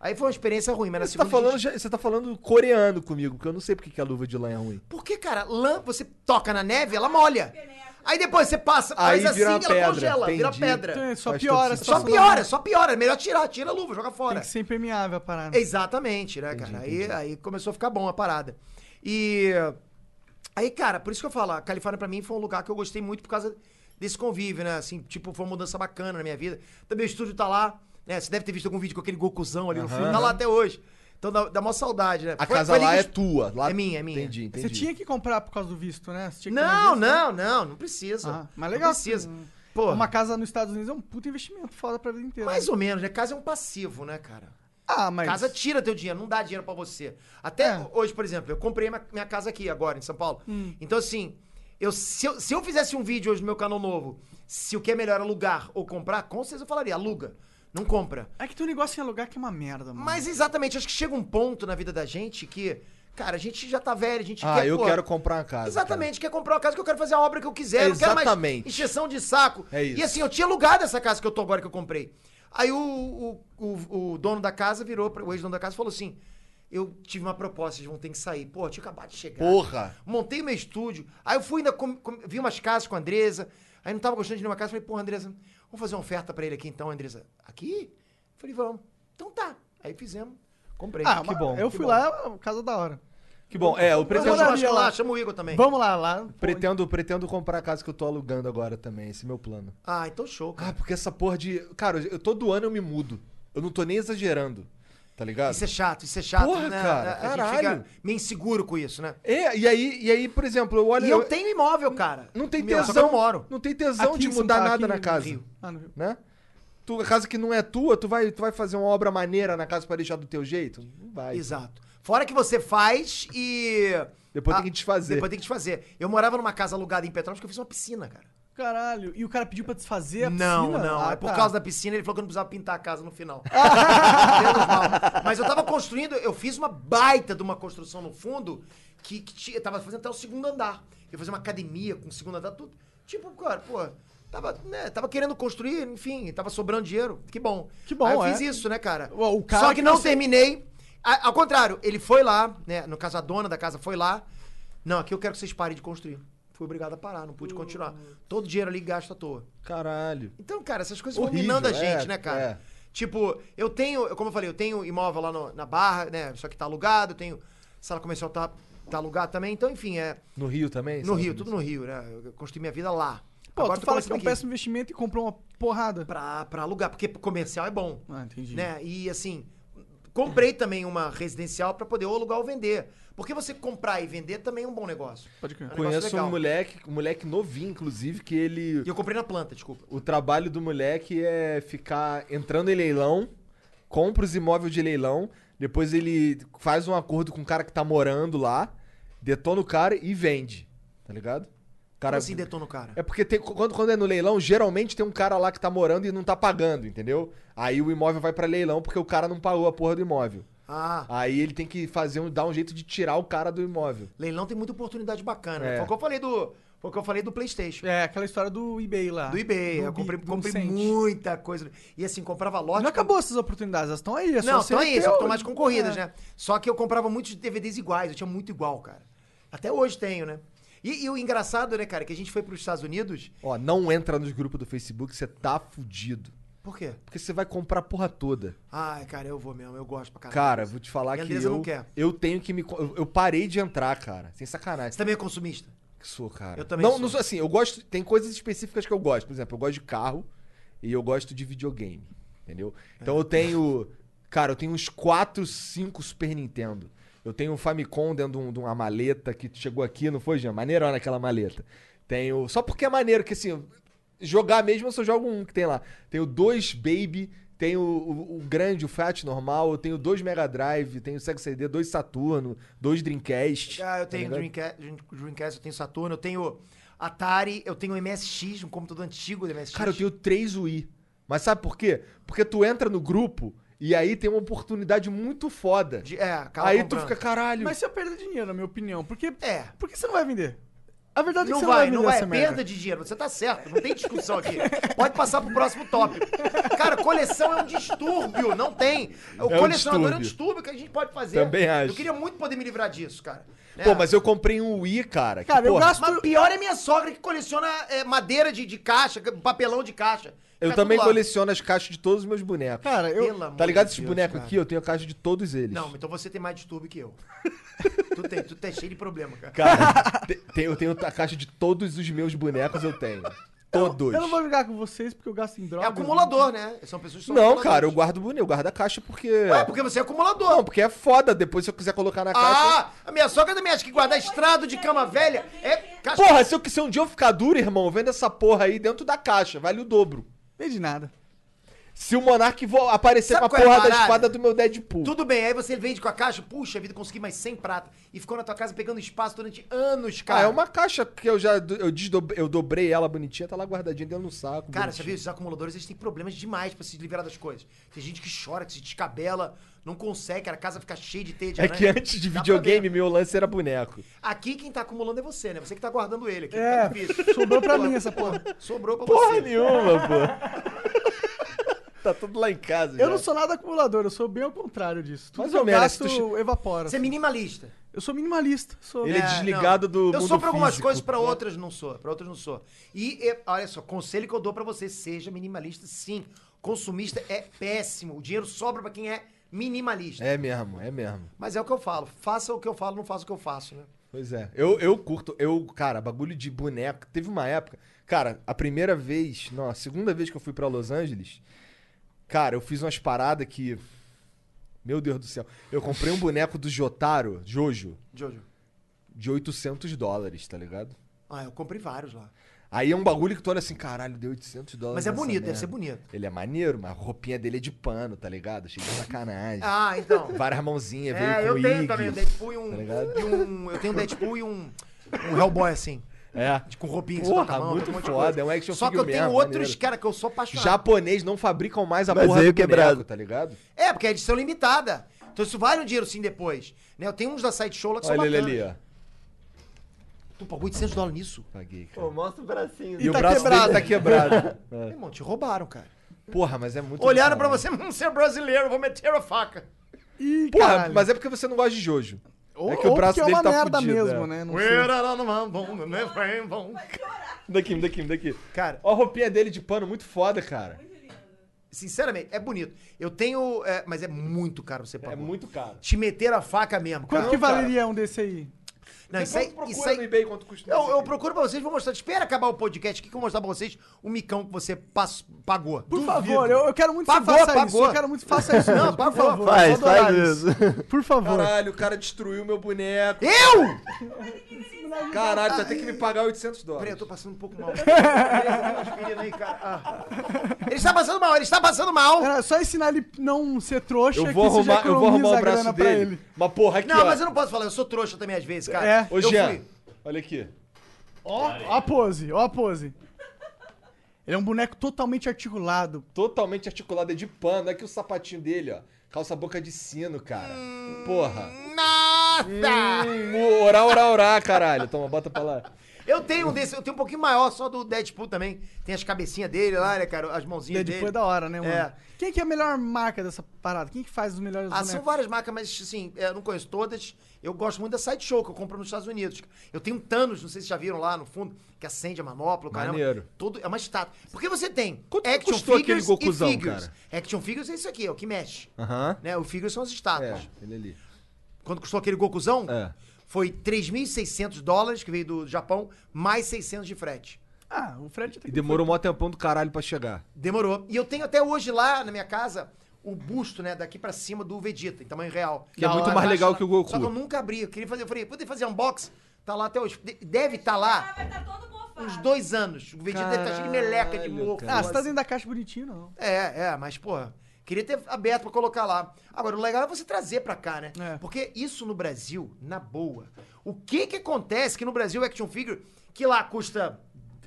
A: Aí foi uma experiência ruim, mas na
B: Você tá,
A: segunda.
B: falando,
A: gente...
B: já- você tá falando coreano comigo, porque eu não sei porque que a luva de lã é ruim.
A: Por que, cara? Lã, você toca na neve, ela molha. Aí depois você passa,
B: Aí
A: faz assim,
B: vira
A: ela
B: uma pedra,
A: congela, vira
B: entendi.
A: pedra.
B: Então,
C: É, só Faz piora todo a sentido.
A: Só
C: situação da
A: piora,
C: lã.
A: só piora. É melhor tirar, tira a luva, joga fora.
C: Tem que ser impermeável a parada.
A: Exatamente, né, cara? Aí, aí começou a ficar bom a parada. E. Aí, cara, por isso que eu falo, a Califórnia pra mim foi um lugar que eu gostei muito por causa desse convívio, né? Assim, tipo, foi uma mudança bacana na minha vida. Também o estúdio tá lá, né? Você deve ter visto algum vídeo com aquele Gokuzão ali no
B: Aham.
A: fundo, tá lá até hoje. Então dá, dá maior saudade, né?
B: A
A: Foi-
B: casa
A: foi ali
B: lá
A: que
B: é
A: os-
B: tua. Lá...
A: É minha, é minha.
B: Entendi, entendi.
C: Você tinha que comprar por causa do visto, né? Você tinha que
A: Não,
C: ter mais visto,
A: não, não, não precisa.
C: Ah, mas legal.
A: Não precisa.
C: assim,
A: Porra.
C: Uma casa nos Estados Unidos é um puto investimento foda pra vida inteira.
A: Mais ou menos, né? Casa é um passivo, né, cara?
C: Ah, mas. É.
A: Casa tira teu dinheiro, não dá dinheiro pra você. Até hoje, por exemplo, eu comprei minha, minha casa aqui agora, em São Paulo.
C: Hum.
A: Então, assim, eu, se, eu, se eu fizesse um vídeo hoje no meu canal novo, se o que é melhor alugar ou comprar, com certeza eu falaria, aluga, não compra.
C: É que tem um negócio em alugar que é uma merda, mano.
A: Mas exatamente, acho que chega um ponto na vida da gente que, cara, a gente já tá velho, a gente
B: Ah,
A: quer...
B: eu
A: pô,
B: quero comprar uma casa.
A: Exatamente, quer comprar uma casa que eu quero fazer a obra que eu quiser, eu não quero mais
B: Exatamente.
A: encheção de saco.
B: É isso.
A: E assim, eu tinha alugado essa casa que eu tô agora que eu comprei. Aí o, o, o- o dono da casa virou, pra- o ex-dono da casa falou assim: Eu tive uma proposta, vocês vão ter que sair. Pô, eu tinha acabado de chegar.
B: Porra.
A: Montei meu estúdio. Aí eu fui ainda, com- com- vi umas casas com a Andresa. Aí não tava gostando de nenhuma casa. Falei, porra, Andresa, vamos fazer uma oferta pra ele aqui então, Andresa. Aqui? Falei, vamos. Então tá. Aí fizemos. Comprei.
C: Ah, que bom. Eu fui lá, casa da hora.
B: Que bom. É, eu pretendo.
A: Vamos lá, chama lá, chama o Igor também.
C: Vamos lá, lá.
B: Pretendo, pretendo comprar a casa que eu tô alugando agora também. Esse é meu plano.
A: Ah, então show.
B: Ah, porque essa porra de. Cara, eu, todo ano eu me mudo. Eu não tô nem exagerando. Tá ligado?
A: Isso é chato, isso é chato,
B: Porra,
A: né?
B: cara,
A: a gente
B: caralho.
A: fica meio inseguro com isso, né?
B: É, e aí, e aí, por exemplo, eu olho.
A: e eu, tenho imóvel, cara.
B: Não tem
A: Meu, só que
B: tesão.
A: eu moro.
B: Não tem tesão
A: Aqui
B: de
A: em São
B: mudar
A: Paulo,
B: nada
A: aqui
B: na
A: no
B: casa.
A: Rio.
C: Ah, no Rio.
B: Né? Tu, a casa que não é tua, tu vai, tu vai fazer uma obra maneira na casa pra deixar do teu jeito? Não vai.
A: Exato. Fora que você faz e.
B: Depois
A: Ah,
B: tem que desfazer.
A: Depois tem que desfazer. Eu morava numa casa alugada em Petrópolis que eu fiz uma piscina, cara.
C: Caralho. E o cara pediu pra desfazer a
A: não,
C: piscina?
A: não.
C: Ah,
A: é por
C: tá.
A: causa da piscina, ele falou que eu não precisava pintar a casa no final. Menos mal. Mas eu tava construindo, eu fiz uma baita de uma construção no fundo que, que ti- eu tava fazendo até o segundo andar. Eu fazia uma academia com o segundo andar, tudo. Tipo, cara, pô, tava, né, tava querendo construir, enfim, tava sobrando dinheiro. Que bom.
C: Que bom,
A: Aí eu
C: é.
A: fiz isso, né, cara?
C: Ué, o cara
A: Só que
C: que
A: não
C: você-
A: terminei. A- ao contrário, ele foi lá, né? No caso, a dona da casa foi lá. Não, aqui eu quero que vocês parem de construir. Fui obrigado a parar, não pude continuar. Todo o dinheiro ali gasto à toa.
B: Caralho.
A: Então, cara, essas coisas
B: Horrível,
A: vão minando a
B: é,
A: gente, né, cara?
B: é.
A: Tipo, eu tenho, como eu falei, eu tenho imóvel lá no- na Barra, né? Só que tá alugado, eu tenho sala comercial tá, tá alugado também. Então, enfim, é
B: No Rio também?
A: no
B: sabe?
A: Rio, tudo no Rio, né? Eu construí minha vida lá.
C: Pô, tu fala que é
A: tô
C: um
A: começando aqui.
C: péssimo investimento e comprou uma porrada.
A: Pra, pra alugar, porque comercial é bom.
C: Ah, entendi.
A: Né? E assim, comprei também uma residencial pra poder ou alugar ou vender. Porque você comprar e vender também é um bom negócio.
C: Pode crer.
A: É um negócio
B: Conheço um
A: legal.
B: moleque, um moleque novinho, inclusive, que ele.
A: E eu comprei na planta, desculpa.
B: O trabalho do moleque é ficar entrando em leilão, compra os imóveis de leilão, depois ele faz um acordo com o cara que tá morando lá, detona o cara e vende. Tá ligado? O
A: Cara,
B: Cara,
A: assim detona o cara.
B: É porque tem- quando, quando é no leilão, geralmente tem um cara lá que tá morando e não tá pagando, entendeu? Aí o imóvel vai pra leilão porque o cara não pagou a porra do imóvel.
A: Ah.
B: Aí ele tem que fazer um, dar um jeito de tirar o cara do imóvel.
A: Leilão tem muita oportunidade bacana.
B: É.
A: né? Foi o que eu falei do, foi o que eu falei do PlayStation.
C: É, aquela história do eBay lá.
A: Do eBay, eu
C: bi-
A: comprei,
C: do
A: comprei
C: cent.
A: muita coisa. E assim, comprava lote.
C: Não acabou essas oportunidades, elas estão aí. é só
A: Não,
C: você
A: então é isso,
C: ter
A: estão
C: o-
A: mais concorridas,
C: É.
A: né? Só que eu comprava muitos DVDs iguais, eu tinha muito igual, cara. Até hoje tenho, né? E, e o engraçado, né, cara, que a gente foi para os Estados Unidos.
B: Ó, não entra nos grupos do Facebook, você tá fudido.
A: Por quê?
B: Porque você vai comprar a porra toda.
A: Ai, cara, eu vou mesmo. Eu gosto pra caralho.
B: Cara, vou te falar
A: Minha
B: que
A: Lisa
B: eu,
A: não quer.
B: eu tenho que me. co- Eu, eu parei de entrar, cara. Sem sacanagem. Você
A: também é consumista?
B: Sou, cara.
A: Eu também
B: não,
A: sou.
B: Não sou assim. Eu gosto. Tem coisas específicas que eu gosto. Por exemplo, eu gosto de carro e eu gosto de videogame. Entendeu? Então
A: É.
B: eu tenho. Cara, eu tenho uns 4, 5 Super Nintendo. Eu tenho um Famicom dentro de, um- de uma maleta que chegou aqui, não foi, Jean? Maneirona aquela maleta. Tenho. Só porque é maneiro, que assim, jogar mesmo eu só jogo um que tem lá. Tenho dois Baby, tenho o, o grande, o Fat normal, eu tenho dois Mega Drive, tenho Sega CD, dois Saturno, dois
C: É
B: Dreamcast.
A: Ah, eu
B: tá
A: tenho
B: ligado?
A: Dreamcast, Dreamcast, eu tenho Saturno, eu tenho Atari, eu tenho MSX, um computador antigo do MSX.
B: Cara, eu tenho 3 UI. Mas sabe por quê? Porque tu entra no grupo e aí tem uma oportunidade muito foda.
A: é, acaba
B: Aí
A: comprando.
B: tu fica, caralho.
C: Mas isso é perda de dinheiro, na minha opinião. Porque,
A: é.
C: porque você não vai vender. A verdade é
A: Não
C: que você
A: vai,
C: não
A: não
C: vai vender
A: vai.
C: essa
A: É
C: merda.
A: perda de dinheiro. Você tá certo. Não tem discussão aqui. Pode passar pro próximo tópico. Cara, coleção é um distúrbio. Não tem. O
B: É um
A: colecionador é
B: distúrbio.
A: um distúrbio que a gente pode fazer.
B: Também acho.
A: Eu queria muito poder me livrar disso, cara. É.
B: Pô, mas eu comprei um Wii, cara. que, porra,
A: Mas pior é minha sogra que coleciona é, madeira de, de caixa, papelão de caixa.
B: Eu
A: Fica
B: também
A: tudo lá.
B: coleciono as caixas de todos os meus bonecos.
A: Cara, eu- Pelo amor
B: Tá ligado
A: de
B: esses
A: Deus,
B: bonecos
A: cara.
B: aqui? Eu tenho a caixa de todos eles.
A: Não, então você tem mais distúrbio que eu. tu, tem, tu tá cheio de problema, cara.
B: Cara, te- tem- eu tenho a caixa de todos os meus bonecos, eu tenho. Todos.
C: Eu não vou jogar com vocês porque eu gasto em drogas.
A: É acumulador, né? São pessoas que são
B: Não,
A: acumuladores.
B: cara, eu guardo boneco, eu guardo a caixa porque.
A: Ué, porque você é acumulador.
B: Não, porque é foda. Depois, se eu quiser colocar na caixa.
A: Ah, a minha sogra também acha que guardar estrado de cama velha é caixa.
B: Porra, se, eu, se um dia eu ficar duro, irmão, eu vendo essa porra aí dentro da caixa, vale o dobro.
C: Vem de nada.
B: Se o Monark vo- aparecer
A: Sabe
B: com a
A: qual é a
B: porra da
A: parada?
B: espada do meu Deadpool.
A: Tudo bem, aí você vende com a caixa, puxa vida, consegui mais 100 prata. E ficou na tua casa pegando espaço durante anos,
B: Cara,
A: cara.
B: é uma caixa que eu já do- eu, desdob- eu dobrei ela bonitinha, tá lá guardadinha dentro no saco.
A: Cara, você
B: bonitinha.
A: viu? Esses acumuladores, eles têm problemas demais pra se liberar das coisas. Tem gente que chora, que se descabela, não consegue, cara, a casa fica cheia de teia de
B: É
A: aranha.
B: que antes de
A: né? Dá pra
B: videogame, meu lance era boneco.
A: ver. Aqui quem tá acumulando é você, né? Você que tá guardando ele aqui.
C: É,
A: tá difícil.
C: sobrou pra mim essa porra.
A: Sobrou pra
B: Porra
A: você.
B: nenhuma, pô. tá tudo lá em casa.
C: Eu
B: já.
C: não sou nada acumulador, eu sou bem ao contrário disso. Tudo
B: Mais
C: que
B: ou
C: eu
B: menos,
C: gasto,
B: tu che-
C: evapora.
A: Você é minimalista.
C: Eu sou minimalista. Sou...
B: Ele é desligado
A: não.
B: do
A: Eu
B: mundo
A: sou pra algumas
B: físico.
A: coisas, pra outras não sou. Pra outras não sou. E, e, olha só, conselho que eu dou pra você, seja minimalista sim. Consumista é péssimo. O dinheiro sobra pra quem é minimalista.
B: É mesmo, é mesmo.
A: Mas é o que eu falo. Faça o que eu falo, não faça o que eu faço, né?
B: Pois é. Eu, eu curto, eu, cara, bagulho de boneco. Teve uma época. Cara, a primeira vez, não, a segunda vez que eu fui pra Los Angeles, cara, eu fiz umas paradas que. Meu Deus do céu. Eu comprei um boneco do Jotaro, Jojo,
A: Jojo.
B: de 800 dólares, tá ligado?
A: Ah, eu comprei vários lá.
B: Aí é um bagulho que tu olha assim, caralho, deu 800 dólares.
A: Mas é
B: nessa
A: bonito, deve
B: merda.
A: ser bonito.
B: Ele é maneiro, mas a roupinha dele é de pano, tá ligado? Cheio de sacanagem.
A: Ah, então.
B: Várias mãozinhas, veio
A: É,
B: com
A: eu tenho
B: Ig,
A: também o Deadpool e um,
B: Tá ligado?
A: e um- Eu tenho um Deadpool e um. Um Hellboy assim.
B: É.
A: Com roupinha que você bota
B: Porra,
A: a mão,
B: muito
A: tem um monte de
B: foda.
A: coisa.
B: É um action
A: Só que eu
B: figure
A: tenho
B: mesmo,
A: outros,
B: maneiro.
A: cara, que eu sou apaixonado.
B: Japonês não fabricam mais a
D: Mas
B: porra
D: veio
B: do
D: quebrado.
B: boneco, tá ligado?
A: É, porque a edição é limitada. Então isso vale um dinheiro sim depois. Né? Eu tenho uns da site show lá que
B: Olha
A: são
B: ele
A: bacanas.
B: ali, ó.
A: Tu pagou 800 dólares nisso?
B: Paguei, cara.
D: Pô, mostra o bracinho.
B: E, o braço dele tá quebrado.
A: Meu irmão, te roubaram, cara.
B: Porra, mas é muito.
A: Olharam pra
B: bizarro.
A: você, hum, você é brasileiro, vou meter a faca.
C: Ih,
B: Porra,
C: caralho.
B: mas é porque você não gosta de Jojo.
C: Ou-
B: é que o
C: ou
B: braço
C: porque é
B: dele
C: uma
B: tá
C: merda
B: fudido,
C: mesmo,
B: é.
C: né? Não sei.
A: Não
B: Daqui, daqui, daqui.
A: Cara,
B: ó a roupinha dele de pano, muito foda, cara.
A: Sinceramente, é bonito. Eu tenho. é, mas é muito caro você pagar. É
B: muito caro.
A: Te meter a faca mesmo.
C: Quanto
A: cara.
C: que valeria um desse aí?
A: Não, isso aí,
B: Procura
A: isso aí-
B: no eBay quanto custa.
A: Eu, eu procuro pra vocês, vou mostrar. Espera acabar o podcast aqui que eu vou mostrar pra vocês o micão que você pas- pagou.
C: Por favor, eu, eu quero muito que
A: Pagou,
C: você faça isso.
A: pagou.
C: Eu quero muito que faça isso.
A: Não,
C: mesmo, por
A: pagou,
C: favor.
D: faz,
C: eu vou adorar
D: faz
C: Por favor.
B: Caralho, o cara destruiu meu boneco.
A: Eu?
B: Caralho, tu vai ter que me pagar 800
A: Peraí,
B: dólares.
A: eu tô passando um pouco mal. Beleza, tem umas meninas aí, cara. Ah. Ele está passando mal, ele está passando mal.
C: Cara, só ensinar ele não ser trouxa
B: Eu vou
C: que você já
B: arrumar, eu vou arrumar
C: economiza
B: o
C: a grana
B: braço
C: pra
B: dele.
C: ele.
B: Mas porra, aqui,
A: Não,
B: ó.
A: mas eu não posso falar, eu sou trouxa também às vezes, cara.
C: É.
B: Ô,
A: eu
B: Jean,
A: fui.
B: olha aqui.
C: Ó, ó a pose, ó a pose. Ele é um boneco totalmente articulado.
B: Totalmente articulado, é de pano. Olha aqui o sapatinho dele, ó. Calça boca de sino, cara. Porra.
A: Nossa!
B: Hum, orar, orar, orar, caralho. Toma, bota pra lá.
A: Eu tenho um desse, eu tenho um pouquinho maior, só do Deadpool também. Tem as cabecinhas dele lá, né, cara? As mãozinhas
C: Deadpool
A: dele.
C: é da hora, né, mano?
A: É.
C: Quem que é a melhor marca dessa parada? Quem que faz os melhores
B: é?
A: Ah, são
C: bonecos?
A: várias marcas, mas assim, eu não conheço todas. Eu gosto muito da Sideshow, que eu compro nos Estados Unidos. Eu tenho um Thanos, não sei se vocês já viram lá no fundo, que acende a manopla, o caramba.
B: Maneiro.
A: Todo, é uma estátua. Porque você tem
B: Quanto
A: action
B: custou aquele
A: figures
B: Gokuzão,
A: e figures.
B: cara?
A: Action figures é isso aqui, é o que mexe.
B: Aham.
A: Né? O figures são as estátuas.
B: Ele É, ali.
A: Quando custou aquele Gokuzão,
B: É.
A: foi 3.600 dólares, que veio do Japão, mais 600 de frete.
C: Ah, o frete...
B: E demorou mó tempão do caralho pra chegar.
A: Demorou. E eu tenho até hoje lá na minha casa o busto, né, daqui pra cima do Vegeta, em tamanho real.
B: Que é
A: Tá
B: muito
A: lá
B: mais
A: embaixo,
B: legal
A: lá.
B: que o Goku.
A: Só que eu nunca abri. Eu queria fazer, eu falei, poder fazer unboxing? Tá lá até hoje. De- Deve estar lá. Uns dois anos. O Vegeta deve estar cheio de meleca de morro.
C: Ah, você tá dentro da caixa bonitinho, não.
A: É, é, mas, porra, queria ter aberto pra colocar lá. Agora, o legal é você trazer pra cá, né?
B: É.
A: Porque isso no Brasil, na boa. O que que acontece que no Brasil o action figure, que lá custa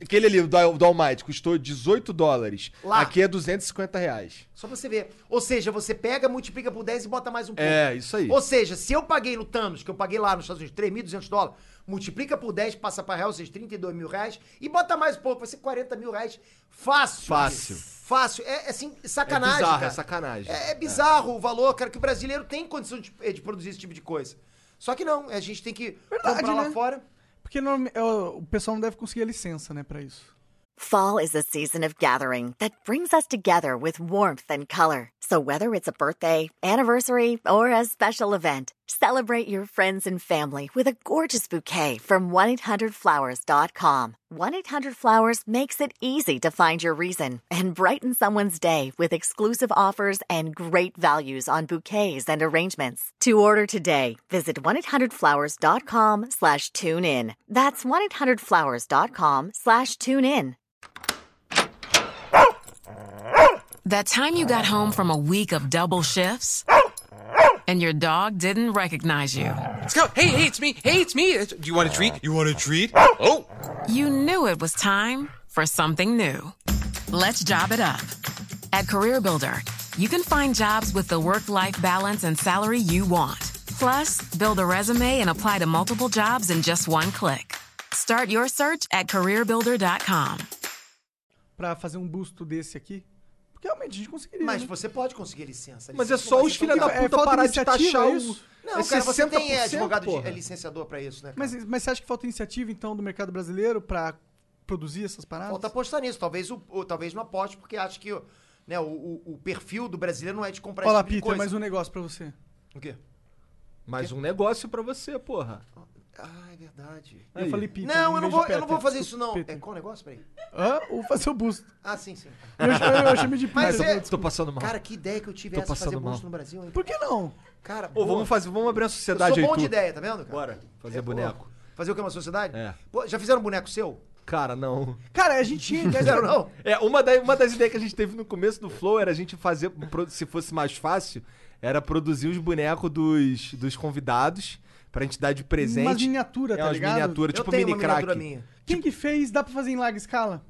B: Aquele ali, o do do Almighty, custou 18 dólares.
A: Lá.
B: Aqui é 250 reais.
A: Só pra você ver. Ou seja, você pega, multiplica por 10 e bota mais um pouco.
B: É, isso aí.
A: Ou seja, se eu paguei no Thanos, que eu paguei lá nos Estados Unidos, 3.200 dólares, multiplica por 10, passa pra real, ou seja, 32 mil reais, e bota mais um pouco, vai ser 40 mil reais. Fácil.
B: Fácil.
A: Fácil. É, é assim, sacanagem,
B: É bizarro,
A: cara.
B: é sacanagem.
A: É, é bizarro o valor, cara, que o brasileiro tem condição de, eh, de produzir esse tipo de coisa. Só que não, a gente tem que comprar lá
C: né?
A: fora.
C: Porque norma- é, o o pessoal não deve conseguir a licença, né, pra isso.
N: Fall is a season of gathering that brings us together with warmth and color. So, whether it's a birthday, anniversary, or a special event, celebrate your friends and family with a gorgeous bouquet from 1-800-Flowers.com. 1-800-Flowers makes it easy to find your reason and brighten someone's day with exclusive offers and great values on bouquets and arrangements. To order today, visit 1-800-Flowers.com slash tune in. That's 1-800-Flowers.com slash tune in.
O: That time you got home from a week of double shifts and your dog didn't recognize you.
P: Let's go. Hey, hey, it's me. Hey, it's me. It's- Do you want a treat? You want a treat? Oh.
O: You knew it was time for something new. Let's job it up. At CareerBuilder, you can find jobs with the work life balance and salary you want. Plus, build a resume and apply to multiple jobs in just one click. Start your search at CareerBuilder.com.
C: Pra fazer um busto desse aqui. Porque realmente a gente conseguiria,
A: Mas
C: né?
A: você pode conseguir licença.
C: Mas
A: licença
C: é só
A: não vai
C: os
A: ser
C: filha
A: tão
C: da
A: caro.
C: puta falta parar de iniciativa, taxar é o- isso?
A: Não,
C: é
A: cara, você tem é,
C: 60%,
A: advogado de,
C: porra.
A: é licenciador pra isso, né? cara?
C: Mas, mas você acha que falta iniciativa, então, do mercado brasileiro pra produzir essas paradas?
A: Falta apostar nisso. Talvez, o, o- talvez não aposte, porque acho que o- né, o, o- o perfil do brasileiro não é de comprar
C: Olha lá,
A: esse tipo de
C: Peter,
A: coisa.
C: mais um negócio pra você.
A: O quê?
B: Mais um negócio pra você, porra.
A: Ah, é verdade.
C: Eu falei Peter,
A: Não,
C: em
A: eu
C: vez de
A: não, vou, eu não
C: Peter,
A: vou fazer isso,
C: desculpa,
A: não.
C: Peter.
A: É qual o negócio? Peraí.
C: Hã? Ou fazer o busto.
A: Ah, sim, sim.
C: Eu, eu, eu chamei de Peter.
A: Mas é-
B: Tô passando mal.
A: Cara, que ideia que eu tive
B: Tô
A: essa de fazer
B: passando
A: bolso
B: mal.
A: no Brasil, hein?
C: Por que não?
A: Cara,
B: Ô,
A: boa.
B: vamos fazer, vamos abrir uma sociedade
A: Eu sou
B: aí,
A: bom de
B: tu.
A: ideia, tá vendo? Cara?
B: Bora, fazer
A: É, pô.
B: boneco.
A: Fazer o que é uma sociedade?
B: É.
A: Pô, já fizeram um boneco seu?
B: Cara, não.
C: Cara, a gente tinha ideia.
B: Fizeram, não. É, uma, da- uma das ideias que a gente teve no começo do Flow era a gente fazer, pro- se fosse mais fácil, era produzir os bonecos dos, dos convidados pra gente dar de presente.
C: Umas miniatura,
B: é,
C: tá
B: umas
C: ligado?
B: miniaturas,
C: Eu
B: tipo
C: tenho uma
B: mini crack.
C: miniatura minha. Quem que fez, dá pra fazer em larga escala?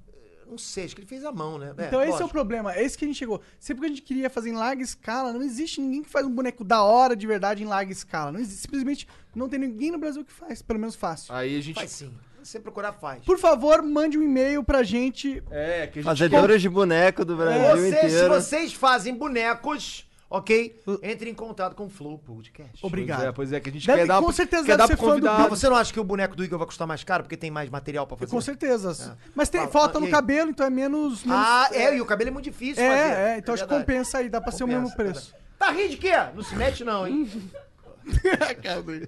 A: Não sei, acho que ele fez a mão, né?
C: Então esse é o
A: lógico.
C: problema, é esse que a gente chegou. Sempre que a gente queria fazer em larga escala, não existe ninguém que faz um boneco da hora de verdade em larga escala. Não existe, simplesmente não tem ninguém no Brasil que faz, pelo menos
A: Ah.
C: fácil.
B: Aí a gente.
A: Faz sim. Se você procurar, faz.
C: Por favor, mande um e-mail pra gente.
B: É, que
D: Fazedores de boneco do Brasil
A: vocês, se
D: inteiro.
A: vocês fazem bonecos, ok? Entre em contato com o Flow Podcast.
C: Obrigado.
B: Pois é, pois é, que a gente
C: tá
B: quer
C: Deve-
B: dar
C: com certeza
B: quer
C: deve
B: dar
C: ser
B: pro
C: fã do
B: convidado.
A: Mas você não acha que o boneco do Igor vai custar mais caro porque tem mais material pra fazer?
C: Com certeza. Mas tem,
A: é. Fala,
C: falta
A: fala,
C: no
A: e aí?
C: cabelo, então é menos. menos-
A: Ah, é, e o cabelo é muito difícil
C: É,
A: fazer.
C: é, então acho que
A: verdade.
C: compensa aí, dá pra ser o mesmo
A: Compensa,
C: preço.
A: Tá rindo de quê? Não se mete não, hein?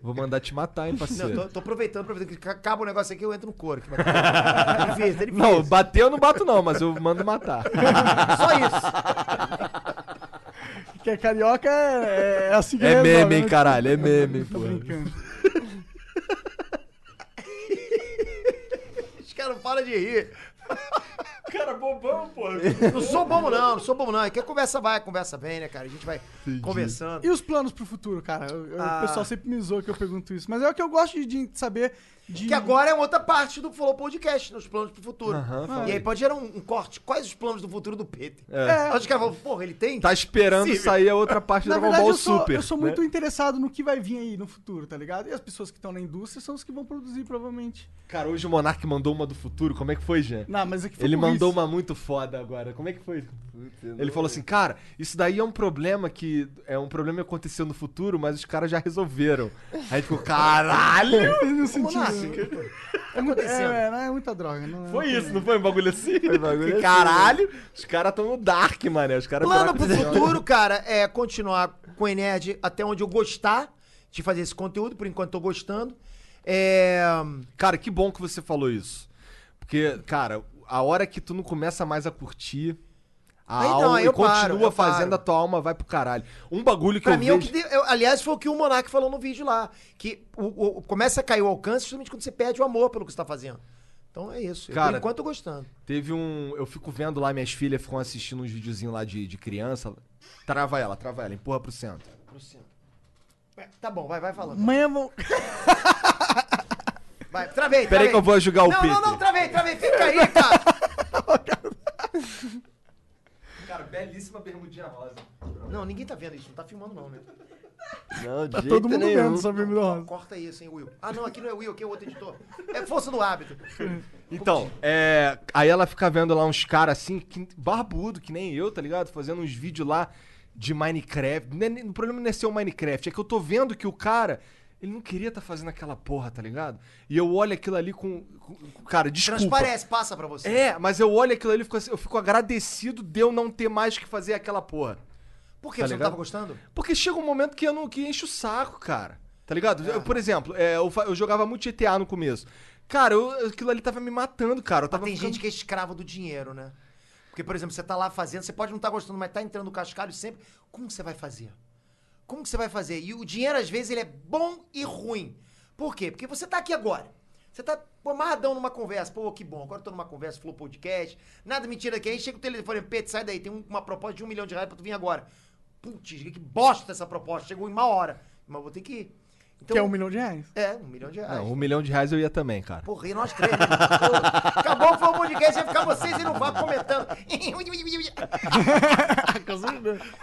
B: Vou mandar te matar, hein,
A: Não,
B: parceiro.
A: tô, tô aproveitando, aproveitando que acaba o negócio aqui, eu entro no couro. Que bacana. Tá difícil, tá difícil.
B: Não, bater eu não bato não, mas eu mando matar. É
A: Só isso.
C: Que é carioca é, é assim que
B: É
C: resolve,
B: meme, hein,
C: né?
B: caralho, é meme, pô.
A: Os caras não param de rir.
F: Cara,
A: bobão, pô. Não sou bobo, não, não sou bobo, não. É que a conversa vai, a conversa vem, né, cara? A gente vai conversando.
C: E os planos pro futuro, cara? Eu- eu- O
A: Ah.
C: pessoal sempre me zoa que eu pergunto isso. Mas é o que eu gosto de- de saber. De...
A: Que agora é outra parte do Flow Podcast, nos planos pro futuro.
B: Aham, fala
A: e aí
B: aí.
A: pode gerar um, um corte. Quais os planos do futuro do Peter?
B: É.
A: Acho que o cara falou, porra, ele tem?
B: Tá esperando
A: Possível.
B: sair a outra parte do
C: Na
B: Dragon
C: verdade,
B: Ball
C: eu sou,
B: Super.
C: eu sou
B: né?
C: muito interessado no que vai vir aí no futuro, tá ligado? E as pessoas que estão na indústria são os que vão produzir, provavelmente.
B: Cara, hoje o Monark mandou uma do futuro. Como é que foi, Jean?
C: Não, mas é que foi
B: Ele
C: com
B: mandou
C: isso.
B: uma muito foda agora. Como é que foi? Ele falou assim, cara, isso daí é um problema que. É um problema que aconteceu no futuro, mas os caras já resolveram. Aí ficou, caralho!
C: Fez um sentido. É, muito,
B: acontecendo?
C: é, é, não é muita droga. Não, é-
B: Foi isso, não foi um bagulho assim?
D: Foi um bagulho assim,
B: Caralho, os caras estão no dark, mané. Os caras
A: né? Plano pro futuro, cara, é continuar com o Enerd até onde eu gostar de fazer esse conteúdo. Por enquanto, tô gostando. É...
B: Cara, que bom que você falou isso. Porque, cara, a hora que tu não começa mais a curtir a
A: Aí não,
B: alma
A: aí
B: e
A: eu paro,
B: continua
A: eu
B: fazendo,
A: paro.
B: a tua alma vai pro caralho. Um bagulho que
A: Pra
B: eu
A: mim, é o
B: vejo...
A: que de- eu- aliás, foi o que o Monark falou no vídeo lá. Que o- o- começa a cair o alcance justamente quando você perde o amor pelo que você tá fazendo. Então é isso. Eu, por
B: Cara,
A: enquanto, tô gostando.
B: Teve um. Eu fico vendo lá, minhas filhas ficam assistindo uns videozinhos lá de, de criança. Trava ela, trava ela, empurra pro centro.
A: É, Tá bom, vai, vai falando.
C: Amanhã vão.
A: Vai, travei, travei.
B: Peraí que eu vou ajudar o
A: Não,
B: Peter.
A: não, não, travei, travei. Fica aí, tá. cara.
B: Cara, belíssima bermudinha rosa.
A: Não, ninguém tá vendo isso. Não tá filmando, não, né?
D: Não, de
C: Tá
D: jeito
C: todo mundo
D: nenhum.
C: vendo sobre o rosa.
A: Corta isso, hein, Will. Ah, não, aqui não é Will, aqui é outro editor. É força do hábito.
B: Então, é. Aí ela fica vendo lá uns caras assim, que- barbudo, que nem eu, tá ligado? Fazendo uns vídeos lá de Minecraft. Não é nem- O problema não é ser o Minecraft, é que eu tô vendo que o cara. Ele não queria tá fazendo aquela porra, tá ligado? E eu olho aquilo ali com. com- com- cara, desculpa.
A: Transparece, passa pra você.
B: É, mas eu olho aquilo ali e fico assim, eu fico agradecido de eu não ter mais que fazer aquela porra.
A: Por quê?
B: Tá
A: você
B: ligado?
A: não tava gostando?
B: Porque chega um momento que eu não que enche o saco, cara. Tá ligado? Eu, por exemplo, é, eu, fa- eu jogava muito GTA no começo. Cara, eu- aquilo ali tava me matando, cara. Eu tava
A: Tem
B: ficando-
A: gente que é escrava do dinheiro, né? Porque, por exemplo, você tá lá fazendo, você pode não estar gostando, mas tá entrando no cascalho sempre. Como que você vai fazer? Como que você vai fazer? E o dinheiro, às vezes, ele é bom e ruim. Por quê? Porque você tá aqui agora. Você tá pô, amarradão numa conversa. Pô, que bom, agora eu tô numa conversa, flow podcast. Nada me tira daqui. Aí chega o telefone, Pedro, sai daí. Tem um- uma proposta de um milhão de reais pra tu vir agora. Putz, que bosta essa proposta. Chegou em uma hora. Mas eu vou ter que ir. Então,
C: Que é um milhão de reais?
A: É, um milhão de reais.
B: Não, um milhão de reais eu ia também, cara.
A: Porra, e nós três, né? Pô, Acabou o Flow Podcast, ia ficar vocês e não vá comentando.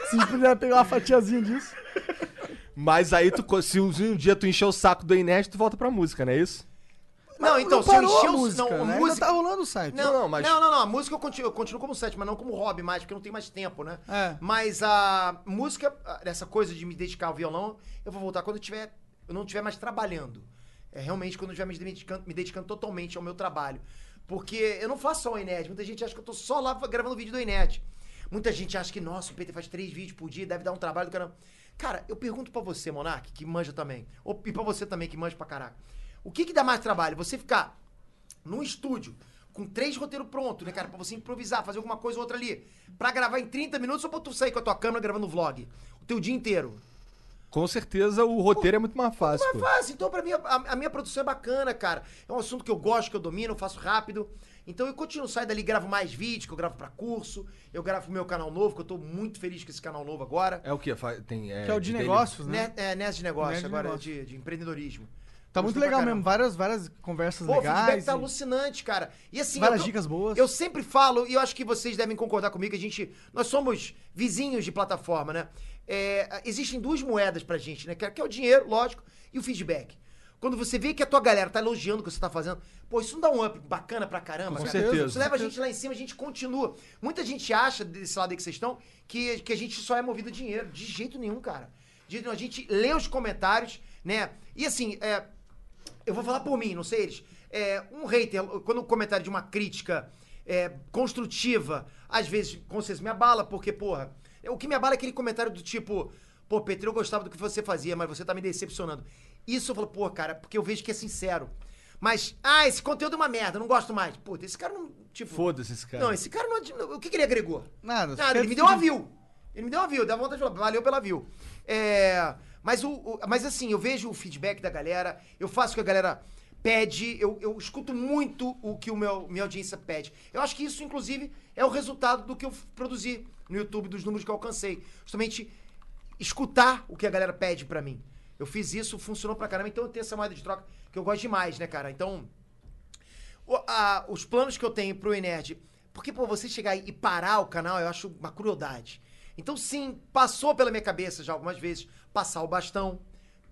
C: Se a gente puder pegar uma fatiazinha disso.
B: Mas aí, tu, co- se um um dia tu encher o saco do Inés, tu volta pra música, não é isso?
A: Não, então,
C: não
A: se eu
C: parou
A: encher
C: a
A: o...
C: música,
A: não, a
C: né? Ainda
A: música...
C: tá rolando o site.
A: Não, não, não, não, a música eu continuo, eu continuo como set, mas não como hobby mais, porque eu não tenho mais tempo, né?
C: É.
A: Mas a música, a- essa coisa de me dedicar ao violão, eu vou voltar quando eu tiver, eu não estiver mais trabalhando. É realmente quando eu estiver me dedicando, me dedicando totalmente ao meu trabalho. Porque eu não faço só o Inet, muita gente acha que eu tô só lá gravando vídeo do Inet. Muita gente acha que, nossa, o Peter faz três vídeos por dia, deve dar um trabalho do caramba. Cara, eu pergunto pra você, Monark, que manja também, ou- e pra você também, que manja pra caraca. O que que dá mais trabalho? Você ficar num estúdio, com três roteiros prontos, né, cara? Pra você improvisar, fazer alguma coisa ou outra ali. Pra gravar em 30 minutos ou pra tu sair com a tua câmera gravando vlog? O teu dia inteiro.
B: Com certeza o roteiro é muito mais fácil.
A: Mas
B: pô.
A: é fácil. Então, pra mim, a, a minha produção é bacana, cara. É um assunto que eu gosto, que eu domino, eu faço rápido. Então eu continuo, saio dali, gravo mais vídeo, que eu gravo pra curso, eu gravo pro meu canal novo, que eu tô muito feliz com esse canal novo agora.
B: É o quê? Fa- Tem, é,
C: Que é o de negócios, né?
A: Né, é, Nerd de Negócio,
C: Nerd de
A: agora,
C: negócio.
A: De, de empreendedorismo.
C: Tá muito
A: Gostei pra
C: legal
A: caramba.
C: mesmo. Várias, várias conversas
A: Pô, o feedback
C: legais.
A: tá
C: e-
A: alucinante, cara. E assim,
C: Várias
A: eu
C: dicas boas.
A: Eu sempre falo, e eu acho que vocês devem concordar comigo, a gente. Nós somos vizinhos de plataforma, né? É, existem duas moedas pra gente, né? Que é- que é o dinheiro, lógico, e o feedback. Quando você vê que a tua galera tá elogiando o que você tá fazendo, pô, isso não dá um up bacana pra caramba,
B: Com
A: cara.
B: certeza.
A: Isso leva a gente lá em cima, a gente continua. Muita gente acha, desse lado aí que vocês estão, que, que a gente só é movido a dinheiro. De jeito nenhum, cara. De jeito nenhum. A gente lê os comentários, né? E assim, é, eu vou falar por mim, não sei eles. É, um hater, quando o comentário de uma crítica é, construtiva, às vezes, com certeza, me abala, porque, porra, o que me abala é aquele comentário do tipo, pô, Petri, eu gostava do que você fazia, mas você tá me decepcionando. Isso eu falo, pô, cara, porque eu vejo que é sincero. Mas, ah, esse conteúdo é uma merda, eu não gosto mais. Pô, esse cara não, tipo...
B: Foda-se esse cara.
A: Não, esse cara não... adi- O que, que ele agregou?
C: Nada.
A: Nada, ele me deu uma view. Ele me deu uma view, dá vontade de falar, valeu pela view. É, mas, o, o- mas assim, eu vejo o feedback da galera, eu faço que a galera. pede, eu, eu escuto muito o que o meu, minha audiência pede. Eu acho que isso, inclusive, é o resultado do que eu produzi no YouTube, dos números que eu alcancei. Justamente escutar o que a galera pede pra mim. Eu fiz isso, funcionou pra caramba, então eu tenho essa moeda de troca que eu gosto demais, né, cara? Então, o- a- os planos que eu tenho pro Enerd. Porque, pô, você chegar e parar o canal, eu acho uma crueldade. Então, sim, passou pela minha cabeça já algumas vezes passar o bastão.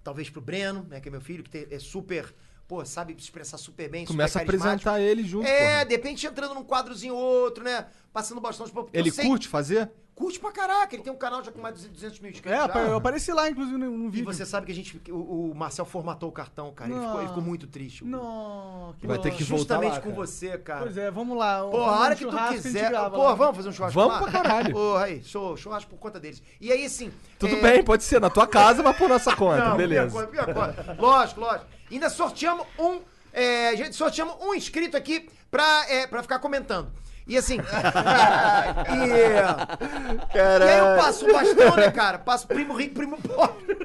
A: Talvez pro Breno, né, que é meu filho, que te- é super. Pô, sabe se expressar super bem.
B: Começa a
A: super carismático.
B: apresentar ele junto.
A: É,
B: porra.
A: de repente entrando num quadrozinho ou outro, né? Passando bastão de papo.
B: Ele
A: Eu sei-
B: curte fazer?
A: Curte pra caraca. Ele tem um canal já com mais de 200 mil inscritos.
C: É,
A: já.
C: eu apareci lá, inclusive, num vídeo.
A: E você sabe que a gente. que O, o Marcel formatou o cartão, cara. Ele ficou, ele ficou muito triste.
C: Não, que
B: Vai ter que voltar
A: Justamente
B: lá,
A: com
B: cara.
A: você, cara.
C: Pois é, vamos lá.
A: Porra, um a hora que tu quiser. Porra, vamos fazer um churrasco
B: Vamos
A: lá?
B: pra caralho.
A: Porra, aí, show, churrasco por conta deles. E aí, assim...
B: Tudo
A: é,
B: bem, pode ser na tua casa, mas por nossa conta,
A: não,
B: beleza.
A: Pior coisa, pior coisa. Lógico, lógico. Ainda sorteamos um. É, gente, sorteamos um inscrito aqui pra, é, pra ficar comentando. E assim. e, e aí eu passo o bastão, né, cara? Passo primo rico, primo pobre.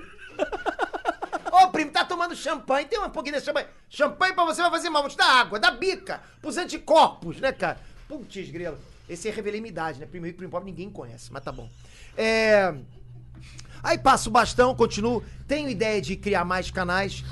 A: Ô, primo, tá tomando champanhe, tem uma pouquinho de champanhe. Champanhe pra você vai fazer mal, vou te dar água, da bica, pros anticorpos, né, cara? Putz, grilo. Esse é revelei minha idade, né? Primo rico, primo pobre, ninguém conhece, mas tá bom. É... Aí passo o bastão, continuo. Tenho ideia de criar mais canais.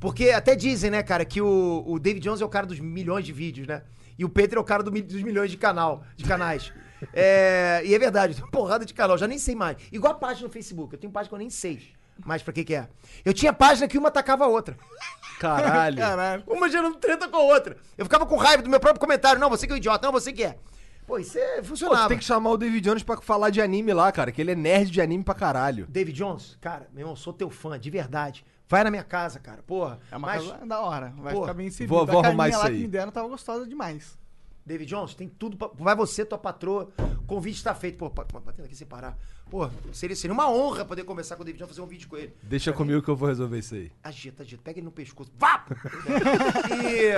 A: Porque até dizem, né, cara, que o, o David Jones é o cara dos milhões de vídeos, né? E o Pedro é o cara do mi- dos milhões de, canal, de canais. É, e é verdade, tem uma porrada de canal, já nem sei mais. Igual a página no Facebook, eu tenho página que eu nem sei mais pra que que é. Eu tinha página que uma atacava a outra.
B: Caralho.
A: Uma gerando treta com a outra. Eu ficava com raiva do meu próprio comentário. Não, você que é um idiota, não, você que é. Pô, isso é,
B: Pô,
A: funcionava.
B: tu tem que chamar o David Jones pra falar de anime lá, cara, que ele é nerd de anime pra caralho.
A: David Jones, cara, meu irmão, sou teu fã, de verdade. Vai na minha casa, cara, porra.
C: É uma
A: Mas-
C: casa da hora. Vai
A: Pô,
C: ficar bem servido.
B: vou-
C: A
B: vou arrumar
C: carninha
B: isso
C: lá
B: aí.
C: que me deram tava gostosa demais.
A: David Jones, tem tudo pra... Vai você, tua patroa. O convite tá feito. Pô, pa- pa- batendo aqui sem parar. Pô, seria, seria uma honra poder conversar com o David Jones, fazer um vídeo com ele.
B: Deixa comigo que eu vou resolver isso aí.
A: Agita, agita. Pega ele no pescoço. Vá! e...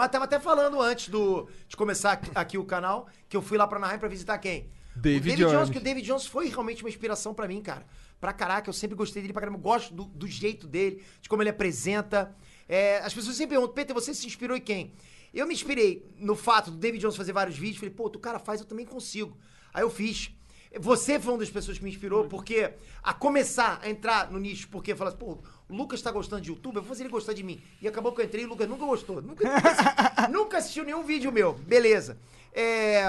A: Eu tava até falando antes do, de começar aqui, aqui o canal, que eu fui lá pra Anaheim pra visitar quem?
B: David
A: o David Jones.
B: Jones.
A: que o David Jones foi realmente uma inspiração pra mim, cara. Pra caraca, eu sempre gostei dele pra caramba. Eu gosto do, do jeito dele, de como ele apresenta. É, as pessoas sempre perguntam, Peter, você se inspirou em quem? Eu me inspirei no fato do David Jones fazer vários vídeos. Falei, pô, o que o cara faz, eu também consigo. Aí eu fiz. Você foi uma das pessoas que me inspirou, porque a começar a entrar no nicho, porque falar assim, pô, o Lucas tá gostando de YouTube, eu vou fazer ele gostar de mim. E acabou que eu entrei e o Lucas nunca gostou. Nunca, nunca assi- nunca assistiu nenhum vídeo meu. Beleza. É...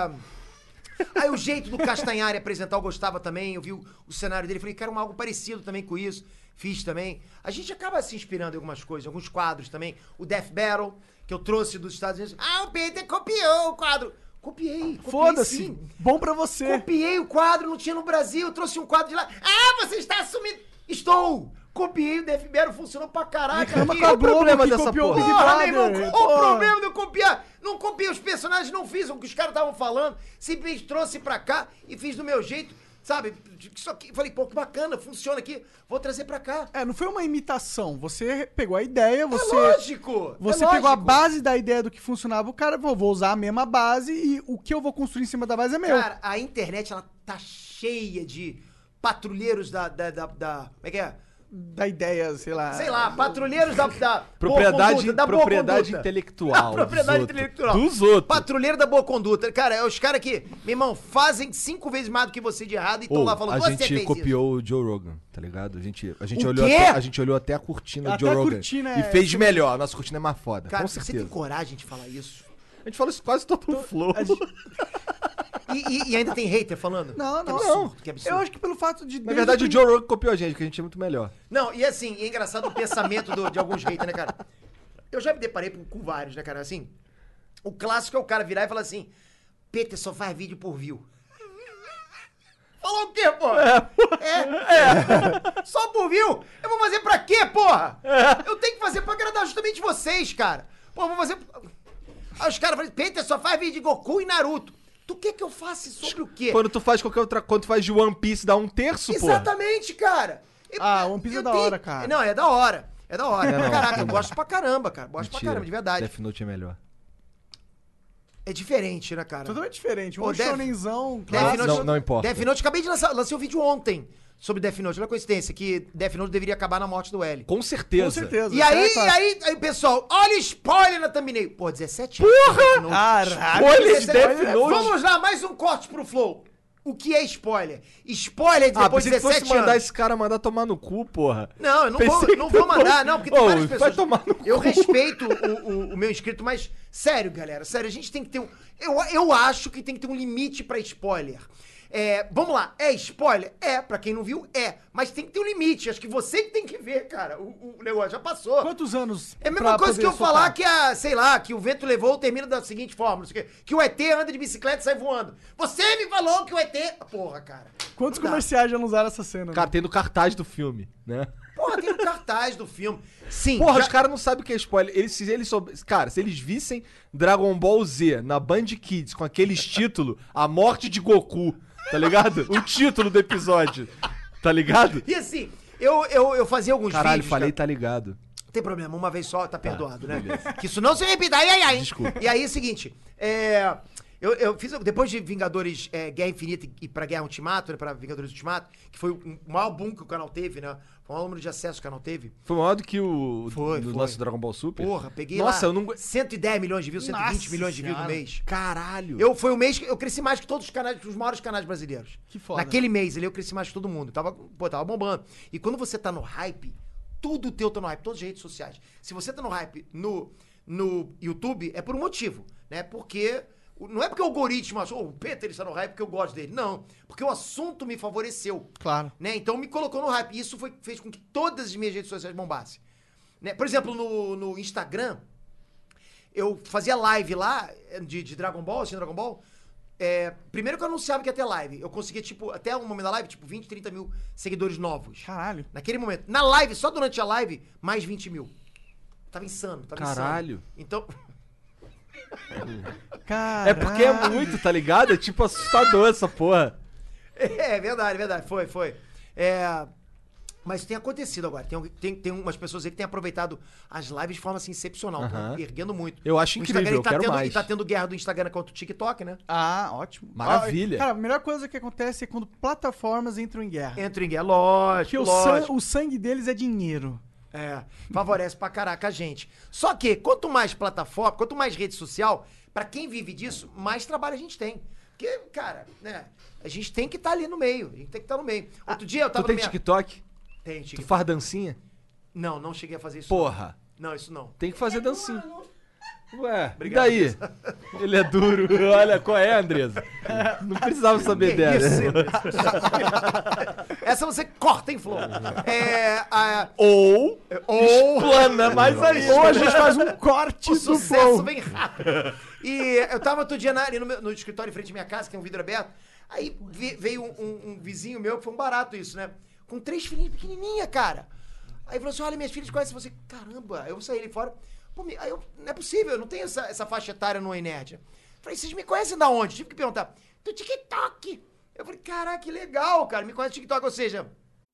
A: Aí o jeito do Castanhari apresentar eu gostava também, eu vi o, o cenário dele, falei, quero um algo parecido também com isso, fiz também. A gente acaba se inspirando em algumas coisas, alguns quadros também. O Death Battle, que eu trouxe dos Estados Unidos. Ah, o Peter copiou o quadro. Copiei, copiei
C: Foda-se.
A: sim.
C: Bom pra você.
A: Copiei o quadro, não tinha no Brasil, eu trouxe um quadro de lá. Ah, você está assumindo. Estou! Copiei o Death Battle, funcionou pra caraca.
B: Reclama
A: aqui.
C: Tá
B: com a
A: Qual o
B: Globo
A: problema
B: que
A: dessa
B: copiou o
A: porra?
B: Big
A: Porra,
B: Brother,
A: meu irmão, qual
B: porra.
A: o problema de eu copiar? Não copiei os personagens, não fiz o que os caras estavam falando. Simplesmente trouxe pra cá e fiz do meu jeito, sabe? Só que falei, pô, que bacana, funciona aqui, vou trazer pra cá.
C: É, não foi uma imitação. Você pegou a ideia, você.
A: lógico, é
C: Você pegou a
A: lógico.
C: base da ideia do que funcionava, o cara falou: vou usar a mesma base e o que eu vou construir em cima da base é meu.
A: Cara, a internet, ela tá cheia de patrulheiros da. da, da, da- como é que é?
C: Da ideia, sei lá.
A: Sei lá, patrulheiros da. da
B: Propriedade-
A: boa conduta, da boa
B: propriedade
A: conduta.
B: intelectual
A: A propriedade
B: dos outros.
A: intelectual.
B: Dos outros.
A: Patrulheiro da boa conduta. Cara, é os caras que, meu irmão, fazem cinco vezes mais do que você de errado e estão
B: Ou,
A: lá falando,
B: a
A: você
B: gente
A: fez
B: copiou o Joe Rogan, tá ligado? A gente, a gente,
A: O
B: olhou,
A: quê?
B: até, a gente olhou até a cortina do
A: Até
B: Joe
A: a
B: Rogan.
A: cortina
B: e
A: é-
B: fez melhor. A nossa cortina é mais foda,
A: isso. Cara,
B: com
A: você tem Então,
B: certeza.
A: coragem de falar isso?
B: A gente fala isso quase todo o flow.
A: E, e- e ainda tem hater falando?
C: Não, não.
A: Que absurdo, que absurdo.
C: Eu acho que pelo fato de.
B: Na verdade, o Joe Rogan copiou a gente, que a gente é muito melhor.
A: Não, e assim, é engraçado o pensamento do- de alguns haters, né, cara? Eu já me deparei com, com vários, né, cara? Assim, o clássico é o cara virar e falar assim: Peter só faz vídeo por view. Falou o quê, porra? É, é. Só por view? Eu vou fazer pra quê, porra? Eu tenho que fazer pra agradar justamente vocês, cara. Pô, eu vou fazer. Aí os caras falam: Peter só faz vídeo de Goku e Naruto. Tu quer que eu faça sobre o quê?
B: Quando tu faz qualquer outra. Quando tu faz de One Piece, dá um terço, pô.
A: Exatamente, cara.
C: Ah, One Piece é da hora, cara.
A: Não, é da hora. É da hora.
B: É não,
A: Caraca,
B: é
A: eu
B: não.
A: gosto pra caramba, cara. Gosto pra
B: Mentira.
A: caramba, de verdade.
B: Death Note é melhor.
A: É diferente, né, cara?
C: Totalmente diferente. Um
A: Pô, Death-
C: shonenzão,
A: Death
C: clássico.
A: Note,
B: não importa.
A: Death Note, acabei de lançar, lancei o um vídeo ontem sobre Death Note. Olha a coincidência, que Death Note deveria acabar na morte do L.
B: Com certeza. Com
A: certeza. E aí, e aí, aí, pessoal, olha o spoiler na thumbnail. Pô, 17
B: Porra!
A: Caralho!
B: Spoiler de Death Note.
A: Vamos lá, mais um corte pro Flow. O que é spoiler? Spoiler
C: Ah,
A: de depois de 17
B: Ah, fosse mandar
A: anos.
B: esse cara mandar tomar no cu, porra.
A: Não, eu não,
B: Pensei
A: vou,
B: que
A: não
B: tu
A: vou mandar,
B: fosse-
A: não, porque tem
B: Ô,
A: várias
B: vai
A: pessoas.
B: tomar no
A: eu
B: cu.
A: respeito o, o- o meu inscrito, mas sério, galera, sério, a gente tem que ter um. Eu, eu acho que tem que ter um limite pra spoiler. É, vamos lá, é spoiler? É, pra quem não viu, é. Mas tem que ter um limite. Acho que você que tem que ver, cara. O, o negócio já passou.
C: Quantos anos?
A: É a mesma
C: pra
A: coisa que eu
C: poder
A: falar
C: soltar?
A: que a, sei lá, que o vento levou, termina da seguinte forma, não sei o quê. Que o ET anda de bicicleta e sai voando. Você me falou que o ET. Porra, cara.
C: Quantos comerciais já não usaram essa cena?
B: Cara, tem no cartaz do filme, né?
A: Porra, tem um cartaz do filme. Sim.
B: Porra, os
A: já-
B: caras não sabem o que é spoiler. Eles, se eles soube- Cara, se eles vissem Dragon Ball Z na Band Kids com aqueles títulos, A Morte de Goku, tá ligado? o título do episódio, tá ligado?
A: E assim, eu, eu, eu fazia alguns
B: Caralho,
A: vídeos.
B: falei,
A: cara.
B: tá ligado.
A: Não tem problema, uma vez só tá perdoado, né? Que isso não se repita. Ai, ai, ai. hein? E aí é o seguinte, é, eu, eu fiz, depois de Vingadores é, Guerra Infinita e pra Guerra Ultimato, né, pra Vingadores Ultimato, que foi um, o maior boom que o canal teve, né? Foi o maior número de acesso que o canal teve.
B: Foi maior do que o
A: Foi,
B: do
A: foi.
B: nosso Dragon Ball Super?
A: Porra, peguei
B: Nossa, eu
A: lá
B: não...
A: 110 milhões de views, 120
B: Nossa
A: milhões de views no
B: Senhora.
A: mês.
B: Caralho.
A: Eu, foi o mês que eu cresci mais que todos os canais, os maiores canais brasileiros. Que
C: foda.
A: Naquele mês ali eu cresci mais que todo mundo. Tava, pô, tava bombando. E quando você tá no hype, tudo teu tá no hype, todas as redes sociais. Se você tá no hype no, no YouTube, é por um motivo, né? Porque. Não é porque o algoritmo achou, "Oh, o Peter está no hype porque eu gosto dele. Não. Porque o assunto me favoreceu.
C: Claro.
A: Né? Então me colocou no hype. E isso foi, fez com que todas as minhas redes sociais bombassem. Né? Por exemplo, no, no Instagram, eu fazia live lá eh, de, de Dragon Ball, assim, Dragon Ball. É, primeiro que eu anunciava que ia ter live. Eu conseguia, tipo, até um momento da live, tipo, 20, 30 mil seguidores novos.
C: Caralho.
A: Naquele momento. Na live, só durante a live, mais 20 mil. Tava insano, tava
B: Caralho.
A: insano. Então.
B: É porque é muito, tá ligado? É tipo assustador essa porra.
A: É verdade, verdade. Foi, foi. É, Mas tem acontecido agora. Tem, alguém- tem, tem umas pessoas aí que têm aproveitado as lives de forma assim, excepcional.
B: Aham.
A: tão erguendo muito.
B: Eu acho
A: O
B: incrível,
A: Instagram, ele
B: eu quero
A: tendo,
B: mais.
A: E tá tendo guerra do Instagram contra o TikTok, né?
C: Ah, ótimo.
B: Maravilha.
C: Cara, a melhor coisa que acontece é quando plataformas entram em guerra.
A: Entram em guerra, lógico,
C: Porque o,
A: É, lógico.
C: san- o sangue deles é dinheiro.
A: É, favorece pra caraca a gente. Só que quanto mais plataforma, quanto mais rede social, pra quem vive disso, mais trabalho a gente tem. Porque, cara, né? A gente tem que estar ali no meio. A gente tem que estar no meio. Outro dia eu tava
B: Ah, Tu tem
A: na minha-
B: TikTok?
A: Tem TikTok.
B: Tu faz dancinha?
A: Não, não cheguei a fazer isso.
B: Porra.
A: Não, Não, isso não.
B: Tem que fazer dancinha. Ué, e
A: Obrigado,
B: daí?
A: Andressa.
B: Ele é duro. Olha, qual é, Andresa? Não precisava saber
A: Que
B: dela.
A: isso, Andressa? Essa você corta, hein, Flor? É, a-
B: Ou,
A: ou
B: plana É né? mais ainda. né?
C: Ou a gente faz um corte
A: O
C: do
A: sucesso
C: flow.
A: vem rápido. E eu tava outro dia na- ali no, meu- no escritório em frente à minha casa, que tem um vidro aberto. Aí vi- veio um, um- um vizinho meu, que foi um barato isso, né? Com três filhinhas pequenininha, cara. Aí falou assim: olha, minhas filhas conhecem você. Caramba, eu saí ali fora. Pô, me- aí eu, não é possível, eu não tenho essa, essa faixa etária no Enerd. Falei, vocês me conhecem da onde? Tive que perguntar. Do TikTok. Eu falei, caraca, que legal, cara. Me conhece do TikTok, ou seja,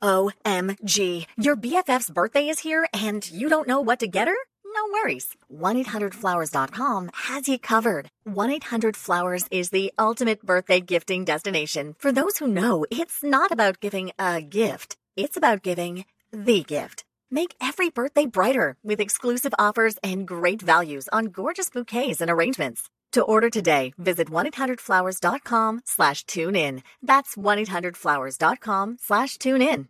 N: OMG. Your BFF's birthday is here and you don't know what to get her? No worries. 1-800-Flowers.com has you covered. 1-800-Flowers is the ultimate birthday gifting destination. For those who know, it's not about giving a gift. It's about giving the gift. Make every birthday brighter with exclusive offers and great values on gorgeous bouquets and arrangements. To order today, visit 1-800-Flowers.com slash tune in. That's 1-800-Flowers.com slash tune in.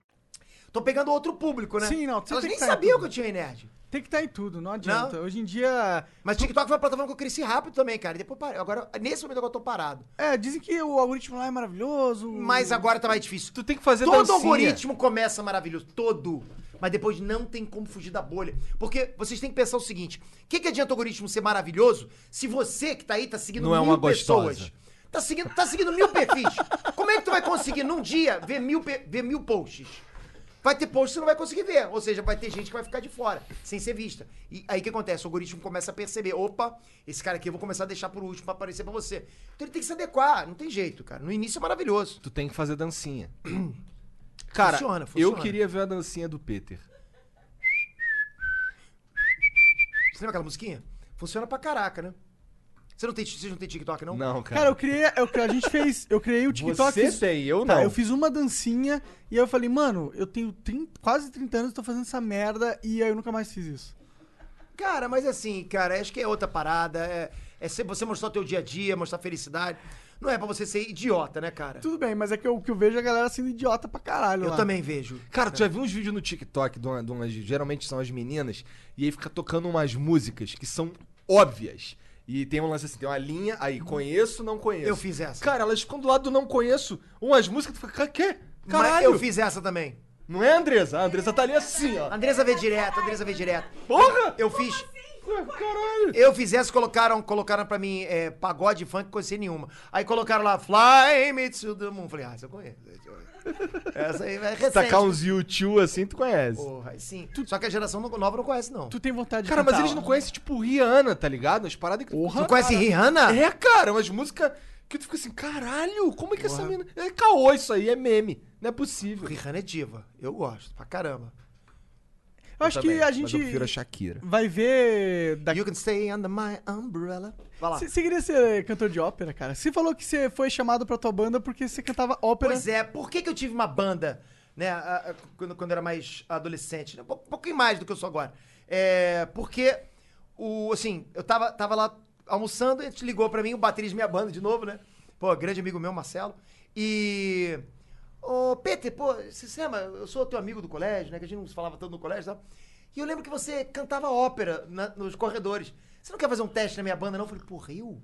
A: tô pegando outro público, né?
C: Sim, não, você
A: Elas
C: tem
A: nem
C: que tá em
A: sabiam
C: tudo.
A: que eu tinha Enerd.
C: Tem que estar em tudo, não adianta. Hoje em dia.
A: Mas TikTok foi uma plataforma que eu cresci rápido também, cara. E depois parei. Agora, nesse momento agora eu tô parado.
C: É, dizem que o algoritmo lá é maravilhoso.
A: Mas agora tá mais difícil.
B: Tu tem que fazer
A: Todo
B: dancinha.
A: algoritmo começa maravilhoso. Todo. Mas depois não tem como fugir da bolha. Porque vocês têm que pensar o seguinte: o que, que adianta o algoritmo ser maravilhoso se você que tá aí tá seguindo
B: Não
A: mil
B: é uma
A: pessoas?
B: gostosa.
A: Tá seguindo, tá seguindo mil perfis. Como é que tu vai conseguir num dia ver mil, pe- ver mil posts? Vai ter posts que você não vai conseguir ver. Ou seja, vai ter gente que vai ficar de fora, sem ser vista. E aí o que acontece? O algoritmo começa a perceber: opa, esse cara aqui eu vou começar a deixar por último pra aparecer pra você. Então ele tem que se adequar, não tem jeito, cara. No início é maravilhoso.
B: Tu tem que fazer dancinha. Cara,
A: Funciona,
B: eu
A: funciona.
B: queria ver a dancinha do Peter.
A: Você lembra aquela musiquinha? Funciona pra caraca, né? Você não tem, você não tem TikTok, não?
B: Não,
C: Cara, eu criei. eu- a gente fez. Eu criei o TikTok.
B: Você
C: fiz-
B: tem, eu
C: Tá,
B: não.
C: eu fiz uma dancinha e aí eu falei, mano, eu tenho 30 quase 30 anos, tô fazendo essa merda e aí eu nunca mais fiz isso.
A: Cara, mas assim, cara, acho que é outra parada. É, é ser- você mostrar o teu dia a dia, mostrar felicidade. Não é pra você ser idiota, né, cara?
C: Tudo bem, mas é que eu, que eu vejo a galera sendo idiota pra caralho.
A: Eu
C: lá.
A: também vejo.
B: Cara, tu já viu uns vídeos no TikTok de uma- de umas. Geralmente são as meninas, e aí fica tocando umas músicas que são óbvias. E tem um lance assim, tem uma linha, aí conheço, não conheço.
A: Eu fiz essa.
B: Cara, elas ficam do lado do não conheço, umas músicas, tu fica, quê? Caralho!
A: eu fiz essa também.
B: Não é, Andresa? A Andresa tá ali assim, ó.
A: Andresa vê direto, Andresa vê direto.
B: Porra!
A: Eu fiz. Eu fiz essa, colocaram, colocaram pra mim é, pagode e funk, coisa sem nenhuma. Aí colocaram lá, Fly Me to the Moon. Falei, ah, essa eu conheço. Essa aí
C: Tá
A: vai recente.
B: Tacar uns YouTube assim, tu conhece.
A: Porra, aí sim. Só que a geração no- nova não conhece, não.
C: Tu tem vontade
B: Cara, mas eles não conhecem, tipo, Rihanna, tá ligado? As paradas que Porra,
A: Não conhece Rihanna?
B: É, cara, umas músicas que tu fica assim, caralho, como é que essa mina. É caô isso aí, é meme. Não é possível.
A: Rihanna é diva. Eu gosto, pra caramba.
C: Eu acho que a gente
B: Shakira.
C: vai ver. Da...
A: You can stay under my umbrella. Vai lá.
C: Você você queria ser cantor de ópera, cara? Você falou que você foi chamado pra tua banda porque você cantava ópera.
A: Pois é, por que, que eu tive uma banda, né, a- a- quando, quando eu era mais adolescente? né, Um pou- pouquinho mais do que eu sou agora. É, porque, o, assim, eu tava, tava lá almoçando e ligou pra mim o baterista da minha banda de novo, né? Pô, grande amigo meu, Marcelo. E... Ô, Peter, pô, você se lembra? Eu sou teu amigo do colégio, né? Que a gente não se falava tanto no colégio e tal. E eu lembro que você cantava ópera na- nos corredores. Você não quer fazer um teste na minha banda, não? Eu falei, porra, eu?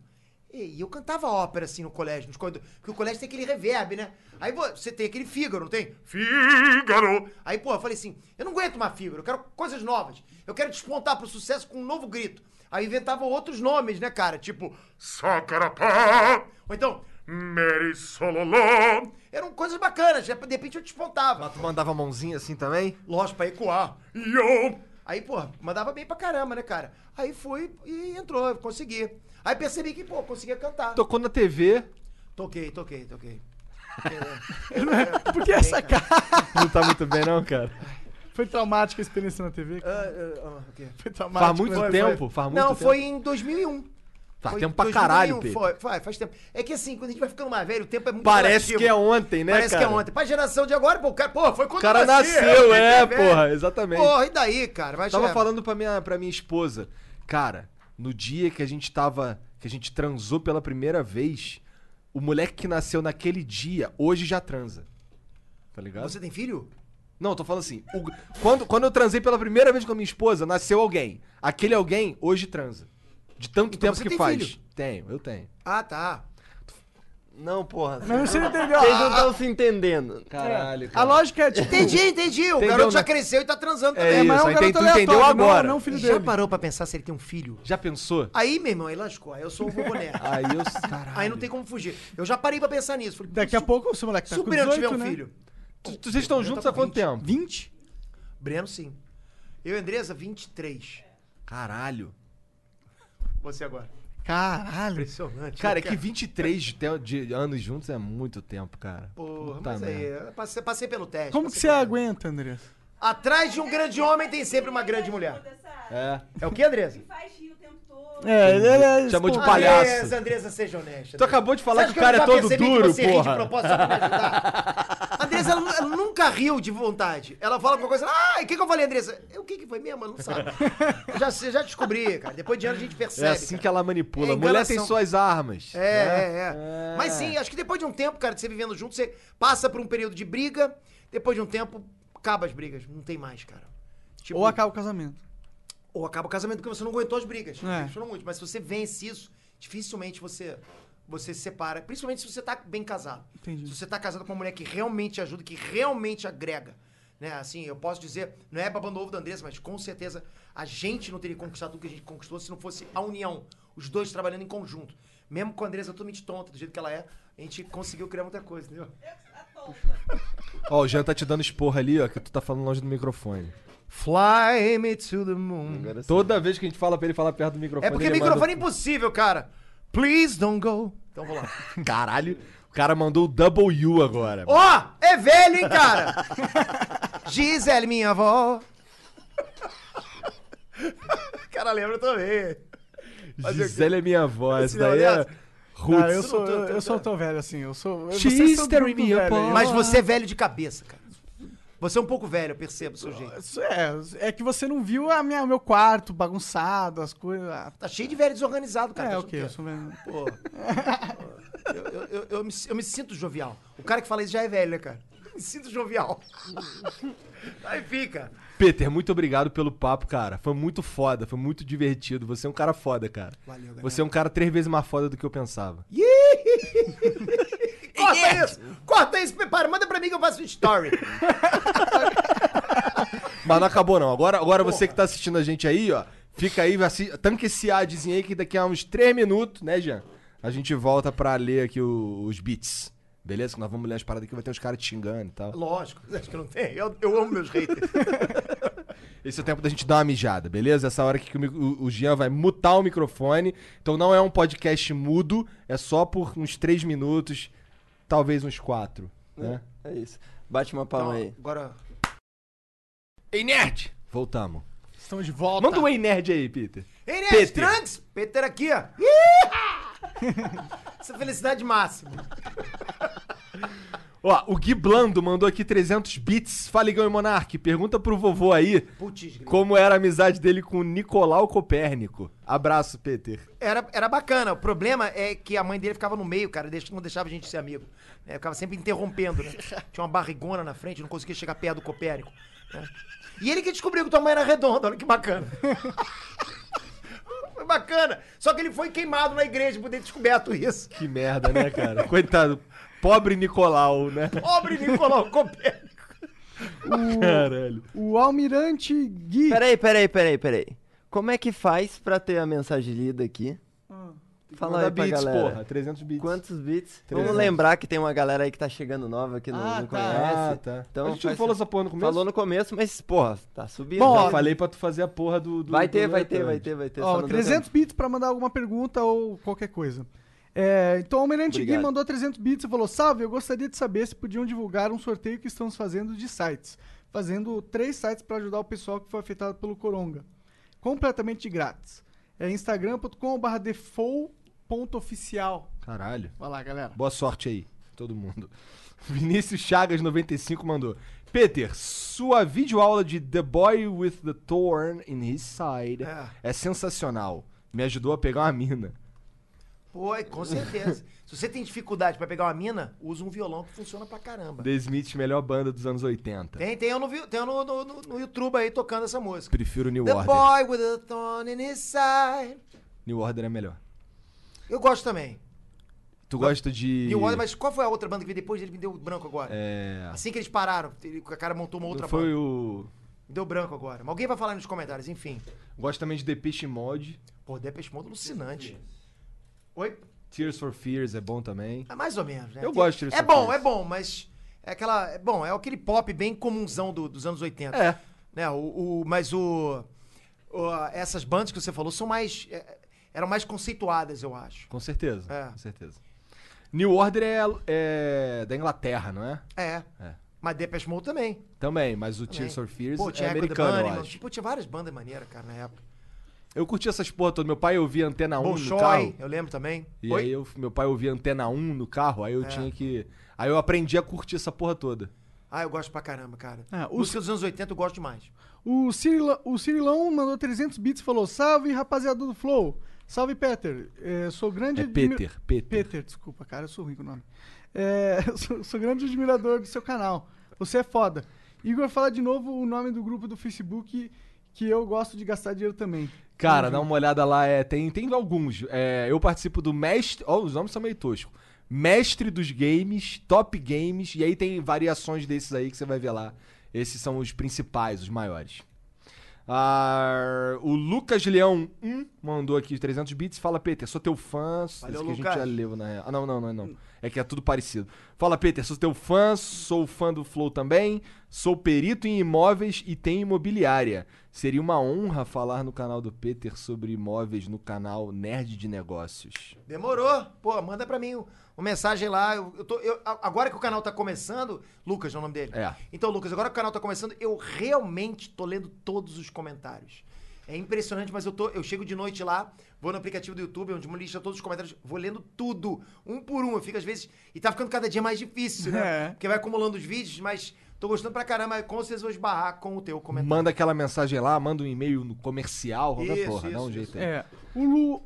A: E e eu cantava ópera assim no colégio, nos corredores. Porque o colégio tem aquele reverb, né? Aí vo- você tem aquele Fígaro, não tem? Fígaro! Aí, pô, eu falei assim: eu não aguento mais Fígaro, eu quero coisas novas. Eu quero despontar pro sucesso com um novo grito. Aí inventava outros nomes, né, cara? Tipo, Sacarapá! Ou então, Mary Sololó! Eram coisas bacanas, né? de repente eu despontava.
B: Tu mandava a mãozinha assim também?
A: Lógico, pra ecoar. Yo! Aí, pô, mandava bem pra caramba, né, cara? Aí fui e entrou, eu consegui. Aí percebi que, pô, conseguia cantar.
B: Tocou na TV.
A: Toquei, toquei, toquei. né?
C: Por que essa cara?
B: Não tá muito bem, não, cara.
C: Foi traumática a experiência na TV? cara.
A: Ah, ah, ok.
C: Foi traumática.
B: Faz muito
C: Foi,
B: tempo,
C: foi.
B: faz muito
A: Não,
B: tempo.
A: foi em 2001.
B: Faz
A: Foi
B: tempo pra
A: 2001,
B: caralho, Pedro.
A: Foi, um, foi, faz tempo. É que assim, quando a gente vai ficando mais velho, o tempo é muito
B: Parece
A: relativo.
B: que é ontem, né,
A: Parece
B: cara?
A: que é ontem. Pra geração de agora, pô, o cara, pô, foi quando
B: O cara
A: eu nasci,
B: nasceu,
A: eu
B: é,
A: fiquei velho.
B: porra, exatamente.
A: Porra, e daí, cara? Mas
B: tava
A: é.
B: falando pra minha, pra minha esposa, cara, no dia que a gente tava. que a gente transou pela primeira vez, o moleque que nasceu naquele dia, hoje já transa. Tá ligado?
A: Você tem filho?
B: Não, eu tô falando assim. o- quando, quando eu transei pela primeira vez com a minha esposa, nasceu alguém. Aquele alguém hoje transa. De tanto
A: Então
B: tempo
A: você
B: que
A: tem
B: faz.
A: filho?
B: Tenho, eu tenho.
A: Ah, tá.
D: Não, porra.
C: Mas você não entendeu.
D: Vocês não
B: um
C: Ah,
D: estão se entendendo.
B: Caralho,
C: A lógica é tipo.
A: Entendi, entendi. O
B: Entendeu,
A: garoto já
B: né?
A: cresceu e tá transando
B: É
A: também.
B: isso,
C: mas é um
B: aí é tem-
C: garoto
B: tu entendeu
C: aleatório, não-
B: agora.
C: não o filho
A: Já
C: dele.
A: parou pra pensar se ele tem um filho?
B: Já pensou?
A: Aí, meu irmão, aí lascou. Aí eu sou o vovô neto.
B: Aí eu. Caralho.
A: Aí não tem como fugir. Eu já parei pra pensar nisso. Falei,
C: Daqui a pouco, se o moleque tá com
A: se o Breno
C: 18,
B: é
A: tiver um
C: né?
A: filho.
B: Tu- tu- Vocês estão
A: Eu
B: juntos
A: tava
B: há quanto
A: com
B: tempo?
C: 20?
A: Breno, sim. Eu e Andresa, 23.
B: Caralho.
A: Você agora.
C: Caralho.
A: Impressionante.
B: Cara, é
A: né,
B: que 23 de, te- de anos juntos é muito tempo, cara.
A: Porra,
B: Puta
A: mas é, aí,
B: merda.
A: eu passei, passei pelo teste.
C: Como que
A: passei
C: você aguenta, André?
A: pelo- Atrás de um grande homem tem sempre uma grande mulher.
B: É.
A: É o que, Andresa?
C: É, ele é.
B: Chamou de
C: pô,
B: palhaço.
A: Andresa, Andresa, seja honesta.
B: Tu acabou de falar
A: Você
B: que o cara
A: acha
B: é
A: eu nunca
B: todo
A: percebi que
B: duro,
A: você ri de
B: porra.
A: propósito só pra me ajudar? Andressa, ela, ela nunca riu de vontade. Ela fala alguma coisa, ah, o que, que eu falei, Andressa? "Eu, O que, que foi mesmo? Ela não sabe. Eu já, eu já descobri, cara. Depois de ano a gente percebe.
B: É assim
A: cara.
B: que ela manipula.
A: É
B: Mulher tem
A: enganação.
B: suas armas.
A: É,
B: né?
A: é, é, Mas sim, acho que depois de um tempo, cara, de você vivendo junto, você passa por um período de briga, depois de um tempo, acaba as brigas. Não tem mais, cara. Tipo,
C: Ou acaba o casamento.
A: ou acaba o casamento porque você não aguentou as brigas.
C: É.
A: Funcionou muito. Mas se você vence isso, dificilmente você você se separa. Principalmente se você tá bem casado.
C: Entendi.
A: Se você tá casado com uma mulher que realmente ajuda, que realmente agrega. Né? Assim, eu posso dizer, não é babando ovo da Andressa, mas com certeza a gente não teria conquistado o que a gente conquistou se não fosse a união. Os dois trabalhando em conjunto. Mesmo com a Andressa totalmente tonta, do jeito que ela é, a gente conseguiu criar muita coisa, entendeu?
B: Ó, o Jean tá te dando esporra ali, ó, que tu tá falando longe do microfone.
A: Fly me to the moon.
B: Toda vez que a gente fala pra ele falar perto do microfone.
A: É porque
B: ele
A: microfone é
B: manda-
A: impossível, cara. Please don't go. Então vou lá.
B: um Caralho, o cara mandou o W agora.
A: Ó, é velho, hein, cara? Gisele, minha avó. O cara lembra também.
B: Gisele é minha voz,
C: Esse não,
B: daí é
C: aliás-
B: roots.
C: eu sou, eu, eu sou tão velho assim. Eu sou. eu-
B: She's
C: vocês são tudo
B: tearing me
C: velho aí.
B: apart.
A: Mas você é velho de cabeça, cara. Você é um pouco velho, eu percebo o seu jeito.
C: É, é que você não viu a minha, o meu quarto bagunçado, as coisas. Ah,
B: Ah,
A: Tá cheio de velho desorganizado, cara.
C: É,
A: Tá
C: o quê?
A: achando
C: Eu sou velho.
A: Pô. Eu, eu- eu- eu me, eu me sinto jovial. O cara que fala isso já é velho, né, cara? Me sinto jovial. Aí fica.
B: Peter, muito obrigado pelo papo, cara. Foi muito foda, foi muito divertido. Você é um cara foda, cara.
A: Valeu, galera.
B: Você é um cara três vezes mais foda do que eu pensava.
A: Corta isso! Corta isso, prepara, manda pra mim que eu faço um story.
B: Mas não acabou, não. Agora, agora você que tá assistindo a gente aí, ó, fica aí, assi- tanque esse adzinho aí que daqui a uns três minutos, né, Jean? A gente volta pra ler aqui o- os beats. Beleza? Que nós vamos ler as paradas aqui, vai ter uns caras te xingando e tal.
A: Lógico, acho que não tem. Eu, eu amo meus haters.
B: Esse é o tempo da gente dar uma mijada, beleza? Essa hora aqui que o, mi- o, o Jean vai mutar o microfone. Então não é um podcast mudo, é só por uns três minutos, talvez uns quatro. Né?
D: É isso. Bate uma palma aí.
A: Agora.
B: Ei, nerd! Voltamos.
C: Estamos de volta.
B: Manda um Ei, nerd aí, Peter.
A: Ei,
B: Peter.
A: Nerd Trunks! Peter aqui, ó. Ih! Essa felicidade máxima.
B: Ó, o Gui Blando mandou aqui 300 bits. Faligão e Monark, pergunta pro vovô aí
A: Putz, grilo.
B: como era a amizade dele com o Nicolau Copérnico. Abraço, Peter.
A: Era, era bacana. O problema é que a mãe dele ficava no meio, cara. deixa- Não deixava a gente ser amigo. né? ficava sempre interrompendo, né? Tinha uma barrigona na frente, não conseguia chegar perto do Copérnico. né? E ele que descobriu que tua mãe era redonda. Olha que bacana. Foi bacana. Só que ele foi queimado na igreja por ter descoberto isso.
B: Que merda, né, cara? Coitado. Pobre Nicolau, né?
A: Pobre Nicolau Copérnico.
D: O-
B: Caralho.
D: O Almirante Gui. Peraí, peraí, peraí, peraí. Como é que faz pra ter a mensagem lida aqui? Fala
B: Hum. Manda
D: aí pra
B: bits,
D: galera.
B: porra. 300 bits.
D: Quantos bits?
B: 300.
D: Vamos lembrar que tem uma galera aí que tá chegando nova que não,
B: Ah,
D: não
B: tá.
D: conhece.
B: Ah, tá.
D: Então
B: A gente não falou essa porra no começo?
D: Falou no começo, mas, porra, tá subindo.
B: Bom,
D: né?
B: já falei pra tu fazer a porra do. do-
D: Vai ter,
B: do
D: vai ter,
B: Letrante.
D: vai ter, vai ter. só
C: Ó,
D: não deu
C: 300 bits pra mandar alguma pergunta ou qualquer coisa. É, então, o Almirante Gui
D: Obrigado.
C: mandou 300 bits e falou: Salve, eu gostaria de saber se podiam divulgar um sorteio que estamos fazendo de sites. Fazendo três sites para ajudar o pessoal que foi afetado pelo Coronga. Completamente de grátis. É instagram.com.br default.oficial.
B: Caralho.
C: Vai lá, galera.
B: Boa sorte aí, todo mundo. Vinícius Chagas95 mandou. Peter, sua videoaula de The Boy with the Thorn in His Side
A: É.
B: é, sensacional. Me ajudou a pegar uma mina.
A: Pô, é, com certeza. Se você tem dificuldade pra pegar uma mina, usa um violão que funciona pra caramba.
B: The Smith, melhor banda dos anos 80.
A: Tem, tem eu no, vi- tem eu no, no, no- no YouTube aí tocando essa música.
B: Prefiro New
A: The
B: Order.
A: boy with a thorn in his side.
B: New Order é melhor.
A: Eu gosto também.
B: Tu gosta de.
A: New Order, mas qual foi a outra banda que veio depois? Ele me deu branco agora.
B: É.
A: Assim que eles pararam, ele- o cara montou uma
B: não
A: outra
B: foi
A: banda.
B: o.
A: Me deu branco agora. Mas alguém vai falar nos comentários, enfim.
B: Gosto também de Depeche Mode.
A: Pô, Depeche Mode é alucinante. Oi?
B: Tears for Fears é bom também.
A: É mais ou menos, né?
B: Eu gosto de Tears
A: É
B: for
A: bom,
B: Fears.
A: é bom, mas é aquela, é bom, é aquele pop bem comunzão do- dos anos 80.
B: É.
A: Né? O, o- mas o, o- essas bandas que você falou são mais é, eram mais conceituadas, eu acho.
B: Com certeza.
A: É.
B: Com certeza. New Order é, é da Inglaterra, não é?
A: É.
B: É.
A: Mas Depeche Mode também.
B: Também, mas o Tears
A: também.
B: for Fears
A: Pô,
B: é
A: tinha Echo and the
B: americano, eu
A: Bunnymen,
B: acho.
A: Pô, tinha várias bandas maneiras, cara, na época.
B: Eu curti essas porra toda. Meu pai ouvia Antena 1 Tá no
A: Bolshoi,
B: carro.
A: eu lembro também.
B: E aí eu- meu pai ouvia Antena 1 no carro, aí eu
A: É.
B: tinha que... Aí eu aprendi a curtir essa porra toda.
A: Ah, eu gosto pra caramba, cara.
C: Ah, os-
A: Música dos anos 80 eu gosto demais.
C: O, Cirila, o Cirilão mandou 300 bits e falou: Salve, rapaziada do Flow. Salve, Peter. É, sou grande.
B: É
C: admi-
B: Peter, Peter.
C: desculpa, cara, eu sou ruim com o nome. É, sou, sou grande admirador do seu canal. Você é foda. Igor, fala de novo o nome do grupo do Facebook que eu gosto de gastar dinheiro também.
B: Cara,
A: Uhum.
B: dá uma olhada lá, é, tem, tem alguns. É, eu participo do Mestre. Ó, os nomes são meio toscos. Mestre dos Games, Top Games, e aí tem variações desses aí que você vai ver lá. Esses são os principais, os maiores. Ah, o Lucas Leão 1 mandou aqui 300 bits. Fala, Peter, sou teu fã.
A: Valeu,
B: Esse que a
A: Lucas.
B: gente já leu, na real. Ah, não, não, não, não. É que é tudo parecido. Fala, Peter, sou teu fã, sou fã do Flow também, sou perito em imóveis e tenho imobiliária. Seria uma honra falar no canal do Peter sobre imóveis no canal Nerd de Negócios.
A: Demorou. Pô, manda pra mim um- uma mensagem lá. Eu, eu tô, eu- a- agora que o canal tá começando. Lucas, é o nome dele.
B: É.
A: Então, Lucas, agora que o canal tá começando, eu realmente tô lendo todos os comentários. É impressionante, mas eu, tô, eu chego de noite lá, vou no aplicativo do YouTube, onde lista todos os comentários, vou lendo tudo, um por um. Eu fico às vezes. E tá ficando cada dia mais difícil, né?
B: É.
A: Porque vai acumulando os vídeos, mas tô gostando pra caramba. Com certeza vou esbarrar com o teu comentário.
B: Manda aquela mensagem lá, manda um e-mail no comercial, qualquer
A: Isso,
B: porra,
A: isso,
B: dá um
A: isso.
B: jeito aí.
C: É. O Lu.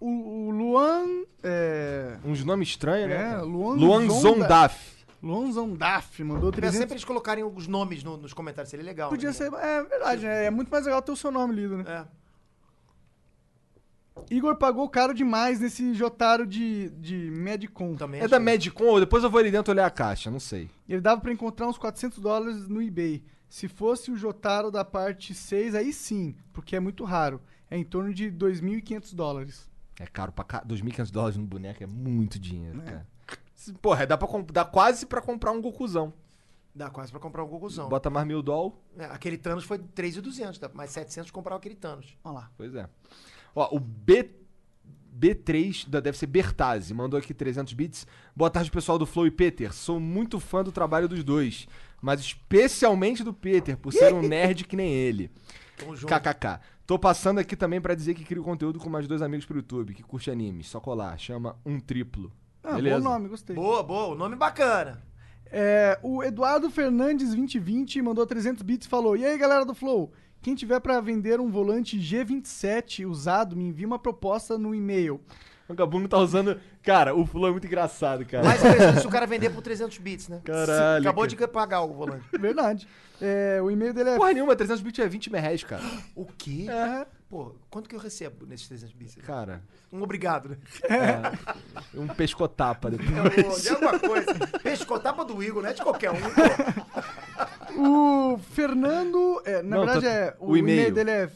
C: O, o Luan. É.
B: Uns nomes estranhos, né?
C: É,
B: cara?
C: Luan,
B: Luan Zondaf.
C: Luan Zondaf mandou
A: Peço
C: 300
A: é sempre eles colocarem os nomes no- nos comentários, seria legal. né?
C: Podia ser. É verdade, né? É muito mais legal ter o seu nome lido,
A: né?
C: Igor pagou caro demais nesse Jotaro de, de Medicom.
A: Também
B: É da Medicom, depois eu vou ali dentro olhar a caixa, não sei.
C: Ele dava pra encontrar uns 400 dólares no eBay. Se fosse o Jotaro da parte 6, aí sim, porque é muito raro. É em torno de 2.500 dólares.
B: É caro pra caralho. 2.500 dólares num boneco é muito dinheiro, cara. Se- Porra, dá, pra comp- dá quase pra comprar um Gokuzão.
A: Dá quase pra comprar um Goguzão.
B: Bota mais mil dólares.
A: É, aquele Thanos foi 3,200, dá mais 700 comprar aquele Thanos.
C: Olha lá.
B: Pois é. Ó, o B... B3, da- deve ser Bertazzi, mandou aqui 300 bits. Boa tarde, pessoal do Flow e Peter. Sou muito fã do trabalho dos dois, mas especialmente do Peter, por ser um nerd que nem ele.
A: Tamo junto.
B: KKK. Tô passando aqui também pra dizer que crio conteúdo com mais dois amigos pro YouTube, que curte animes. Só colar, chama um triplo.
C: Ah,
B: Beleza?
C: bom nome, gostei.
A: Boa, boa, o nome bacana.
C: É, o Eduardo Fernandes 2020 mandou 300 bits e falou: E aí, galera do Flow? Quem tiver pra vender um volante G27 usado, me envia uma proposta no e-mail.
B: O Gabuno tá usando. Cara, o Flow é muito engraçado, cara.
A: Mais interessante se o cara vender por 300 bits, né?
B: Caralho,
A: Acabou de pagar o volante.
C: Verdade. É, o e-mail dele é.
B: Porra nenhuma, 300 bits é 20 merréis, cara.
A: O quê?
C: É.
A: Pô, quanto que eu recebo nesses 300 bits?
B: Cara.
A: Um obrigado, né?
B: É, um pescotapa depois.
A: É,
C: um
A: o- de alguma coisa. Pescotapa do Igor, não é de qualquer um.
C: O Fernando. é, na
B: Não,
C: verdade,
B: tá-
C: é, o,
B: o
C: e-mail.
B: e-mail.
C: dele é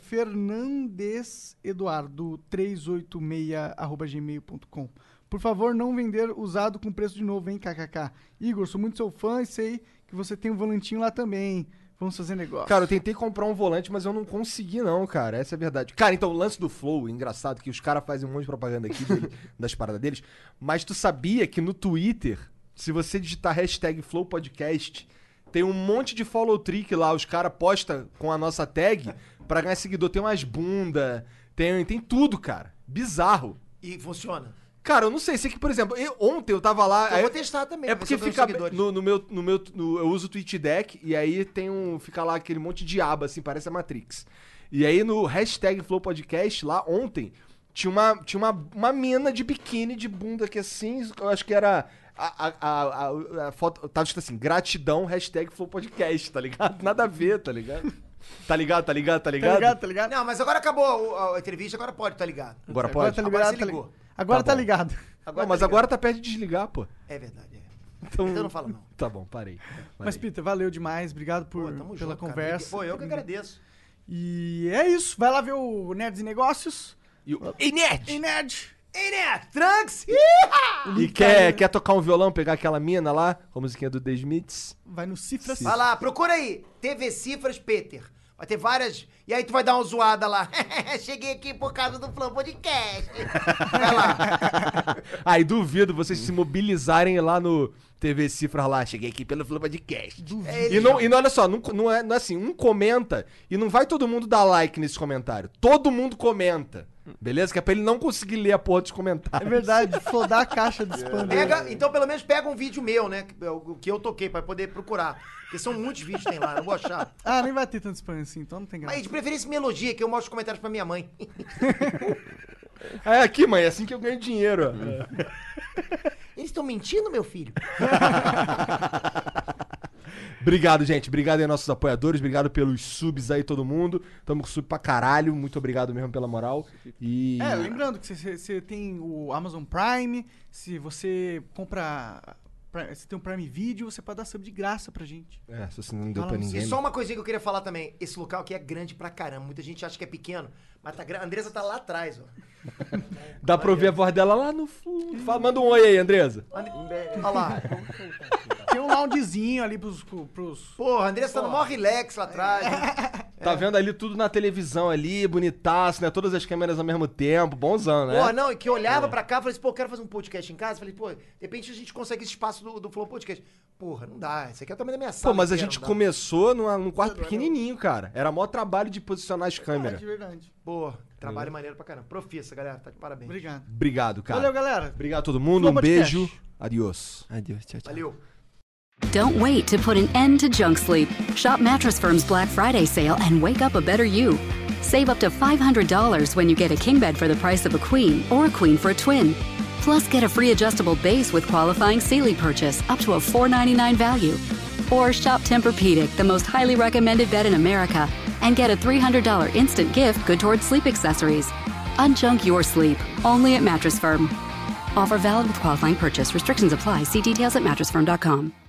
C: fernandeseduardo386.gmail.com. Por favor, não vender usado com preço de novo, hein, kkk. Igor, sou muito seu fã e sei que você tem um volantinho lá também. Vamos fazer negócio.
B: Cara, eu tentei comprar um volante, mas eu não consegui, não, cara. Essa é a verdade. Cara, então o lance do Flow, engraçado, que os caras fazem um monte de propaganda aqui dele- das paradas deles. Mas tu sabia que no Twitter, se você digitar hashtag Flow Podcast, tem um monte de follow trick lá. Os caras postam com a nossa tag pra ganhar seguidor. Tem umas bunda, tem, tem tudo, cara. Bizarro.
A: E funciona.
B: Cara, eu não sei. Sei que, por exemplo, eu- ontem eu tava lá.
A: Eu
B: aí-
A: Então vou testar também.
B: É
A: pra ver se
B: porque
A: eu ganho
B: fica.
A: seguidores.
B: No, no meu, no meu no- eu uso o Twitch Deck e aí tem um. Fica lá aquele monte de aba, assim, parece a Matrix. E aí no hashtag Flow Podcast, lá ontem, tinha uma, tinha uma, uma mina de biquíni de bunda que assim, eu acho que era. A, a, a, a- a foto. Tava escrito assim, gratidão, hashtag Flow Podcast, tá ligado? Nada a ver, tá ligado? Tá ligado, tá ligado, tá ligado?
C: tá ligado?
A: Não, mas agora acabou o- a entrevista, agora pode, tá ligado?
B: Agora pode?
C: tá
A: Agora
C: liberado.
A: se
C: tá
A: ligou.
C: li- Agora
B: Tá
C: tá
B: bom.
C: ligado.
B: Não, mas agora tá perto de desligar, pô.
A: É verdade, é.
B: Então,
A: Então não fala não.
B: Tá bom, parei.
C: Mas, Peter, valeu demais. Obrigado por,
A: Tamo
C: pela
A: junto, cara.
C: conversa.
A: Foi
B: Uhum.
A: eu que agradeço.
C: E é isso. Vai lá ver o Nerds e Negócios.
B: E o... Ei, Nerd!
C: Ei, Nerd!
A: Ei, Nerd! Trunks!
B: E quer, quer tocar um violão, pegar aquela mina lá, com a musiquinha do The Smiths?
C: Vai no Cifras.
A: Vai lá, procura aí. TV Cifras Peter. Vai ter várias. E aí tu vai dar uma zoada lá. Cheguei aqui por causa do Flow Podcast.
B: Aí duvido vocês se mobilizarem lá no TV Cifra lá. Cheguei aqui pelo Flow Podcast. E não, e não, olha só, não, não, é, não é assim, um comenta e não vai todo mundo dar like nesse comentário. Todo mundo comenta. Beleza? Que é pra ele não conseguir ler a porra dos comentários.
C: É verdade, flodar a caixa do spam. dele.
A: Pega- então, pelo menos pega um vídeo meu, né? que é O que eu toquei, pra poder procurar. Porque são muitos vídeos que tem lá, não vou achar.
C: Ah, nem vai ter tanto spam assim, então não tem graça.
A: Aí, de preferência, me elogia, que eu mostro os comentários pra minha mãe.
B: É aqui, mãe, é assim que eu ganho dinheiro.
A: Eles estão mentindo, meu filho?
B: Obrigado, gente. Obrigado aí, nossos apoiadores. Obrigado pelos subs aí, todo mundo. Tamo com sub pra caralho. Muito obrigado mesmo pela moral. E.
C: É, lembrando que você- você você tem o Amazon Prime, se você compra. pra- Se tem um Prime Video, você pode dar sub de graça pra gente.
B: É, se você não deu
C: Fala
B: pra
C: no
B: ninguém.
A: E só uma coisinha que eu queria falar também. Esse local aqui é grande pra caramba. Muita gente acha que é pequeno, mas tá grande. A Andressa tá lá atrás, ó.
B: né? Dá pra ouvir a voz dela lá no fundo. Fala- manda um oi aí, Andresa.
A: Olha lá.
C: tá. Tem um loungezinho ali pros. pros
A: Porra, a Andressa tá no maior relax lá atrás.
B: Tá vendo ali tudo na televisão ali, bonitaço, né? Todas as câmeras ao mesmo tempo, bonzão, né?
A: Pô, não, e que eu olhava pra cá e falei assim, pô, eu quero fazer um podcast em casa. Falei, pô, de repente a gente consegue esse espaço do, do Flow Podcast. Porra, não dá. Isso aqui é também da minha
B: Pô,
A: sala.
B: mas a
A: inteira,
B: gente
A: não dá.
B: começou numa- num quarto pequenininho, cara. Era mó trabalho de posicionar as
C: É,
B: câmeras.
A: verdade. Pô, trabalho
B: Entendeu?
A: maneiro pra caramba. Profissa, galera. Tá de parabéns.
C: Obrigado.
B: É. Obrigado, cara.
A: Valeu, galera.
B: Obrigado a todo mundo.
A: Flow
B: Um
A: Podcast.
B: beijo. Adiós.
D: Adiós, tchau, tchau.
A: Valeu.
J: Don't wait to put an end to junk sleep. Shop Mattress Firm's Black Friday sale and wake up a better you. Save up to $500 when you get a king bed for the price of a queen or a queen for a twin. Plus, get a free adjustable base with qualifying Sealy purchase up to a $499 value. Or shop Tempur-Pedic, the most highly recommended bed in America, and get a $300 instant gift good towards sleep accessories. Unjunk your sleep, only at Mattress Firm. Offer valid with qualifying purchase. Restrictions apply. See details at mattressfirm.com.